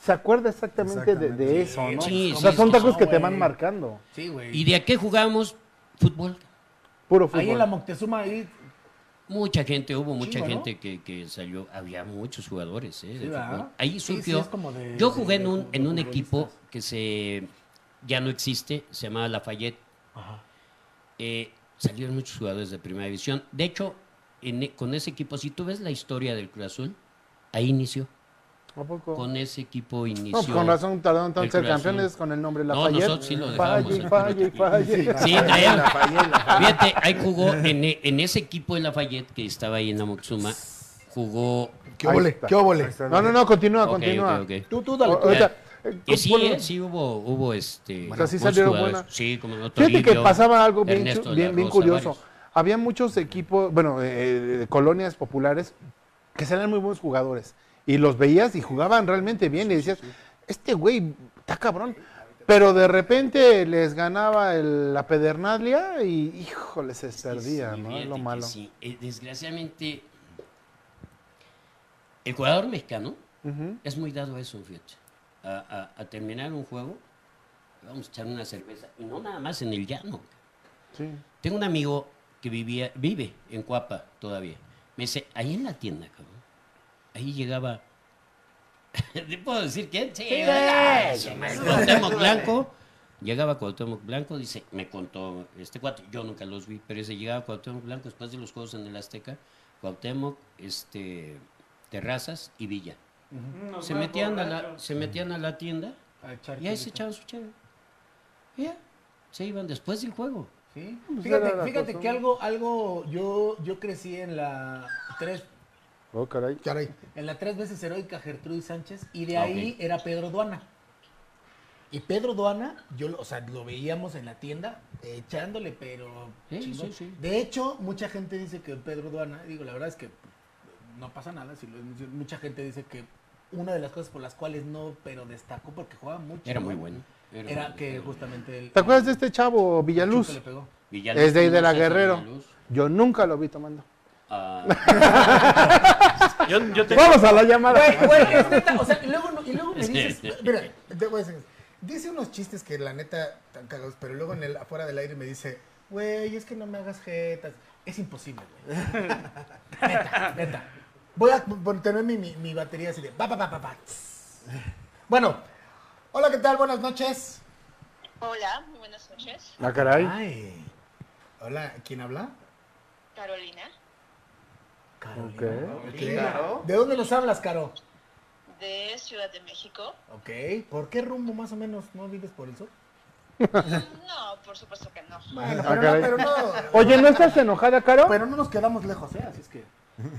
Speaker 1: se acuerda exactamente, de- de,
Speaker 4: Exactamente.
Speaker 1: eso, ¿no?
Speaker 8: Sí,
Speaker 1: o
Speaker 8: sí,
Speaker 1: sea,
Speaker 8: es
Speaker 1: son
Speaker 8: que
Speaker 1: tacos
Speaker 7: no,
Speaker 1: que te
Speaker 7: güey.
Speaker 1: van marcando.
Speaker 7: Sí, güey.
Speaker 8: ¿Y de a qué jugábamos? Fútbol.
Speaker 1: Puro fútbol.
Speaker 7: Ahí en la Moctezuma, ahí.
Speaker 8: Mucha gente, hubo mucha
Speaker 7: Chingo, ¿no?
Speaker 8: gente que, que salió. Había muchos jugadores, ¿eh? de
Speaker 7: Sí, ¿verdad?
Speaker 8: fútbol. Ahí
Speaker 7: Sí, sí,
Speaker 8: surgió.
Speaker 7: es como de-
Speaker 8: yo
Speaker 7: de-
Speaker 8: jugué en
Speaker 7: de
Speaker 8: un,
Speaker 7: fut- de
Speaker 8: en un
Speaker 7: futbolistas.
Speaker 8: equipo que se ya no existe, se llamaba Lafayette.
Speaker 7: Ajá.
Speaker 8: eh, salieron muchos jugadores de primera división. De hecho, en e- con ese equipo, si tú ves la historia del Cruz Azul, ahí inició.
Speaker 1: ¿A poco?
Speaker 8: Con ese equipo
Speaker 1: No,
Speaker 8: inició.
Speaker 1: pues, Oh. con razón tardaron tanto en
Speaker 8: El
Speaker 1: ser
Speaker 8: Cruz Azul.
Speaker 1: campeones con el nombre
Speaker 8: No,
Speaker 1: Lafayette.
Speaker 8: nosotros sí lo
Speaker 1: Falle,
Speaker 8: dejábamos,
Speaker 1: falle, falle. [LAUGHS]
Speaker 8: Sí, traía- Fíjate, ahí jugó en, e- en ese equipo de Lafayette que estaba ahí en la Moxuma, jugó.
Speaker 2: ¿Qué óvole? ¿Qué óvole?
Speaker 1: No, no, no, continúa,
Speaker 8: Ok,
Speaker 1: continúa.
Speaker 8: ok, ok.
Speaker 1: Tú, tú,
Speaker 8: dale, tú.
Speaker 1: eh,
Speaker 8: Que sí,
Speaker 1: bueno,
Speaker 8: eh, sí hubo, hubo este.
Speaker 1: O sea, sí
Speaker 8: muchos
Speaker 1: salieron
Speaker 8: jugadores.
Speaker 1: buenas.
Speaker 8: Sí, como no,
Speaker 1: Fíjate que
Speaker 8: Toribio,
Speaker 1: pasaba algo bien, chu-
Speaker 8: Ernesto de la
Speaker 1: bien, bien
Speaker 8: Rosa,
Speaker 1: curioso.
Speaker 8: varios.
Speaker 1: Había muchos equipos, bueno, eh, eh, colonias populares que eran muy buenos jugadores. Y los veías y jugaban realmente bien. Y decías, este güey está cabrón. Pero de repente les ganaba el- la pedernadlia y, híjole, se perdía,
Speaker 8: Sí,
Speaker 1: ¿no?
Speaker 8: fíjate
Speaker 1: Lo
Speaker 8: que
Speaker 1: malo.
Speaker 8: sí. Eh, desgraciadamente, el jugador mexicano
Speaker 1: Ujú.
Speaker 8: es muy dado a eso, fíjate. A, a- a terminar un juego, vamos a echar una cerveza. Y no nada más en el llano.
Speaker 1: Sí.
Speaker 8: Tengo un amigo que vivía, vive en Cuapa todavía. Me dice, ahí en la tienda, cabrón. Ahí llegaba. [LAUGHS] ¿Te puedo decir quién? Sí, ¿verdad? Cuauhtémoc Blanco. Llegaba Cuauhtémoc Blanco, dice, me contó este cuate, yo nunca los vi, pero ese llegaba Cuauhtémoc Blanco después de los juegos en el Azteca, Cuauhtémoc, este, Terrazas y Villa.
Speaker 5: mm,
Speaker 8: Se metían, a la, se metían a la tienda y ahí se echaban su chévere. Y ya, se iban después del juego.
Speaker 7: Sí.
Speaker 1: Pues era la
Speaker 7: Fíjate, fíjate que
Speaker 1: costumbre.
Speaker 7: algo, algo, yo, yo crecí en la tres,
Speaker 1: Oh, caray.
Speaker 2: Caray.
Speaker 7: en la tres veces heroica Gertrudis Sánchez y de
Speaker 8: Ah,
Speaker 7: ahí era Pedro Duana. Y Pedro Duana, yo, lo- o sea, lo veíamos en la tienda eh, echándole, pero
Speaker 8: Sí,
Speaker 7: chingón.
Speaker 8: sí, sí.
Speaker 7: de hecho, mucha gente dice que Pedro Duana, digo, la verdad es que no pasa nada, si lo- mucha gente dice que una de las cosas por las cuales no, pero destacó porque jugaba mucho.
Speaker 8: Era muy
Speaker 7: ¿no?
Speaker 8: bueno.
Speaker 7: Era que justamente el-
Speaker 1: ¿Te acuerdas de este chavo, Villaluz?
Speaker 7: Chucho le pegó.
Speaker 8: Villaluz,
Speaker 1: Es de ahí de la
Speaker 8: César
Speaker 1: Guerrero.
Speaker 8: Villaluz.
Speaker 1: Yo nunca lo vi tomando. [LAUGHS]
Speaker 8: Ah,
Speaker 5: Yo, yo tengo-
Speaker 1: Vamos a la llamada.
Speaker 7: Güey, güey, es neta, o sea, y luego, no- y luego me
Speaker 8: Sí,
Speaker 7: dices,
Speaker 8: sí.
Speaker 7: mira,
Speaker 2: Mira, te voy a decir, dice unos chistes que la neta están cagados, pero luego en el afuera del aire me dice, güey, es que no me hagas jetas. Es imposible, güey. [LAUGHS] neta, neta. Voy a poner mi, mi, mi batería así de pa, pa, pa, pa, pa. Bueno, hola, ¿qué tal? Buenas noches.
Speaker 9: Hola, muy buenas noches.
Speaker 1: Ah, caray.
Speaker 2: Ay. Hola, ¿quién habla?
Speaker 9: Carolina,
Speaker 2: Carolina.
Speaker 1: Ok.
Speaker 2: Ok.
Speaker 3: Claro.
Speaker 2: ¿De dónde nos hablas, Caro?
Speaker 9: de Ciudad de
Speaker 3: [LAUGHS]
Speaker 9: México.
Speaker 2: Ok. ¿Por qué rumbo más o menos no vives por el sur?
Speaker 9: No, por supuesto que no.
Speaker 2: Bueno,
Speaker 1: Ah,
Speaker 2: pero,
Speaker 1: caray.
Speaker 2: no, pero no-
Speaker 1: Oye, ¿no estás enojada, Caro?
Speaker 2: pero no nos quedamos lejos, ¿eh? Así es que.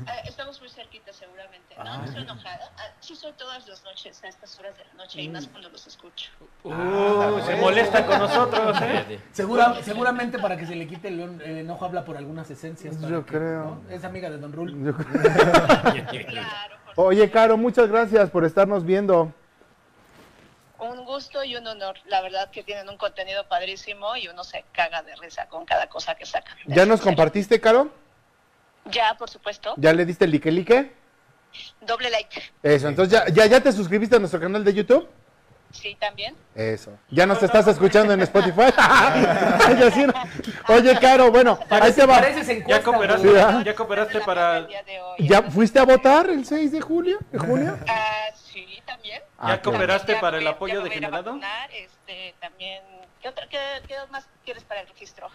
Speaker 6: Ah, estamos muy cerquita seguramente. No, no estoy enojada. Ah, sí soy todas las noches a estas horas de la noche y más
Speaker 3: Mm.
Speaker 6: cuando los escucho.
Speaker 5: Uh, se molesta con nosotros, ¿eh?
Speaker 7: Segura- seguramente para que se le quite el, el enojo habla por algunas esencias. para
Speaker 1: Pues Yo
Speaker 7: que,
Speaker 1: creo.
Speaker 7: ¿no? Es amiga de Don Rul.
Speaker 1: Yo creo-
Speaker 6: Claro, por
Speaker 1: Oye, Caro, muchas gracias por estarnos viendo.
Speaker 6: un gusto y un honor. La verdad que tienen un contenido padrísimo y uno se caga de risa con cada cosa que sacan.
Speaker 1: ¿Ya nos compartiste, Caro?
Speaker 6: Ya, por supuesto.
Speaker 1: ¿Ya le diste el like, like?
Speaker 6: Doble like.
Speaker 1: Eso, entonces ya, ya, ya te suscribiste a nuestro canal de YouTube.
Speaker 6: Sí, también.
Speaker 1: Eso. Ya nos estás escuchando en Spotify. [LAUGHS] Ay, así no. Oye, Caro, bueno, ahí te va.
Speaker 7: Pareces
Speaker 5: Ya
Speaker 7: encuesta. güey.
Speaker 5: cooperaste,
Speaker 1: Sí, ¿verdad?
Speaker 5: ya cooperaste
Speaker 6: La
Speaker 5: para.
Speaker 6: el día de hoy. este,
Speaker 1: ¿Ya fuiste a votar el 6 de julio? ¿De junio?
Speaker 6: Ah, sí, también.
Speaker 5: Ya cooperaste
Speaker 6: Ya
Speaker 5: para
Speaker 6: voy-
Speaker 5: el
Speaker 6: ya
Speaker 5: apoyo
Speaker 6: me voy a ir a
Speaker 5: degenerado.
Speaker 6: vacunar, Este, también. ¿Qué, otra- qué- qué más quieres para el registro?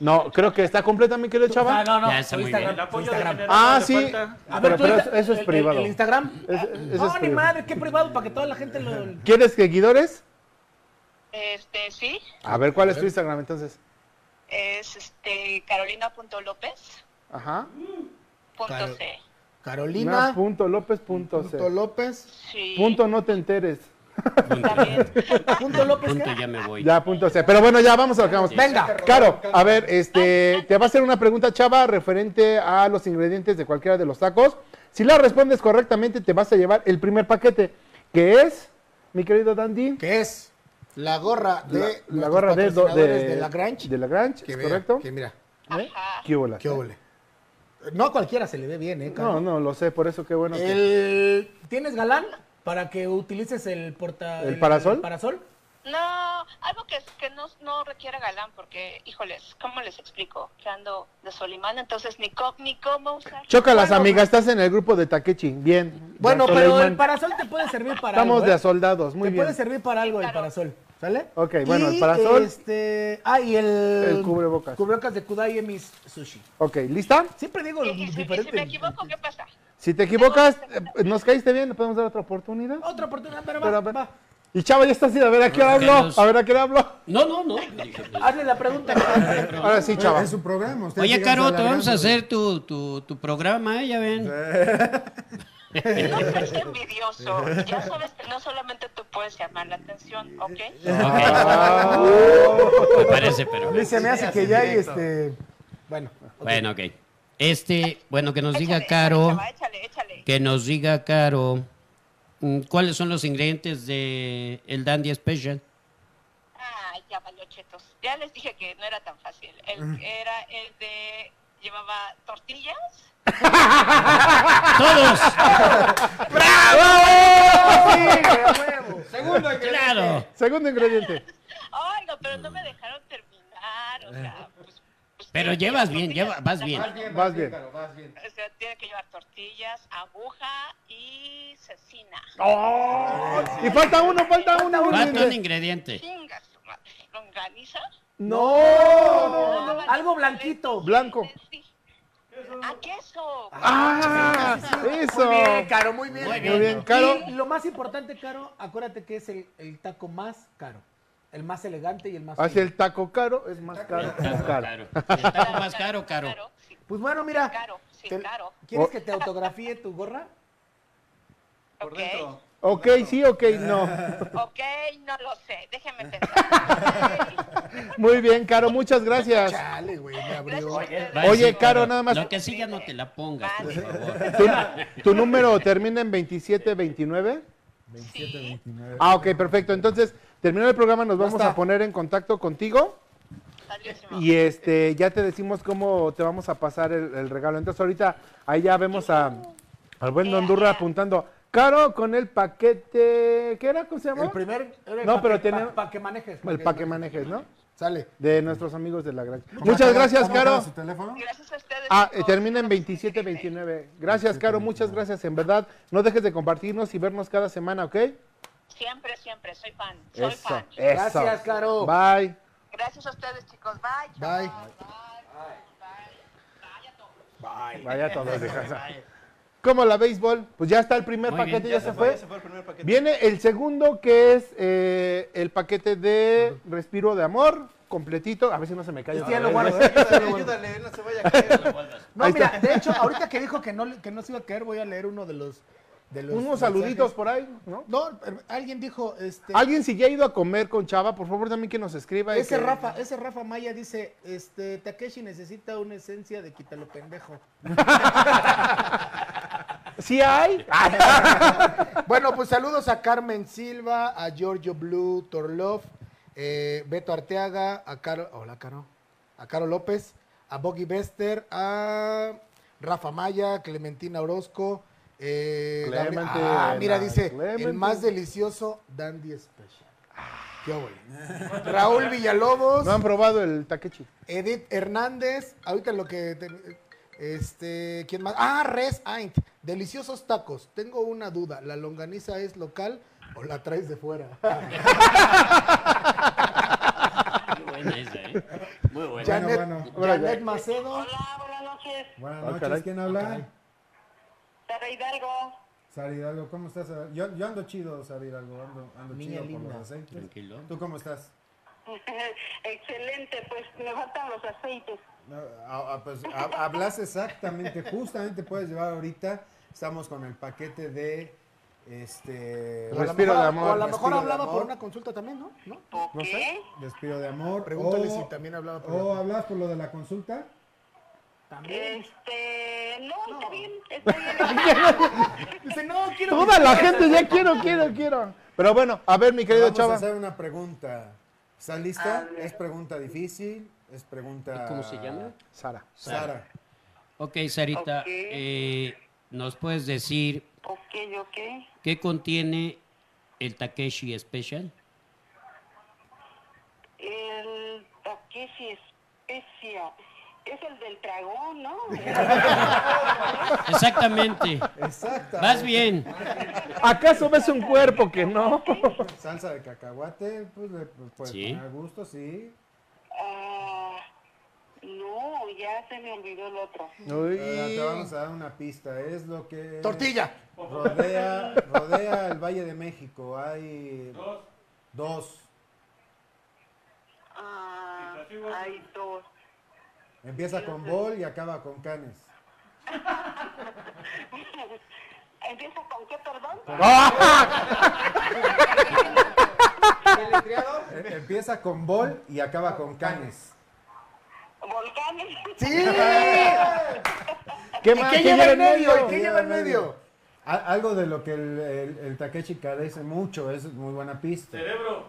Speaker 1: No, creo que está completa, mi querido
Speaker 7: Ah,
Speaker 1: chaval.
Speaker 7: no, no.
Speaker 8: Ya está
Speaker 7: su
Speaker 8: muy
Speaker 7: Instagram,
Speaker 5: El
Speaker 7: su
Speaker 5: apoyo
Speaker 7: Instagram.
Speaker 5: degenerado.
Speaker 1: Ah,
Speaker 5: le
Speaker 1: sí.
Speaker 5: falta.
Speaker 7: A ver,
Speaker 1: Pero,
Speaker 7: tú
Speaker 1: pero
Speaker 7: Insta-
Speaker 1: eso
Speaker 7: el-
Speaker 1: es
Speaker 7: el-
Speaker 1: privado.
Speaker 7: El Instagram.
Speaker 1: Es- es- es
Speaker 7: No, ni
Speaker 1: privado.
Speaker 7: madre, qué privado para que toda la gente lo.
Speaker 1: ¿Quieres seguidores?
Speaker 6: Este, sí.
Speaker 1: A ver, ¿cuál es tu Instagram entonces?
Speaker 6: Es este, carolina.lopez.c.
Speaker 1: Ajá.
Speaker 7: Caro-
Speaker 1: Lina.
Speaker 7: Carolina.
Speaker 1: Punto López punto C.
Speaker 7: Punto López.
Speaker 6: Sí.
Speaker 1: Punto no te enteres.
Speaker 6: También.
Speaker 7: Punto López. ¿qué?
Speaker 8: Punto, ya me voy.
Speaker 1: Ya, punto C. Pero bueno, ya, vamos a lo que vamos.
Speaker 7: Venga.
Speaker 1: Caro, a ver, este, te va a hacer una pregunta, Chava, referente a los ingredientes de cualquiera de los tacos. Si la respondes correctamente, te vas a llevar el primer paquete, que es, mi querido Dandy,
Speaker 2: Que es la gorra de
Speaker 1: la, la
Speaker 2: nuestros
Speaker 1: gorra de, do-
Speaker 2: patrocinadores de la Grange.
Speaker 1: De la Grange,
Speaker 2: Que
Speaker 1: ¿es
Speaker 2: vea,
Speaker 1: correcto?
Speaker 2: Que mira,
Speaker 6: Ajá.
Speaker 1: ¿Qué bolas?
Speaker 2: qué óvole. No a cualquiera se le ve bien, ¿eh?
Speaker 1: No,
Speaker 2: cabrón?
Speaker 1: no, lo sé, por eso qué bueno. que-
Speaker 7: El- ¿Tienes galán para que utilices el porta.
Speaker 1: ¿El parasol?
Speaker 7: parasol?
Speaker 6: No, algo que, que no, no requiera galán, porque, híjoles, ¿cómo les explico? Que ando de Solimán, entonces ni, co- ni cómo usar.
Speaker 1: Chócalas,
Speaker 7: Bueno,
Speaker 1: amiga, estás en el grupo de Takechi. Bien.
Speaker 7: Bueno,
Speaker 1: Ya,
Speaker 7: pero
Speaker 1: Soleimán.
Speaker 7: el parasol te puede servir para
Speaker 1: Estamos
Speaker 7: algo.
Speaker 1: de
Speaker 7: ¿eh?
Speaker 1: asoldados, muy
Speaker 7: te
Speaker 1: bien.
Speaker 7: puede servir para algo el parasol, ¿sale?
Speaker 1: Ok, bueno, el
Speaker 7: Y,
Speaker 1: parasol.
Speaker 7: Este, ah, y el.
Speaker 1: El cubrebocas.
Speaker 7: Cubrebocas de Kudai Emis Sushi.
Speaker 1: Ok, ¿lista?
Speaker 7: Siempre digo
Speaker 6: Y, y si, y si
Speaker 7: diferente.
Speaker 6: me equivoco, ¿qué pasa?
Speaker 1: Si te equivocas, eh, nos caíste bien, le podemos dar otra oportunidad.
Speaker 7: Otra oportunidad, pero, va,
Speaker 1: Pero, a ver.
Speaker 7: va.
Speaker 1: Y Chava, ya estás a ver a qué hora hablo.
Speaker 8: Carlos.
Speaker 1: A ver a qué hora hablo.
Speaker 8: No,
Speaker 1: [LAUGHS]
Speaker 8: no, no. yo dije, pues,
Speaker 7: Hazle la pregunta. cabrón.
Speaker 1: Ahora sí, Chava.
Speaker 4: Es su programa. ustedes
Speaker 8: Oye,
Speaker 4: síganse
Speaker 8: Caro, te
Speaker 4: alargando.
Speaker 8: vamos a hacer tu, tu, tu programa, ¿eh? ya
Speaker 1: [LAUGHS]
Speaker 8: ven. [LAUGHS]
Speaker 6: No seas envidioso. Ya sabes que no solamente tú puedes llamar la atención, ¿ok?
Speaker 8: Ok. Me
Speaker 1: [LAUGHS]
Speaker 8: parece
Speaker 2: A mí
Speaker 8: perfecto.
Speaker 2: se me hace que ya hay este. Bueno,
Speaker 8: Bueno, ok. Este, bueno, que nos diga
Speaker 6: Échale,
Speaker 8: Caro,
Speaker 6: échale, Échale, échale.
Speaker 8: que nos diga Caro, mm, ¿cuáles son los ingredientes de el Dandy Special?
Speaker 6: Ay, ya valió chetos. Ya les dije que no era tan fácil. El, era el de... Llevaba tortillas.
Speaker 8: ¡Todos!
Speaker 2: Segundo
Speaker 8: ¡Claro!
Speaker 1: Segundo ingrediente.
Speaker 6: Ay, no, pero no me dejaron terminar. O sea, pues... pues,
Speaker 8: Eh. Pero
Speaker 6: sí,
Speaker 8: llevas
Speaker 6: tortillas,
Speaker 8: bien, lleva, vas bien.
Speaker 1: Vas bien.
Speaker 6: O sea, tiene que llevar tortillas, aguja y cecina.
Speaker 1: Y falta uno, falta uno. un
Speaker 8: Falta un
Speaker 1: ingrediente.
Speaker 8: ingrediente.
Speaker 6: Chinga su madre. ¿Longaniza?
Speaker 1: No.
Speaker 6: Ah, vale,
Speaker 7: Algo
Speaker 6: vale,
Speaker 7: blanquito.
Speaker 6: sí,
Speaker 1: Blanco.
Speaker 6: sí, sí. Ah, queso.
Speaker 1: Ah, eso.
Speaker 7: Muy bien, Caro, muy bien.
Speaker 8: Muy
Speaker 1: Muy bien, Caro.
Speaker 7: Y lo más importante, Caro, acuérdate que es el, el taco más caro. El más elegante y el más.
Speaker 1: Hacia
Speaker 7: fino.
Speaker 1: Ah, el taco caro es más caro que un caro.
Speaker 8: Caro. Está más caro, Caro.
Speaker 6: sí,
Speaker 7: Pues bueno, mira.
Speaker 6: Caro, sí,
Speaker 7: te-
Speaker 6: caro.
Speaker 1: Oh.
Speaker 7: ¿Quieres que te autografíe tu gorra?
Speaker 6: Ok,
Speaker 1: Ok, sí, ok, no.
Speaker 6: ok, no lo sé. Déjenme
Speaker 8: [LAUGHS]
Speaker 6: pensar.
Speaker 1: Muy bien, Caro, muchas gracias.
Speaker 2: Dale, güey, me
Speaker 6: Gracias
Speaker 2: abrió.
Speaker 6: a ustedes.
Speaker 8: Vas,
Speaker 1: Oye,
Speaker 8: sí,
Speaker 1: Caro, nada más.
Speaker 8: Lo que sí ya no te la pongas, por
Speaker 6: Vale.
Speaker 8: favor.
Speaker 1: [LAUGHS] ¿Tu, tu número termina en 2729?
Speaker 6: Sí,
Speaker 1: Ah, ok, perfecto. Entonces, terminando el programa, nos vamos
Speaker 2: está.
Speaker 1: a poner en contacto contigo.
Speaker 6: padrísimo.
Speaker 1: Y este, ya te decimos cómo te vamos a pasar el, el regalo. Entonces ahorita ahí ya vemos a, al
Speaker 2: Eh,
Speaker 1: buen Don Durra apuntando. Caro con el paquete. ¿Qué era? ¿Cómo se
Speaker 2: El
Speaker 1: llamaba?
Speaker 2: primer.
Speaker 7: Era el eh,
Speaker 1: No,
Speaker 7: pa-
Speaker 1: pero
Speaker 7: pa-
Speaker 1: tenía-
Speaker 7: pa' que manejes.
Speaker 1: El pa' que manejes, ¿no?
Speaker 2: Sale.
Speaker 1: De nuestros amigos de la granja. Muchas gracias,
Speaker 4: ¿Cómo queda
Speaker 1: Caro.
Speaker 4: su teléfono?
Speaker 6: Gracias a ustedes.
Speaker 1: Ah, eh,
Speaker 6: chicos.
Speaker 1: termina en
Speaker 6: Nos vemos
Speaker 1: 2729. Gracias, Caro. Muchas gracias. En verdad, no dejes de compartirnos y vernos cada semana, ¿ok?
Speaker 6: Siempre, siempre. Soy fan. Soy
Speaker 1: Eso, Eh.
Speaker 6: fan.
Speaker 1: eso.
Speaker 7: Gracias, Caro.
Speaker 1: Bye.
Speaker 6: Gracias a ustedes, chicos. Bye.
Speaker 2: Bye.
Speaker 6: chavos. Bye. Bye. Bye a todos.
Speaker 1: Vaya todos de casa. Como la béisbol, pues ya está el primer
Speaker 8: Muy
Speaker 1: paquete,
Speaker 8: bien,
Speaker 1: ya, se, fue.
Speaker 3: Ese fue el primer paquete.
Speaker 1: Viene el segundo que es eh, el paquete de respiro de amor completito. A ver si no se me cae.
Speaker 7: ya
Speaker 1: otra
Speaker 7: Pues lo
Speaker 1: vez.
Speaker 7: guardo, ¿eh?
Speaker 8: [LAUGHS]
Speaker 3: Ayúdale, ayúdale, no se vaya a caer.
Speaker 7: No,
Speaker 1: Ahí
Speaker 7: mira,
Speaker 1: está. [LAUGHS]
Speaker 7: de hecho, ahorita que dijo que no, le- que no se iba a caer, voy a leer uno de los. De los
Speaker 1: Unos
Speaker 7: mensajes.
Speaker 1: saluditos por ahí, ¿no?
Speaker 7: No, pero alguien dijo. Este,
Speaker 1: Alguien si ya ha ido a comer con Chava, por favor también que nos escriba. y
Speaker 7: Ese
Speaker 1: que-
Speaker 7: Rafa, ese Rafa Maya dice, este, Takeshi necesita una esencia de quítalo pendejo.
Speaker 1: ¿Sí hay?
Speaker 7: bueno, pues saludos a Carmen Silva, a Giorgio Blue, Torlov, eh, Beto Arteaga, a Caro, hola Caro, a Caro López, a Boggy Bester, a Rafa Maya, Clementina Orozco, eh, Gabri-
Speaker 1: Clemente,
Speaker 7: ah, mira,
Speaker 1: la
Speaker 7: dice,
Speaker 1: Clemente.
Speaker 7: el más delicioso Dandy Special. Qué bueno. Raúl Villalobos.
Speaker 1: No han probado el takechi.
Speaker 7: Edith Hernández, ahorita lo que... te- este, ¿quién más? Ah, Res Aint, deliciosos tacos. Tengo una duda, ¿la longaniza es local o la traes
Speaker 9: [LAUGHS]
Speaker 7: de fuera?
Speaker 8: Muy buena esa, ¿eh? Muy buena.
Speaker 7: Janet,
Speaker 4: bueno.
Speaker 7: Janet Macedo,
Speaker 9: Hola, buenas noches.
Speaker 4: Buenas
Speaker 1: Ah,
Speaker 4: noches,
Speaker 1: caray.
Speaker 4: ¿quién habla?
Speaker 9: Sara Hidalgo. [LAUGHS]
Speaker 4: Sara Hidalgo, ¿cómo estás? Sara? Yo, yo ando chido, Sara Hidalgo, ando, ando
Speaker 7: Niña
Speaker 4: chido por
Speaker 7: linda.
Speaker 4: los aceites.
Speaker 8: Tranquilo.
Speaker 4: ¿Tú cómo estás?
Speaker 9: Excelente, pues me faltan los aceites.
Speaker 4: No, a- a- pues, a- hablas exactamente, justamente puedes llevar ahorita, estamos con el paquete de, este...
Speaker 7: o a lo
Speaker 1: Respiro
Speaker 7: mejor-
Speaker 1: de amor,
Speaker 7: o a lo mejor
Speaker 4: respiro de
Speaker 7: hablaba por
Speaker 4: amor.
Speaker 7: una consulta también, ¿no? ¿No?
Speaker 9: ¿Por
Speaker 4: No sé,
Speaker 9: qué?
Speaker 4: respiro de amor.
Speaker 7: Pregúntale
Speaker 4: o-
Speaker 7: si también hablaba por
Speaker 4: ¿O hablas por lo de la consulta?
Speaker 7: También.
Speaker 9: Este, no, está bien, está bien.
Speaker 7: Dice, no, quiero...
Speaker 1: Toda la gente ya quiero, quiero, quiero. Pero bueno, a ver, mi querido
Speaker 4: Vamos a
Speaker 1: Chava.
Speaker 4: hacer una pregunta. ¿Estás lista?
Speaker 9: A ver.
Speaker 4: Es pregunta difícil, es pregunta...
Speaker 8: ¿Y cómo se llama?
Speaker 1: Sara.
Speaker 4: Sara.
Speaker 8: Ok, Sarita,
Speaker 9: Ok.
Speaker 8: eh, ¿nos puedes decir
Speaker 9: ok, ok.
Speaker 8: qué contiene el Takeshi Special?
Speaker 9: El Takeshi Especia. Es el del dragón, ¿no?
Speaker 7: [LAUGHS]
Speaker 8: Exactamente.
Speaker 4: Exacta.
Speaker 8: Vas bien.
Speaker 1: ¿Acaso ves un cuerpo que no?
Speaker 4: Salsa de cacahuate, pues le puedes
Speaker 8: Sí.
Speaker 4: poner a gusto, sí.
Speaker 9: Ah, no, ya se me olvidó el otro.
Speaker 1: Uy.
Speaker 4: Eh, te vamos a dar una pista. Es lo que.
Speaker 7: Tortilla.
Speaker 4: Rodea, rodea el Valle de México. Hay. Dos.
Speaker 9: Ah, hay dos.
Speaker 4: Empieza con bol y acaba con canes.
Speaker 9: [LAUGHS] ¿Empieza con qué, perdón?
Speaker 4: Eh, Empieza con bol y acaba con canes.
Speaker 9: Volcanes.
Speaker 7: ¡Sí!
Speaker 1: ¿Qué
Speaker 7: ¿Y
Speaker 4: Ah,
Speaker 1: más?
Speaker 7: qué lleva en medio? ¿Y qué lleva en medio?
Speaker 4: A- algo de lo que el, el- el Takeshi carece mucho. Es muy buena pista.
Speaker 5: Cerebro.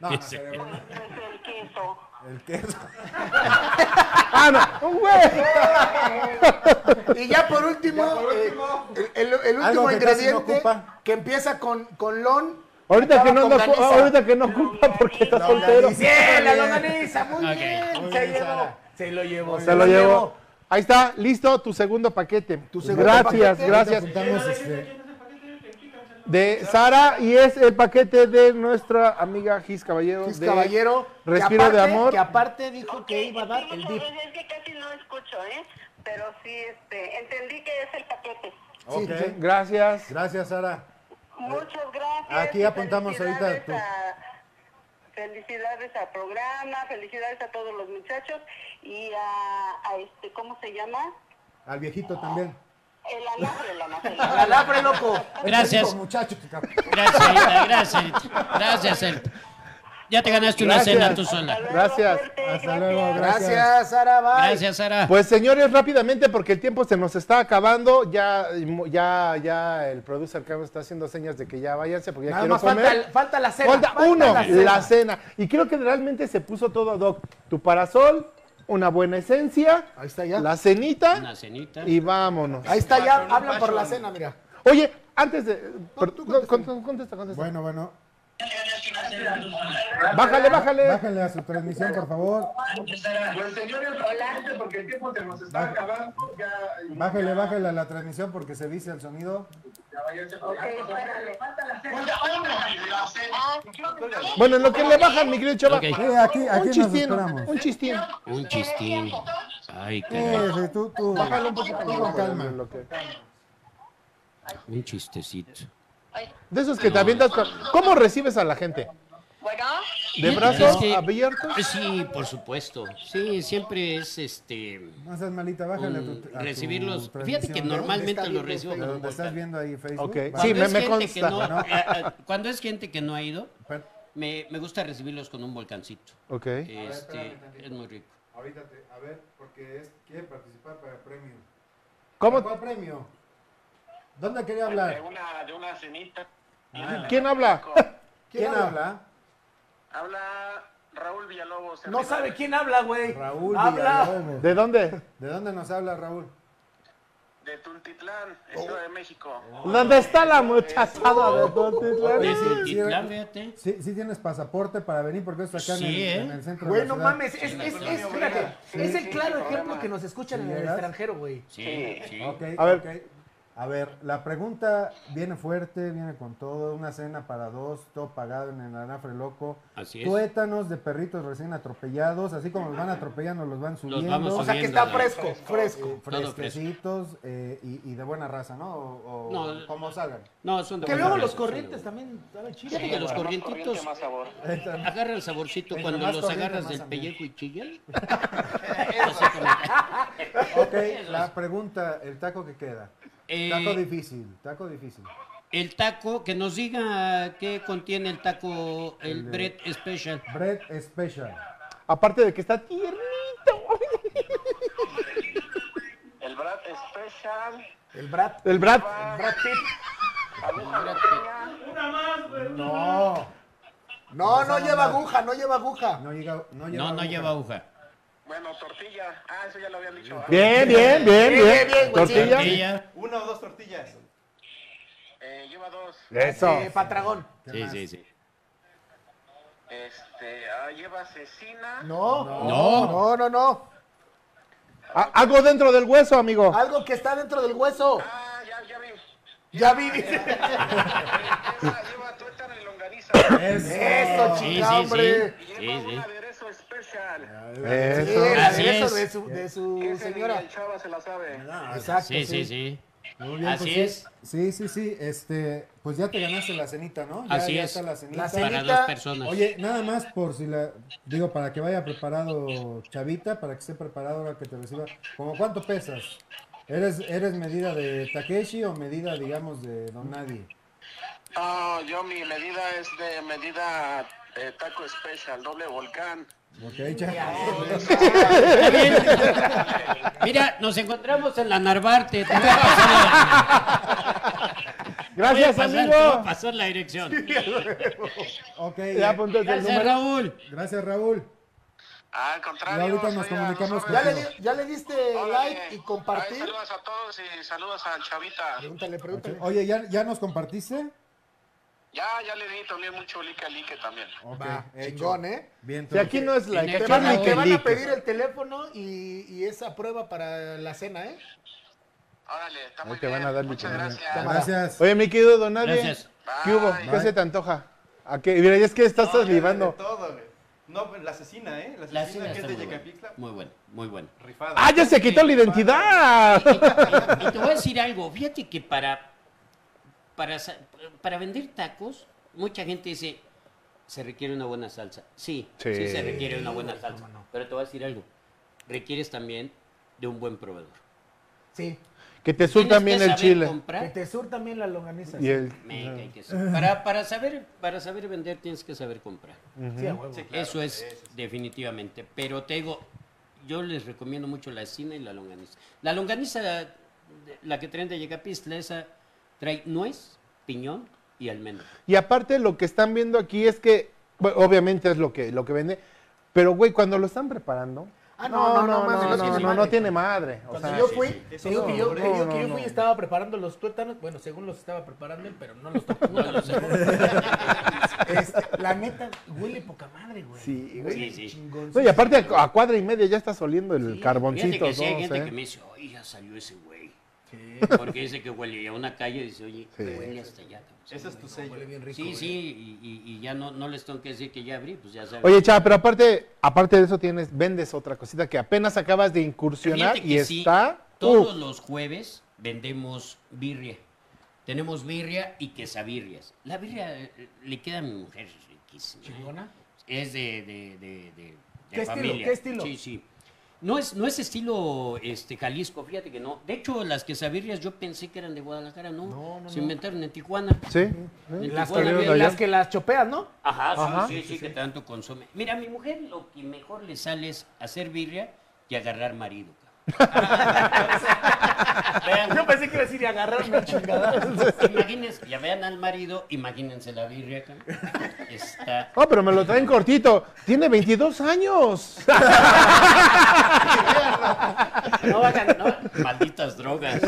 Speaker 4: No, no, cerebro.
Speaker 9: Pues el queso.
Speaker 4: El queso.
Speaker 1: Ah, no. [LAUGHS] Un güey.
Speaker 7: Y ya por último, eh, el, el- el último
Speaker 4: Algo que casi no
Speaker 7: ingrediente
Speaker 4: ocupa.
Speaker 7: que empieza con, con lon.
Speaker 1: Ahorita que
Speaker 7: acaba
Speaker 1: no
Speaker 7: con
Speaker 1: anda cu-
Speaker 7: ganiza.
Speaker 1: ahorita que no ocupa porque está soltero.
Speaker 7: Bien, la longaniza, muy
Speaker 8: Ok.
Speaker 7: bien.
Speaker 4: Muy
Speaker 7: se,
Speaker 4: bien,
Speaker 7: llevó.
Speaker 4: Sara.
Speaker 7: se lo llevó.
Speaker 1: Se lo llevo. Ahí está, listo tu segundo paquete.
Speaker 7: segundo
Speaker 1: gracias,
Speaker 7: paquete.
Speaker 1: gracias.
Speaker 4: Juntamos este.
Speaker 1: De Sara y es el paquete de nuestra amiga Gis Caballero.
Speaker 7: Luis
Speaker 1: de-
Speaker 7: Caballero. que
Speaker 1: Respiro de
Speaker 7: aparte-
Speaker 1: amor.
Speaker 7: Que aparte dijo
Speaker 9: Ok,
Speaker 7: que iba a dar
Speaker 9: sí,
Speaker 7: el
Speaker 9: muchas
Speaker 7: dip.
Speaker 9: veces Pues, Es que casi no escucho, ¿eh? Pero sí, este, entendí que es el paquete.
Speaker 4: Ok.
Speaker 1: Gracias.
Speaker 4: Gracias, Sara.
Speaker 9: Muchas gracias.
Speaker 4: aquí
Speaker 9: y
Speaker 4: apuntamos ahorita
Speaker 9: felicidades
Speaker 4: tu-
Speaker 9: a- Felicidades al programa, felicidades a todos los muchachos y a, a este, ¿cómo se llama?
Speaker 4: Al viejito también.
Speaker 9: El anafre, el anafre.
Speaker 7: Alabre loco.
Speaker 8: Gracias.
Speaker 4: Muchachos, cabrón.
Speaker 8: Gracias, Sarita. Gracias, Sarita. Gracias, Sarita. Ya te ganaste una
Speaker 1: Gracias.
Speaker 8: cena tú
Speaker 9: Hasta
Speaker 8: sola.
Speaker 9: luego,
Speaker 1: Gracias.
Speaker 9: suerte,
Speaker 4: Hasta luego,
Speaker 9: gracias.
Speaker 7: Gracias, Sara. Bye.
Speaker 8: Gracias, Sara.
Speaker 1: Pues señores, rápidamente porque el tiempo se nos está acabando. Ya, ya, ya el producer Carlos está haciendo señas de que ya váyanse porque ya
Speaker 7: Nada
Speaker 1: quiero
Speaker 7: más
Speaker 1: comer.
Speaker 7: falta, el- falta la cena.
Speaker 1: Falta
Speaker 7: falta
Speaker 1: uno, la
Speaker 7: la cena.
Speaker 1: cena. Y creo que realmente se puso todo ad hoc. Tu parasol, una buena esencia,
Speaker 7: Ahí está ya.
Speaker 1: la cenita
Speaker 8: Una cenita.
Speaker 1: y vámonos.
Speaker 7: Ahí está ya. Hablan por la cena, mira.
Speaker 1: Oye, antes de. per- no, contesta, contesta.
Speaker 4: Bueno, bueno.
Speaker 1: Bájale, bájale.
Speaker 4: Bájale a su transmisión, por favor.
Speaker 10: Pues señores, bastante, porque el tiempo se nos está acabando. Ya,
Speaker 4: Bájale, bájale a la transmisión porque se dice el sonido.
Speaker 10: ya váyanse. Falta uno, la cena.
Speaker 9: Ah, ¿qué?
Speaker 1: Bueno, en lo que le bajan, mi querido chaval.
Speaker 8: Ok.
Speaker 4: Eh, aquí, aquí
Speaker 1: un
Speaker 4: nos
Speaker 1: chistín,
Speaker 4: esperamos.
Speaker 1: un chistín.
Speaker 8: Un chistín. Ay,
Speaker 4: Eh,
Speaker 1: Pues,
Speaker 8: caray.
Speaker 4: sí, tú, tú.
Speaker 1: Bájale un poquito.
Speaker 4: Con calma.
Speaker 1: Lo que-
Speaker 8: Un chistecito.
Speaker 9: Ay,
Speaker 1: De esos que te avientas. con- ¿Cómo recibes a la gente?
Speaker 9: Bueno,
Speaker 1: ¿De brazos
Speaker 8: Es que-
Speaker 1: abiertos?
Speaker 8: Sí, por supuesto. Sí, siempre es este.
Speaker 4: No seas malita, bájale a tu-
Speaker 8: un-
Speaker 4: a tu
Speaker 8: Mm, recibirlos. Fíjate que
Speaker 4: transmisión.
Speaker 8: normalmente los recibo
Speaker 4: ¿De
Speaker 8: como
Speaker 4: dónde estás
Speaker 8: volcán.
Speaker 4: viendo ahí Facebook?
Speaker 1: Ok.
Speaker 4: Va-
Speaker 1: Sí,
Speaker 8: Cuando
Speaker 1: me-
Speaker 8: es
Speaker 1: me
Speaker 8: gente que
Speaker 1: consta.
Speaker 8: no- eh, eh, cuando es gente que no ha ido,
Speaker 4: per-
Speaker 8: me, me gusta recibirlos con un volcancito.
Speaker 1: Ok.
Speaker 8: Este,
Speaker 4: espérame tantito.
Speaker 8: es muy rico.
Speaker 4: Ahorita te, a ver, porque es, quiere participar para el premio.
Speaker 1: ¿Cómo?
Speaker 4: ¿Cuál premio? ¿Dónde quería hablar?
Speaker 10: una, de una cenita.
Speaker 8: Ah,
Speaker 1: ¿Quién habla?
Speaker 4: ¿Quién habla?
Speaker 10: Habla Raúl Villalobos.
Speaker 7: No sabe quién habla, güey.
Speaker 4: Raúl
Speaker 7: habla.
Speaker 4: Villalobos.
Speaker 1: ¿De dónde?
Speaker 4: ¿De dónde nos habla Raúl?
Speaker 10: De Tultitlán, Ciudad de México.
Speaker 1: ¿Dónde está la muchachada de Tultitlán?
Speaker 8: De
Speaker 4: sí,
Speaker 8: Tultitlán,
Speaker 4: sí.
Speaker 8: fíjate.
Speaker 4: Sí, sí tienes pasaporte para venir porque esto está acá en,
Speaker 8: Sí,
Speaker 4: el,
Speaker 8: ¿eh?
Speaker 4: en el centro
Speaker 7: Güey,
Speaker 4: de la
Speaker 7: no
Speaker 4: ciudad.
Speaker 7: mames. Es, es, es, fíjate, es el claro ejemplo que nos escuchan en el
Speaker 4: ¿Verdad?
Speaker 7: extranjero, güey.
Speaker 8: Sí, sí.
Speaker 4: Ok,
Speaker 1: A ver.
Speaker 4: ok. A ver, la pregunta viene fuerte, viene con todo, una cena para dos, todo pagado en el anafre loco,
Speaker 8: Así es.
Speaker 4: tuétanos de perritos recién atropellados, así como los van atropellando, los van subiendo,
Speaker 8: vamos
Speaker 7: O sea, que
Speaker 8: Subiendo,
Speaker 7: está
Speaker 8: ¿no?
Speaker 7: fresco, fresco.
Speaker 8: todo fresco.
Speaker 4: fresquecitos eh, y, y de buena raza, ¿no? O, o
Speaker 8: No,
Speaker 4: como salgan.
Speaker 8: No, son de
Speaker 7: Que
Speaker 8: buena
Speaker 7: luego
Speaker 8: raza,
Speaker 7: los
Speaker 8: son de
Speaker 7: corrientes
Speaker 8: buena.
Speaker 7: también saben chido.
Speaker 8: Fíjate que los corrientitos
Speaker 10: sabor.
Speaker 8: agarra el saborcito
Speaker 4: Entre
Speaker 8: cuando
Speaker 4: más
Speaker 8: los
Speaker 4: corriente,
Speaker 8: agarras
Speaker 4: más
Speaker 8: del
Speaker 4: ambiente.
Speaker 8: pellejo y
Speaker 4: [LAUGHS]
Speaker 8: chillan.
Speaker 4: Ok, la pregunta, el taco que queda.
Speaker 8: Eh,
Speaker 4: Taco difícil, taco difícil.
Speaker 8: El taco, que nos diga qué contiene el taco, el bread special.
Speaker 4: Bread special.
Speaker 1: Aparte de que está tiernito.
Speaker 10: El Brad Special.
Speaker 7: El Brad.
Speaker 1: El Brad.
Speaker 10: Brad Pitt. Aguja norteña.
Speaker 4: No,
Speaker 7: No, no lleva aguja, no lleva aguja.
Speaker 4: no llega, no lleva.
Speaker 8: No, no
Speaker 4: aguja.
Speaker 8: lleva aguja.
Speaker 10: Bueno, tortilla. Ah, eso ya lo habían dicho. ¿verdad?
Speaker 1: Bien, bien, bien, bien. ¿Tortilla?
Speaker 8: Tortilla.
Speaker 3: Una o dos tortillas.
Speaker 10: Eh, lleva dos.
Speaker 1: Eso.
Speaker 7: Eh, patragón.
Speaker 8: Sí, sí, sí.
Speaker 10: Este, ah, lleva cecina.
Speaker 7: No.
Speaker 8: No.
Speaker 7: No, no, no.
Speaker 1: Ah, Algo dentro del hueso, amigo.
Speaker 7: Algo que está dentro del hueso.
Speaker 10: Ah, ya, ya vi.
Speaker 7: Ya vi, dice.
Speaker 10: Lleva, lleva tuétano y longaniza.
Speaker 7: Eso,
Speaker 8: Sí,
Speaker 7: chica,
Speaker 8: sí,
Speaker 7: hombre.
Speaker 8: sí.
Speaker 10: Y lleva
Speaker 8: Sí,
Speaker 10: un
Speaker 8: sí.
Speaker 10: aderezo especial.
Speaker 7: Sí,
Speaker 1: Eso.
Speaker 7: el
Speaker 8: Así
Speaker 7: aderezo
Speaker 8: es.
Speaker 7: de su, de su
Speaker 10: Ese ni
Speaker 7: señora.
Speaker 10: el chava se la sabe.
Speaker 7: Exacto.
Speaker 8: Sí, sí, sí.
Speaker 4: Muy bien,
Speaker 8: Así
Speaker 4: pues sí.
Speaker 8: es.
Speaker 4: Sí, sí, sí. Este, pues ya te ganaste la cenita, ¿no? Ya,
Speaker 8: Así
Speaker 4: ya
Speaker 8: es.
Speaker 4: está la cenita.
Speaker 7: La
Speaker 8: Para
Speaker 7: cenita.
Speaker 8: dos personas.
Speaker 4: Oye, nada más por si la digo para que vaya preparado Chavita, para que esté preparado ahora que te reciba. ¿Cómo cuánto pesas? ¿Eres eres medida de Takeshi o medida digamos de Don Nadie?
Speaker 10: No, yo mi medida es de medida eh, taco especial, doble volcán.
Speaker 4: Ok, Chava.
Speaker 8: Está bien. Mira, nos encontramos en la Narvarte. Te voy a pasar, voy a
Speaker 1: Gracias,
Speaker 7: pues,
Speaker 8: pasar- te voy a
Speaker 1: amigo.
Speaker 8: pasar la dirección.
Speaker 4: Ok. eh,
Speaker 1: Ya apunté el
Speaker 8: Gracias,
Speaker 1: número.
Speaker 8: Raúl.
Speaker 4: Gracias, Raúl.
Speaker 10: Ah, al contrario.
Speaker 4: Y ahorita nos
Speaker 10: soy a
Speaker 4: comunicamos
Speaker 10: los
Speaker 4: con-
Speaker 7: Ya
Speaker 10: órdenes.
Speaker 7: le, di- ya le diste
Speaker 10: Órale.
Speaker 7: like y
Speaker 10: Ay,
Speaker 7: compartir.
Speaker 10: saludos a todos y saludos a Chavita.
Speaker 7: Pregúntale, pregúntale.
Speaker 4: [LAUGHS] Oye, ¿ya, ya nos compartiste?
Speaker 10: Ya, ya le di también mucho like a like también.
Speaker 4: Ok.
Speaker 7: Va,
Speaker 4: hecho.
Speaker 7: chingón, ¿eh?
Speaker 4: Bien.
Speaker 1: Si aquí no es la
Speaker 8: Te
Speaker 7: Te
Speaker 8: van
Speaker 7: van,
Speaker 8: a-
Speaker 7: a, te
Speaker 1: que
Speaker 7: van a
Speaker 1: like.
Speaker 7: pedir el teléfono y, y esa prueba para la cena, ¿eh?
Speaker 10: Órale, está muy
Speaker 1: te
Speaker 10: bien.
Speaker 1: van a dar
Speaker 10: Muchas
Speaker 1: like.
Speaker 10: gracias.
Speaker 4: Gracias.
Speaker 1: Oye, mi querido Don Nadie.
Speaker 8: Gracias.
Speaker 1: ¿Qué hubo?
Speaker 10: Bye.
Speaker 1: ¿Qué se te antoja? ¿A qué? Mira, es que estás
Speaker 3: No, ya de
Speaker 1: salivando.
Speaker 3: todo, güey. No, pero la asesina, ¿eh? La asesina,
Speaker 8: La cena
Speaker 3: que
Speaker 8: está
Speaker 3: es
Speaker 8: muy
Speaker 3: de
Speaker 8: buena.
Speaker 3: Yecapixtla.
Speaker 8: Muy buena, muy buena.
Speaker 3: Rifada.
Speaker 1: ¡Ah, ya se quitó la identidad!
Speaker 8: Y te voy a decir algo, fíjate que para, para, sa- para vender tacos, mucha gente dice, se requiere una buena salsa. Sí, sí,
Speaker 1: Sí.
Speaker 8: se requiere una buena salsa. Pero te voy a decir algo, requieres también de un buen proveedor.
Speaker 7: Sí.
Speaker 1: Que te surtan
Speaker 8: Tienes
Speaker 1: bien
Speaker 8: que
Speaker 1: el
Speaker 8: saber
Speaker 1: chile.
Speaker 8: comprar.
Speaker 7: Que te surtan bien la longaniza.
Speaker 1: Y el...
Speaker 8: Meca y que sí. Para, para, saber, para saber vender tienes que saber comprar.
Speaker 7: Sí, a huevo.
Speaker 8: Eso es definitivamente. Pero te digo, yo les recomiendo mucho la cina y la longaniza. La longaniza, de- la que traen de Yecapistla, esa trae nuez, piñón y almendra.
Speaker 1: Y aparte lo que están viendo aquí es que, bueno, obviamente es lo que, lo que vende, pero güey, cuando lo están preparando,
Speaker 7: Ah, no, no, no, mames,
Speaker 1: no,
Speaker 7: no
Speaker 1: no,
Speaker 7: tiene
Speaker 1: no,
Speaker 7: madre.
Speaker 1: no tiene madre. O
Speaker 7: Cuando
Speaker 1: sea,
Speaker 7: yo fui,
Speaker 3: sí.
Speaker 7: te digo que yo,
Speaker 1: No,
Speaker 7: te digo que
Speaker 1: no,
Speaker 7: yo
Speaker 1: no.
Speaker 7: fui y estaba preparando los tuétanos. Bueno, según los estaba preparando, pero no los tocó. No
Speaker 1: [LAUGHS]
Speaker 7: los tocó. Este, la neta, huele poca madre, güey.
Speaker 1: Sí, güey.
Speaker 7: Huele
Speaker 8: Sí, sí.
Speaker 7: chingón.
Speaker 1: no, y aparte a, a cuadra y media ya está soliendo el
Speaker 8: Fíjate
Speaker 1: carboncito,
Speaker 8: que sí hay
Speaker 1: ¿no?
Speaker 8: gente
Speaker 1: Sí.
Speaker 8: que me dice, oye, ya salió ese
Speaker 7: [LAUGHS]
Speaker 8: güey. Porque dice que huele a una calle y dice, oye, huele hasta allá.
Speaker 3: Ese es tu sello.
Speaker 7: Huele bien rico. eh.
Speaker 8: Sí,
Speaker 7: güey.
Speaker 8: sí, y, y- y ya no, no les tengo que decir que ya abrí, pues ya saben.
Speaker 1: Oye, chava, pero aparte, aparte de eso tienes, vendes otra cosita que apenas acabas de incursionar
Speaker 8: Fíjate
Speaker 1: y
Speaker 8: que sí,
Speaker 1: está.
Speaker 8: todos
Speaker 1: ¡uh!
Speaker 8: los jueves vendemos birria. Tenemos birria y quesabirrias. La birria eh, le queda a mi mujer riquísima. ¿eh?
Speaker 7: Chingona.
Speaker 8: es de, de- de- de- de
Speaker 7: ¿Qué estilo?
Speaker 8: familia.
Speaker 7: ¿Qué estilo?
Speaker 8: Sí, sí. No es, no es estilo este, Jalisco, fíjate que no. De hecho, las quesabirrias yo pensé que eran de Guadalajara, no. Se inventaron en Tijuana.
Speaker 1: Sí.
Speaker 8: En
Speaker 7: Las que,
Speaker 8: Tijuana había-
Speaker 7: las que las chopeas, ¿no?
Speaker 8: Ajá, sí,
Speaker 1: Ajá.
Speaker 8: sí, sí, que tanto consume. Mira, a mi mujer lo que mejor le sale es hacer birria y agarrar marido. [LAUGHS] cabrón. Vean,
Speaker 7: Yo pensé que iba a decir y agarrarme a chingadazo.
Speaker 8: Imagínense, ya vean al marido, imagínense la birria. acá. Está.
Speaker 1: Oh, pero me lo traen cortito. Tiene 22 años.
Speaker 8: No hagan, no, malditas drogas.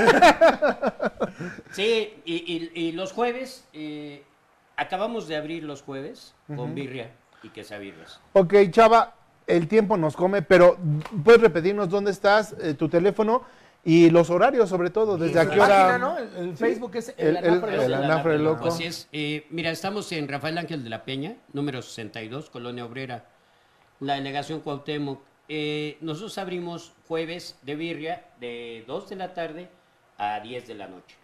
Speaker 8: Sí, y, y- y los jueves, eh, acabamos de abrir los jueves con birria y quesabirras.
Speaker 1: Ok, Chava, el tiempo nos come, pero puedes repetirnos dónde estás, eh, tu teléfono y los horarios, sobre todo, desde a qué hora.
Speaker 7: Página, ¿no? El, el Facebook es
Speaker 1: El-
Speaker 7: el,
Speaker 1: el-
Speaker 7: Anafre, ¿no?
Speaker 1: el- Anafre Loco.
Speaker 8: Así es. Eh, mira, estamos en Rafael Ángel de la Peña, número 62, Colonia Obrera, la delegación Cuauhtémoc. Eh, nosotros abrimos jueves de birria de 2 de la tarde a 10 de la noche.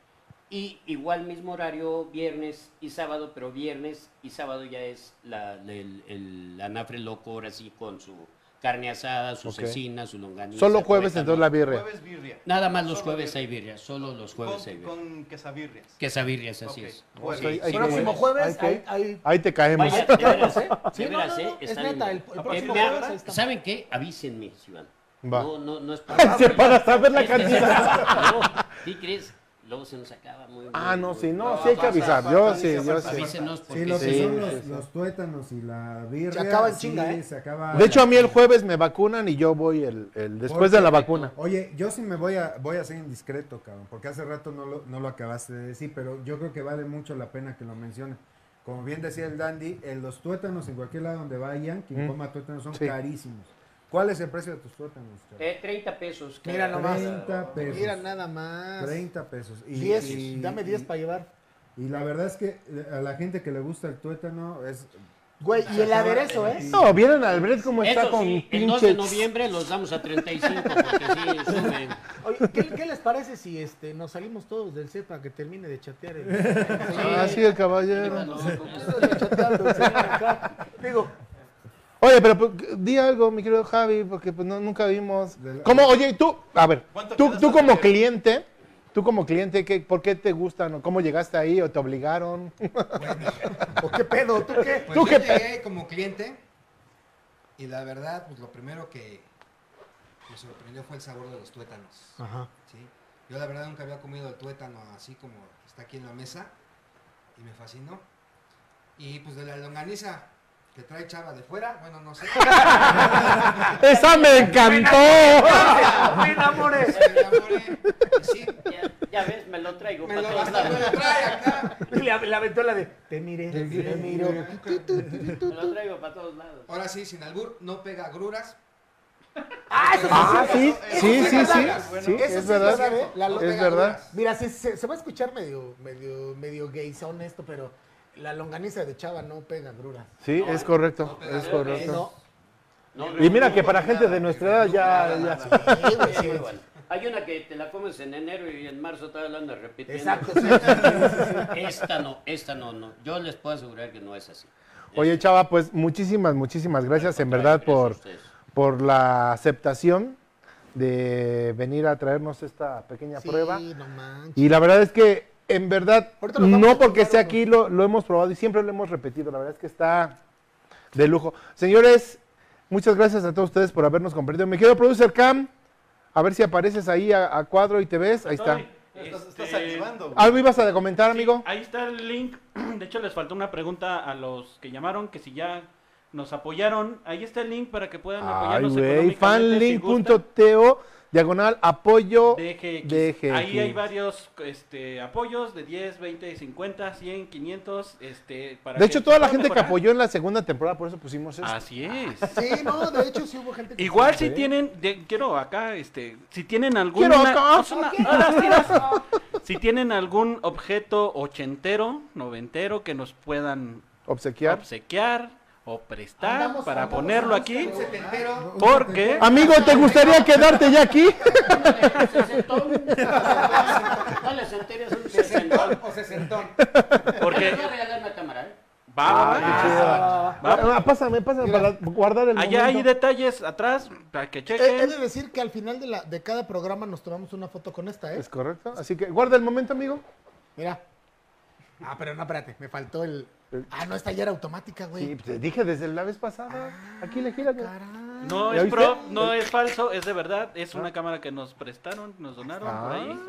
Speaker 8: Y igual mismo horario viernes y sábado, pero viernes y sábado ya es la, el, el anafre loco, ahora sí, con su carne asada, su
Speaker 1: Ok.
Speaker 8: cecina, su longaniza.
Speaker 1: Solo jueves,
Speaker 8: tuétano.
Speaker 1: entonces la birria.
Speaker 3: Jueves birria.
Speaker 8: Nada más los
Speaker 3: Solo
Speaker 8: jueves
Speaker 3: birria.
Speaker 8: hay birria, solo los jueves hay
Speaker 3: Con,
Speaker 8: birria.
Speaker 3: con quesabirrias.
Speaker 8: Quesabirrias, así
Speaker 3: Ok.
Speaker 8: es.
Speaker 3: Jueves.
Speaker 8: Sí,
Speaker 1: Ahí
Speaker 8: sí,
Speaker 1: te-
Speaker 7: Próximo jueves
Speaker 1: Ok.
Speaker 7: hay, hay-
Speaker 1: Ahí te caemos.
Speaker 8: Vaya, de veras, ¿eh?
Speaker 7: Sí,
Speaker 8: De
Speaker 7: no,
Speaker 8: veras,
Speaker 7: no,
Speaker 8: ¿eh?
Speaker 7: no, es
Speaker 8: Está
Speaker 7: neta,
Speaker 8: bien.
Speaker 7: el- el próximo
Speaker 8: vean,
Speaker 7: jueves ahí estamos.
Speaker 8: ¿Saben qué? Avísenme si van.
Speaker 1: Va.
Speaker 8: No,
Speaker 1: [LAUGHS]
Speaker 8: no, no es
Speaker 1: Se para saber la cantidad.
Speaker 8: No, ¿qué crees? Luego se nos acaba muy
Speaker 1: Ah,
Speaker 8: muy,
Speaker 1: no,
Speaker 8: muy-
Speaker 1: sí, no,
Speaker 3: No,
Speaker 1: sí hay que
Speaker 3: pasa,
Speaker 1: avisar.
Speaker 3: pasa,
Speaker 1: Yo
Speaker 3: pasa,
Speaker 1: sí,
Speaker 3: pasa,
Speaker 1: yo
Speaker 3: pasa.
Speaker 1: sí.
Speaker 8: Avísenos porque
Speaker 4: Sí, lo que
Speaker 1: Sí,
Speaker 4: son
Speaker 1: sí,
Speaker 4: los,
Speaker 1: sí.
Speaker 4: los tuétanos y la birria.
Speaker 7: Se acaba en
Speaker 4: sí,
Speaker 7: chinga, ¿eh?
Speaker 4: se acaba-
Speaker 1: De hecho, a mí el jueves me vacunan y yo voy el, el- después de la
Speaker 4: Porque-
Speaker 1: vacuna.
Speaker 4: Oye, yo sí me voy a, voy a ser indiscreto, cabrón, porque hace rato no lo, no lo acabaste de decir, pero yo creo que vale mucho la pena que lo mencione. Como bien decía el Dandy, eh, los tuétanos en cualquier lado donde vayan, quien
Speaker 1: Mm.
Speaker 4: coma tuétanos son
Speaker 1: Sí.
Speaker 4: carísimos. ¿Cuál es el precio de tus tuétanos? chavo?
Speaker 8: Eh, 30 pesos. cada-
Speaker 7: Mira nomás.
Speaker 4: 30 pesos.
Speaker 7: Mira nada más.
Speaker 4: 30 pesos. Y,
Speaker 7: 10,
Speaker 4: y-
Speaker 7: dame 10
Speaker 4: y-
Speaker 7: para llevar.
Speaker 4: Y la verdad es que eh, a la gente que le gusta el tuétano es...
Speaker 7: Güey, y el aderezo, ¿eh?
Speaker 1: No, vieron a Albrecht cómo está
Speaker 8: Eso
Speaker 1: con
Speaker 8: sí, el 2 de
Speaker 1: pinches.
Speaker 8: noviembre los damos a 35 porque
Speaker 1: [LAUGHS]
Speaker 8: sí, suben.
Speaker 7: Oye, ¿qué, qué les parece si este, nos salimos todos del set para que termine de chatear? [LAUGHS] el-
Speaker 1: Ah, sí, el caballero.
Speaker 8: No, no, no.
Speaker 7: Chateando el señor acá. Digo,
Speaker 1: Oye, pero pues, di algo, mi querido Javi, porque pues, no, nunca vimos.
Speaker 4: De la-
Speaker 1: ¿Cómo? Oye, y tú, a ver,
Speaker 3: ¿Cuánto
Speaker 1: tú,
Speaker 3: quedaste
Speaker 1: tú
Speaker 3: de
Speaker 1: como
Speaker 3: ver?
Speaker 1: cliente, tú como cliente, ¿qué, ¿por qué te gustan o cómo llegaste ahí o te obligaron? [LAUGHS]
Speaker 7: ¿o ¿qué pedo? ¿Tú [LAUGHS] qué?
Speaker 11: Pues yo
Speaker 1: ¿Tú qué pe-
Speaker 11: llegué como cliente y la verdad, pues lo primero que me sorprendió fue el sabor de los tuétanos.
Speaker 7: Ajá.
Speaker 11: ¿sí? Yo la verdad nunca había comido el tuétano así como está aquí en la mesa y me fascinó. Y pues de la longaniza que trae Chava de fuera, bueno, no
Speaker 1: [LAUGHS]
Speaker 11: sé.
Speaker 1: ¡Esa me encantó!
Speaker 7: ¡Me enamoré!
Speaker 11: Pues, me enamoré. Y Sí,
Speaker 8: Ya, ya ves, me lo traigo
Speaker 11: me
Speaker 8: para
Speaker 11: lo,
Speaker 8: todos
Speaker 11: hasta me
Speaker 8: lados.
Speaker 11: lo trae acá.
Speaker 7: Y [LAUGHS] le, le aventó la de, te miré, te, miro. Tu, tu, tu, tu, tu.
Speaker 8: Me lo traigo para todos lados.
Speaker 11: Ahora sí, sin albur, no pega agruras.
Speaker 7: ¡Ah, eso sí!
Speaker 1: Ah,
Speaker 7: es
Speaker 1: sí,
Speaker 7: cierto, eso
Speaker 1: sí,
Speaker 7: es
Speaker 1: sí, sí,
Speaker 7: verdad.
Speaker 1: sí,
Speaker 7: Eso sí
Speaker 1: es
Speaker 7: es
Speaker 1: verdad,
Speaker 7: verdad, ¿eh? La
Speaker 1: es
Speaker 7: longa-
Speaker 1: verdad.
Speaker 7: Mira, sí, se, se va a escuchar medio, medio, medio gayzón esto, pero la longaniza de chava no pega gruras.
Speaker 1: Sí, es correcto,
Speaker 11: no,
Speaker 1: es
Speaker 11: no,
Speaker 1: correcto.
Speaker 7: No,
Speaker 8: No,
Speaker 1: Y
Speaker 8: no,
Speaker 1: mira
Speaker 8: no,
Speaker 1: que
Speaker 8: no,
Speaker 1: para
Speaker 8: no,
Speaker 1: gente
Speaker 8: nada.
Speaker 1: de nuestra edad ya... ya-
Speaker 7: Ah, sí, güey, sí,
Speaker 8: Sí,
Speaker 7: güey.
Speaker 8: igual. Hay una que te la comes en enero y en marzo todavía la andas repitiendo.
Speaker 7: Exacto. sí, sí, sí, sí.
Speaker 8: Esta no, esta no, no. Yo les puedo asegurar que no es así.
Speaker 1: Oye, chava, pues muchísimas, muchísimas gracias en verdad por,
Speaker 8: Gracias a ustedes.
Speaker 1: por la aceptación de venir a traernos esta pequeña
Speaker 7: Sí,
Speaker 1: prueba.
Speaker 7: no manches.
Speaker 1: Y la verdad es que, en verdad,
Speaker 7: Ahorita nos vamos a
Speaker 1: no porque
Speaker 7: probar
Speaker 1: esté
Speaker 7: uno.
Speaker 1: aquí, lo, lo hemos probado y siempre lo hemos repetido. La verdad es que está de lujo. Señores, muchas gracias a todos ustedes por habernos comprendido. Me quiero producer Cam. A ver si apareces ahí a, a cuadro y te ves. Ahí está.
Speaker 5: Estoy,
Speaker 3: Estás, estás
Speaker 5: este,
Speaker 3: activando. güey.
Speaker 1: ¿Algo ibas a comentar, amigo?
Speaker 5: Sí, ahí está el link. [CLEARS THROAT] De hecho, les faltó una pregunta a los que llamaron, que si ya nos apoyaron. Ahí está el link para que puedan
Speaker 1: Ay,
Speaker 5: apoyarnos
Speaker 1: güey.
Speaker 5: económicamente si gustan.
Speaker 1: Fanlink.to diagonal apoyo.
Speaker 5: DGX.
Speaker 1: DGX.
Speaker 5: Ahí hay varios este, apoyos de 10, 20, 50, 100, 500. Este, para
Speaker 1: De
Speaker 5: que
Speaker 1: hecho, toda la
Speaker 5: puedan
Speaker 1: gente que ¿eh?
Speaker 5: mejorar.
Speaker 1: apoyó en la segunda temporada, por eso pusimos esto.
Speaker 5: Así es.
Speaker 7: Sí, no, de hecho sí hubo gente
Speaker 5: [LAUGHS]
Speaker 7: que...
Speaker 5: Igual si
Speaker 1: Ok.
Speaker 5: tienen, de- quiero acá, este, si tienen algún...
Speaker 1: Quiero acá.
Speaker 5: Si tienen algún objeto ochentero, noventero que nos puedan
Speaker 1: Obsequiar.
Speaker 5: obsequiar o prestar
Speaker 7: Andamos-
Speaker 5: para
Speaker 7: andamos
Speaker 5: ponerlo
Speaker 7: en
Speaker 5: aquí.
Speaker 7: busca de-
Speaker 11: Setentero,
Speaker 5: Porque
Speaker 1: Amigo, ¿te gustaría quedarte ya aquí?
Speaker 8: Sesentón. No les enteres un sesentón.
Speaker 11: sesentón o sesentón.
Speaker 5: Porque
Speaker 8: Voy a regalar una cámara, ¿eh?
Speaker 5: Va, va, va.
Speaker 1: Qué chido. Ah, pásame, pásame para guardar el
Speaker 5: Allá hay
Speaker 1: momento.
Speaker 5: detalles atrás para que
Speaker 7: He, he
Speaker 5: chequen.
Speaker 7: de decir que al final de, la, de cada programa nos tomamos una foto con esta, ¿eh?
Speaker 1: Es correcto. Así que guarda el momento, amigo.
Speaker 7: Mira. Ah, pero no, espérate, me faltó el. Ah, no, esta ya era automática, güey.
Speaker 1: Sí, pues, te dije desde la vez pasada. Aquí le gira.
Speaker 7: Caray.
Speaker 5: No
Speaker 1: ¿Ya
Speaker 5: es
Speaker 1: viste? Ah.
Speaker 5: prop, no es falso, es de verdad. Es una cámara que nos prestaron, nos donaron por ahí.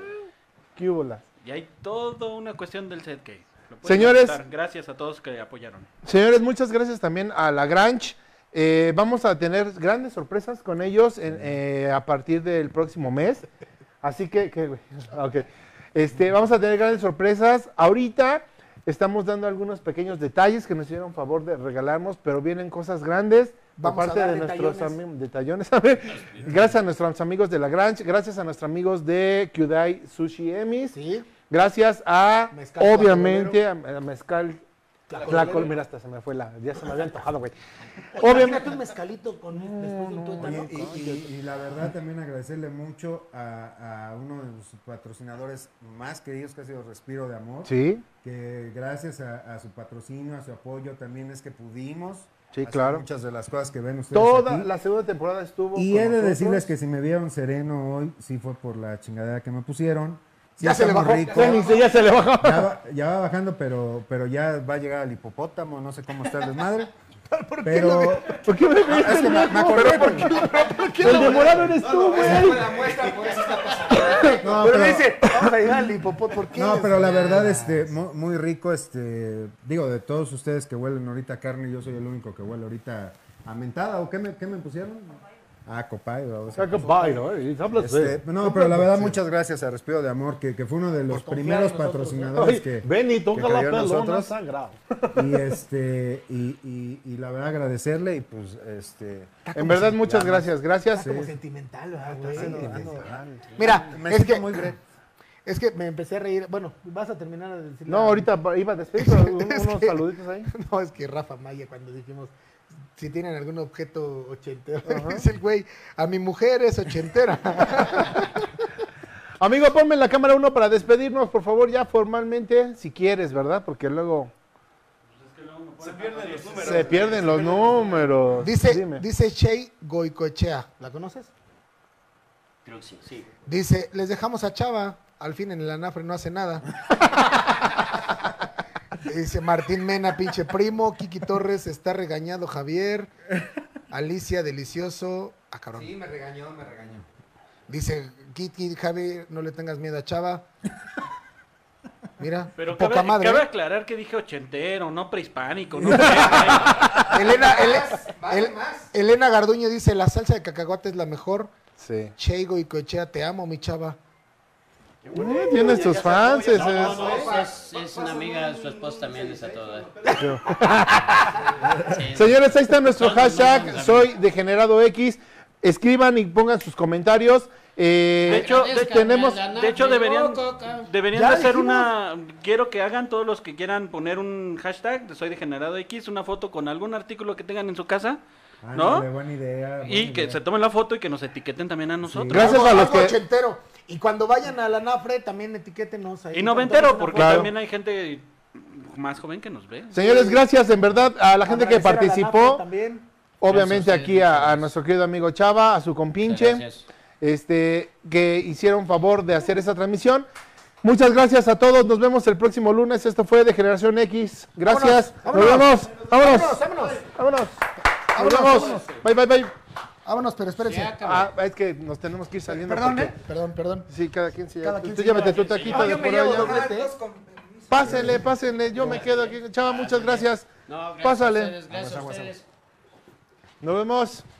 Speaker 1: ¿Qué hubo la?
Speaker 5: Y hay toda una cuestión del set que. lo pueden
Speaker 1: Señores.
Speaker 5: consultar. Gracias a todos que apoyaron.
Speaker 1: Señores, muchas gracias también a la Granch. Eh, vamos a tener grandes sorpresas con ellos en, eh, a partir del próximo mes. Así que, que- güey, ok. Este, vamos a tener grandes sorpresas. Ahorita estamos dando algunos pequeños detalles que nos hicieron favor de regalarnos, pero vienen cosas grandes. por
Speaker 7: Vamos a
Speaker 1: parte
Speaker 7: dar
Speaker 1: de nuestros
Speaker 7: detallones.
Speaker 1: ami- detallones. [LAUGHS] a ver. Gracias a nuestros amigos de La Granch, gracias a nuestros amigos de Kyudai Sushi Emis,
Speaker 7: Sí.
Speaker 1: gracias a,
Speaker 7: Mezcal
Speaker 1: obviamente, a, a Mezcal la
Speaker 7: colmena.
Speaker 1: colmena hasta se me fue la. Ya se me había antojado, güey.
Speaker 7: Imagínate un
Speaker 1: Obviamente.
Speaker 7: mezcalito con después de un tuétano.
Speaker 4: Oye, y, y- y la verdad también agradecerle mucho a, a uno de sus patrocinadores más queridos, que ha sido Respiro de Amor,
Speaker 1: Sí,
Speaker 4: que gracias a, a su patrocinio, a su apoyo también es que pudimos
Speaker 1: Sí,
Speaker 4: hacer
Speaker 1: claro.
Speaker 4: muchas de las cosas que ven ustedes
Speaker 1: toda
Speaker 4: aquí.
Speaker 1: la segunda temporada estuvo.
Speaker 4: Y
Speaker 1: con
Speaker 4: he de
Speaker 1: nosotros.
Speaker 4: decirles que si me vieron sereno hoy, sí fue por la chingadera que me pusieron. Sí
Speaker 7: Ya se le
Speaker 4: está muy
Speaker 7: bajó,
Speaker 4: rico.
Speaker 1: Ya ni se- ya se le bajó.
Speaker 4: Ya va, ya va bajando, pero, pero ya va a llegar al hipopótamo, no sé cómo está el desmadre. pero
Speaker 1: [LAUGHS] ¿Por qué me
Speaker 4: Ah, es
Speaker 1: viste
Speaker 4: que me, me acordé porque-
Speaker 1: El demorado eres tú,
Speaker 11: Esa
Speaker 1: güey.
Speaker 11: fue la muestra, por eso está pasando.
Speaker 4: no,
Speaker 7: Pero
Speaker 4: pero-
Speaker 7: dice, vamos a llegar al hipopótamo. ¿Por qué?
Speaker 4: no, pero la verdad, este, mu- muy rico, este, digo, de todos ustedes que huelen ahorita a carne, yo soy el único que huele ahorita a mentada, ¿o qué me, qué me pusieron? Ah, copay, o sea, este, no, pero la verdad, muchas gracias a Respiro de Amor, que, que fue uno de los primeros patrocinadores pues que,
Speaker 1: Ven y
Speaker 4: que
Speaker 1: toca la
Speaker 4: cayó en
Speaker 1: pelona
Speaker 4: nosotros.
Speaker 1: sagrada.
Speaker 4: Y este, y, y- y la verdad agradecerle y pues este.
Speaker 1: En verdad, muchas gracias. Gracias.
Speaker 7: Como
Speaker 1: Sí.
Speaker 7: sentimental, ¿verdad, güey?
Speaker 4: sentimental.
Speaker 7: Mira,
Speaker 4: Me
Speaker 7: es
Speaker 4: siento
Speaker 7: que,
Speaker 4: muy gre-
Speaker 7: es que me empecé a reír. Bueno, [LAUGHS] vas a terminar de decir.
Speaker 1: No, ahorita iba a despedir, pero un-
Speaker 7: Es
Speaker 1: unos
Speaker 7: que-
Speaker 1: saluditos ahí.
Speaker 7: No, es que Rafa Maya, cuando dijimos si tienen algún objeto ochentero, [LAUGHS] dice el güey, a mi mujer es ochentera.
Speaker 1: Amigo, ponme en la cámara uno para despedirnos, por favor, ya formalmente, si quieres, ¿verdad? Porque luego se pierden los números.
Speaker 7: Dice,
Speaker 1: Pues, Dime.
Speaker 7: dice Shea Goicoechea. ¿La conoces?
Speaker 8: Creo que sí, sí.
Speaker 7: Dice, les dejamos a Chava, al fin en el anafre no hace nada. Dice Martín Mena, pinche primo, Kiki Torres, está regañado Javier, Alicia, delicioso, ah cabrón.
Speaker 11: Sí, me regañó, me regañó.
Speaker 7: Dice Kiki, Javi, no le tengas miedo a Chava. Mira,
Speaker 5: Pero
Speaker 7: poca
Speaker 5: cabe,
Speaker 7: madre.
Speaker 5: cabe
Speaker 7: ¿eh?
Speaker 5: aclarar que dije ochentero, no prehispánico.
Speaker 7: [LAUGHS]
Speaker 5: No sé,
Speaker 7: Elena, Ele-
Speaker 11: Vale
Speaker 7: El-
Speaker 11: más.
Speaker 7: Elena Garduño dice, la salsa de cacahuate es la mejor.
Speaker 1: Sí.
Speaker 7: Cheigo y Cochea, te amo, mi chava.
Speaker 1: Uh, tienes tus fans. es-
Speaker 8: No, no,
Speaker 1: es-
Speaker 8: no, es, es- es una amiga, su esposa también es a todas. Sí.
Speaker 1: Señores, ahí está nuestro
Speaker 8: No, no, no, no,
Speaker 1: hashtag,
Speaker 8: no.
Speaker 1: soy degenerado X. Escriban y pongan sus comentarios. Eh,
Speaker 5: De hecho, de-
Speaker 1: tenemos...
Speaker 5: De hecho, deberían, deberían
Speaker 1: Ya
Speaker 5: de hacer
Speaker 1: dijimos.
Speaker 5: una. Quiero que hagan todos los que quieran poner un hashtag de soy degenerado X, una foto con algún artículo que tengan en su casa, ¿no?
Speaker 4: Ándale, Ah, buena idea.
Speaker 5: y
Speaker 4: buena
Speaker 5: que
Speaker 4: idea.
Speaker 5: se tomen la foto y que nos etiqueten también a nosotros.
Speaker 1: Gracias a
Speaker 7: Algo-
Speaker 1: los
Speaker 7: algo
Speaker 1: que...
Speaker 7: ochentero. Y cuando vayan a la NAFRE, también etiquétenos ahí.
Speaker 5: Y noventero,
Speaker 7: Contamos una
Speaker 5: porque
Speaker 1: Claro.
Speaker 5: también hay gente más joven que nos ve.
Speaker 1: Señores, gracias en verdad a la gente que
Speaker 7: Agradecer a
Speaker 1: participó.
Speaker 7: NAFRE también.
Speaker 1: Obviamente
Speaker 8: Gracias a
Speaker 1: aquí
Speaker 8: ustedes,
Speaker 1: a, a
Speaker 8: gracias.
Speaker 1: nuestro querido amigo Chava, a su compinche,
Speaker 8: Gracias.
Speaker 1: este, que hicieron favor de hacer esta transmisión. Muchas gracias a todos, nos vemos el próximo lunes. Esto fue de Generación X. Gracias.
Speaker 7: Vámonos,
Speaker 1: Nos vemos. Vámonos.
Speaker 7: Vámonos, vámonos.
Speaker 1: Vámonos. Nos
Speaker 7: Vámonos,
Speaker 1: vemos.
Speaker 7: vámonos.
Speaker 1: Bye, bye, bye.
Speaker 7: Vámonos, pero espérense.
Speaker 1: Ah, es que nos tenemos que ir saliendo.
Speaker 7: perdón,
Speaker 1: porque-
Speaker 7: ¿eh? Perdón, perdón.
Speaker 1: Sí, cada quien se lleva.
Speaker 7: Cada quien
Speaker 1: tú
Speaker 7: se
Speaker 1: llévate
Speaker 7: lleva.
Speaker 1: tu taquito
Speaker 7: No,
Speaker 1: de
Speaker 7: yo me
Speaker 1: por
Speaker 7: llevo
Speaker 1: allá.
Speaker 7: doble té.
Speaker 11: Dos con-
Speaker 1: Pásenle, pásenle. Yo me quedo aquí. Chava, muchas gracias.
Speaker 8: No, gracias a
Speaker 1: Pásale.
Speaker 8: ustedes, gracias a ustedes.
Speaker 1: Nos vemos.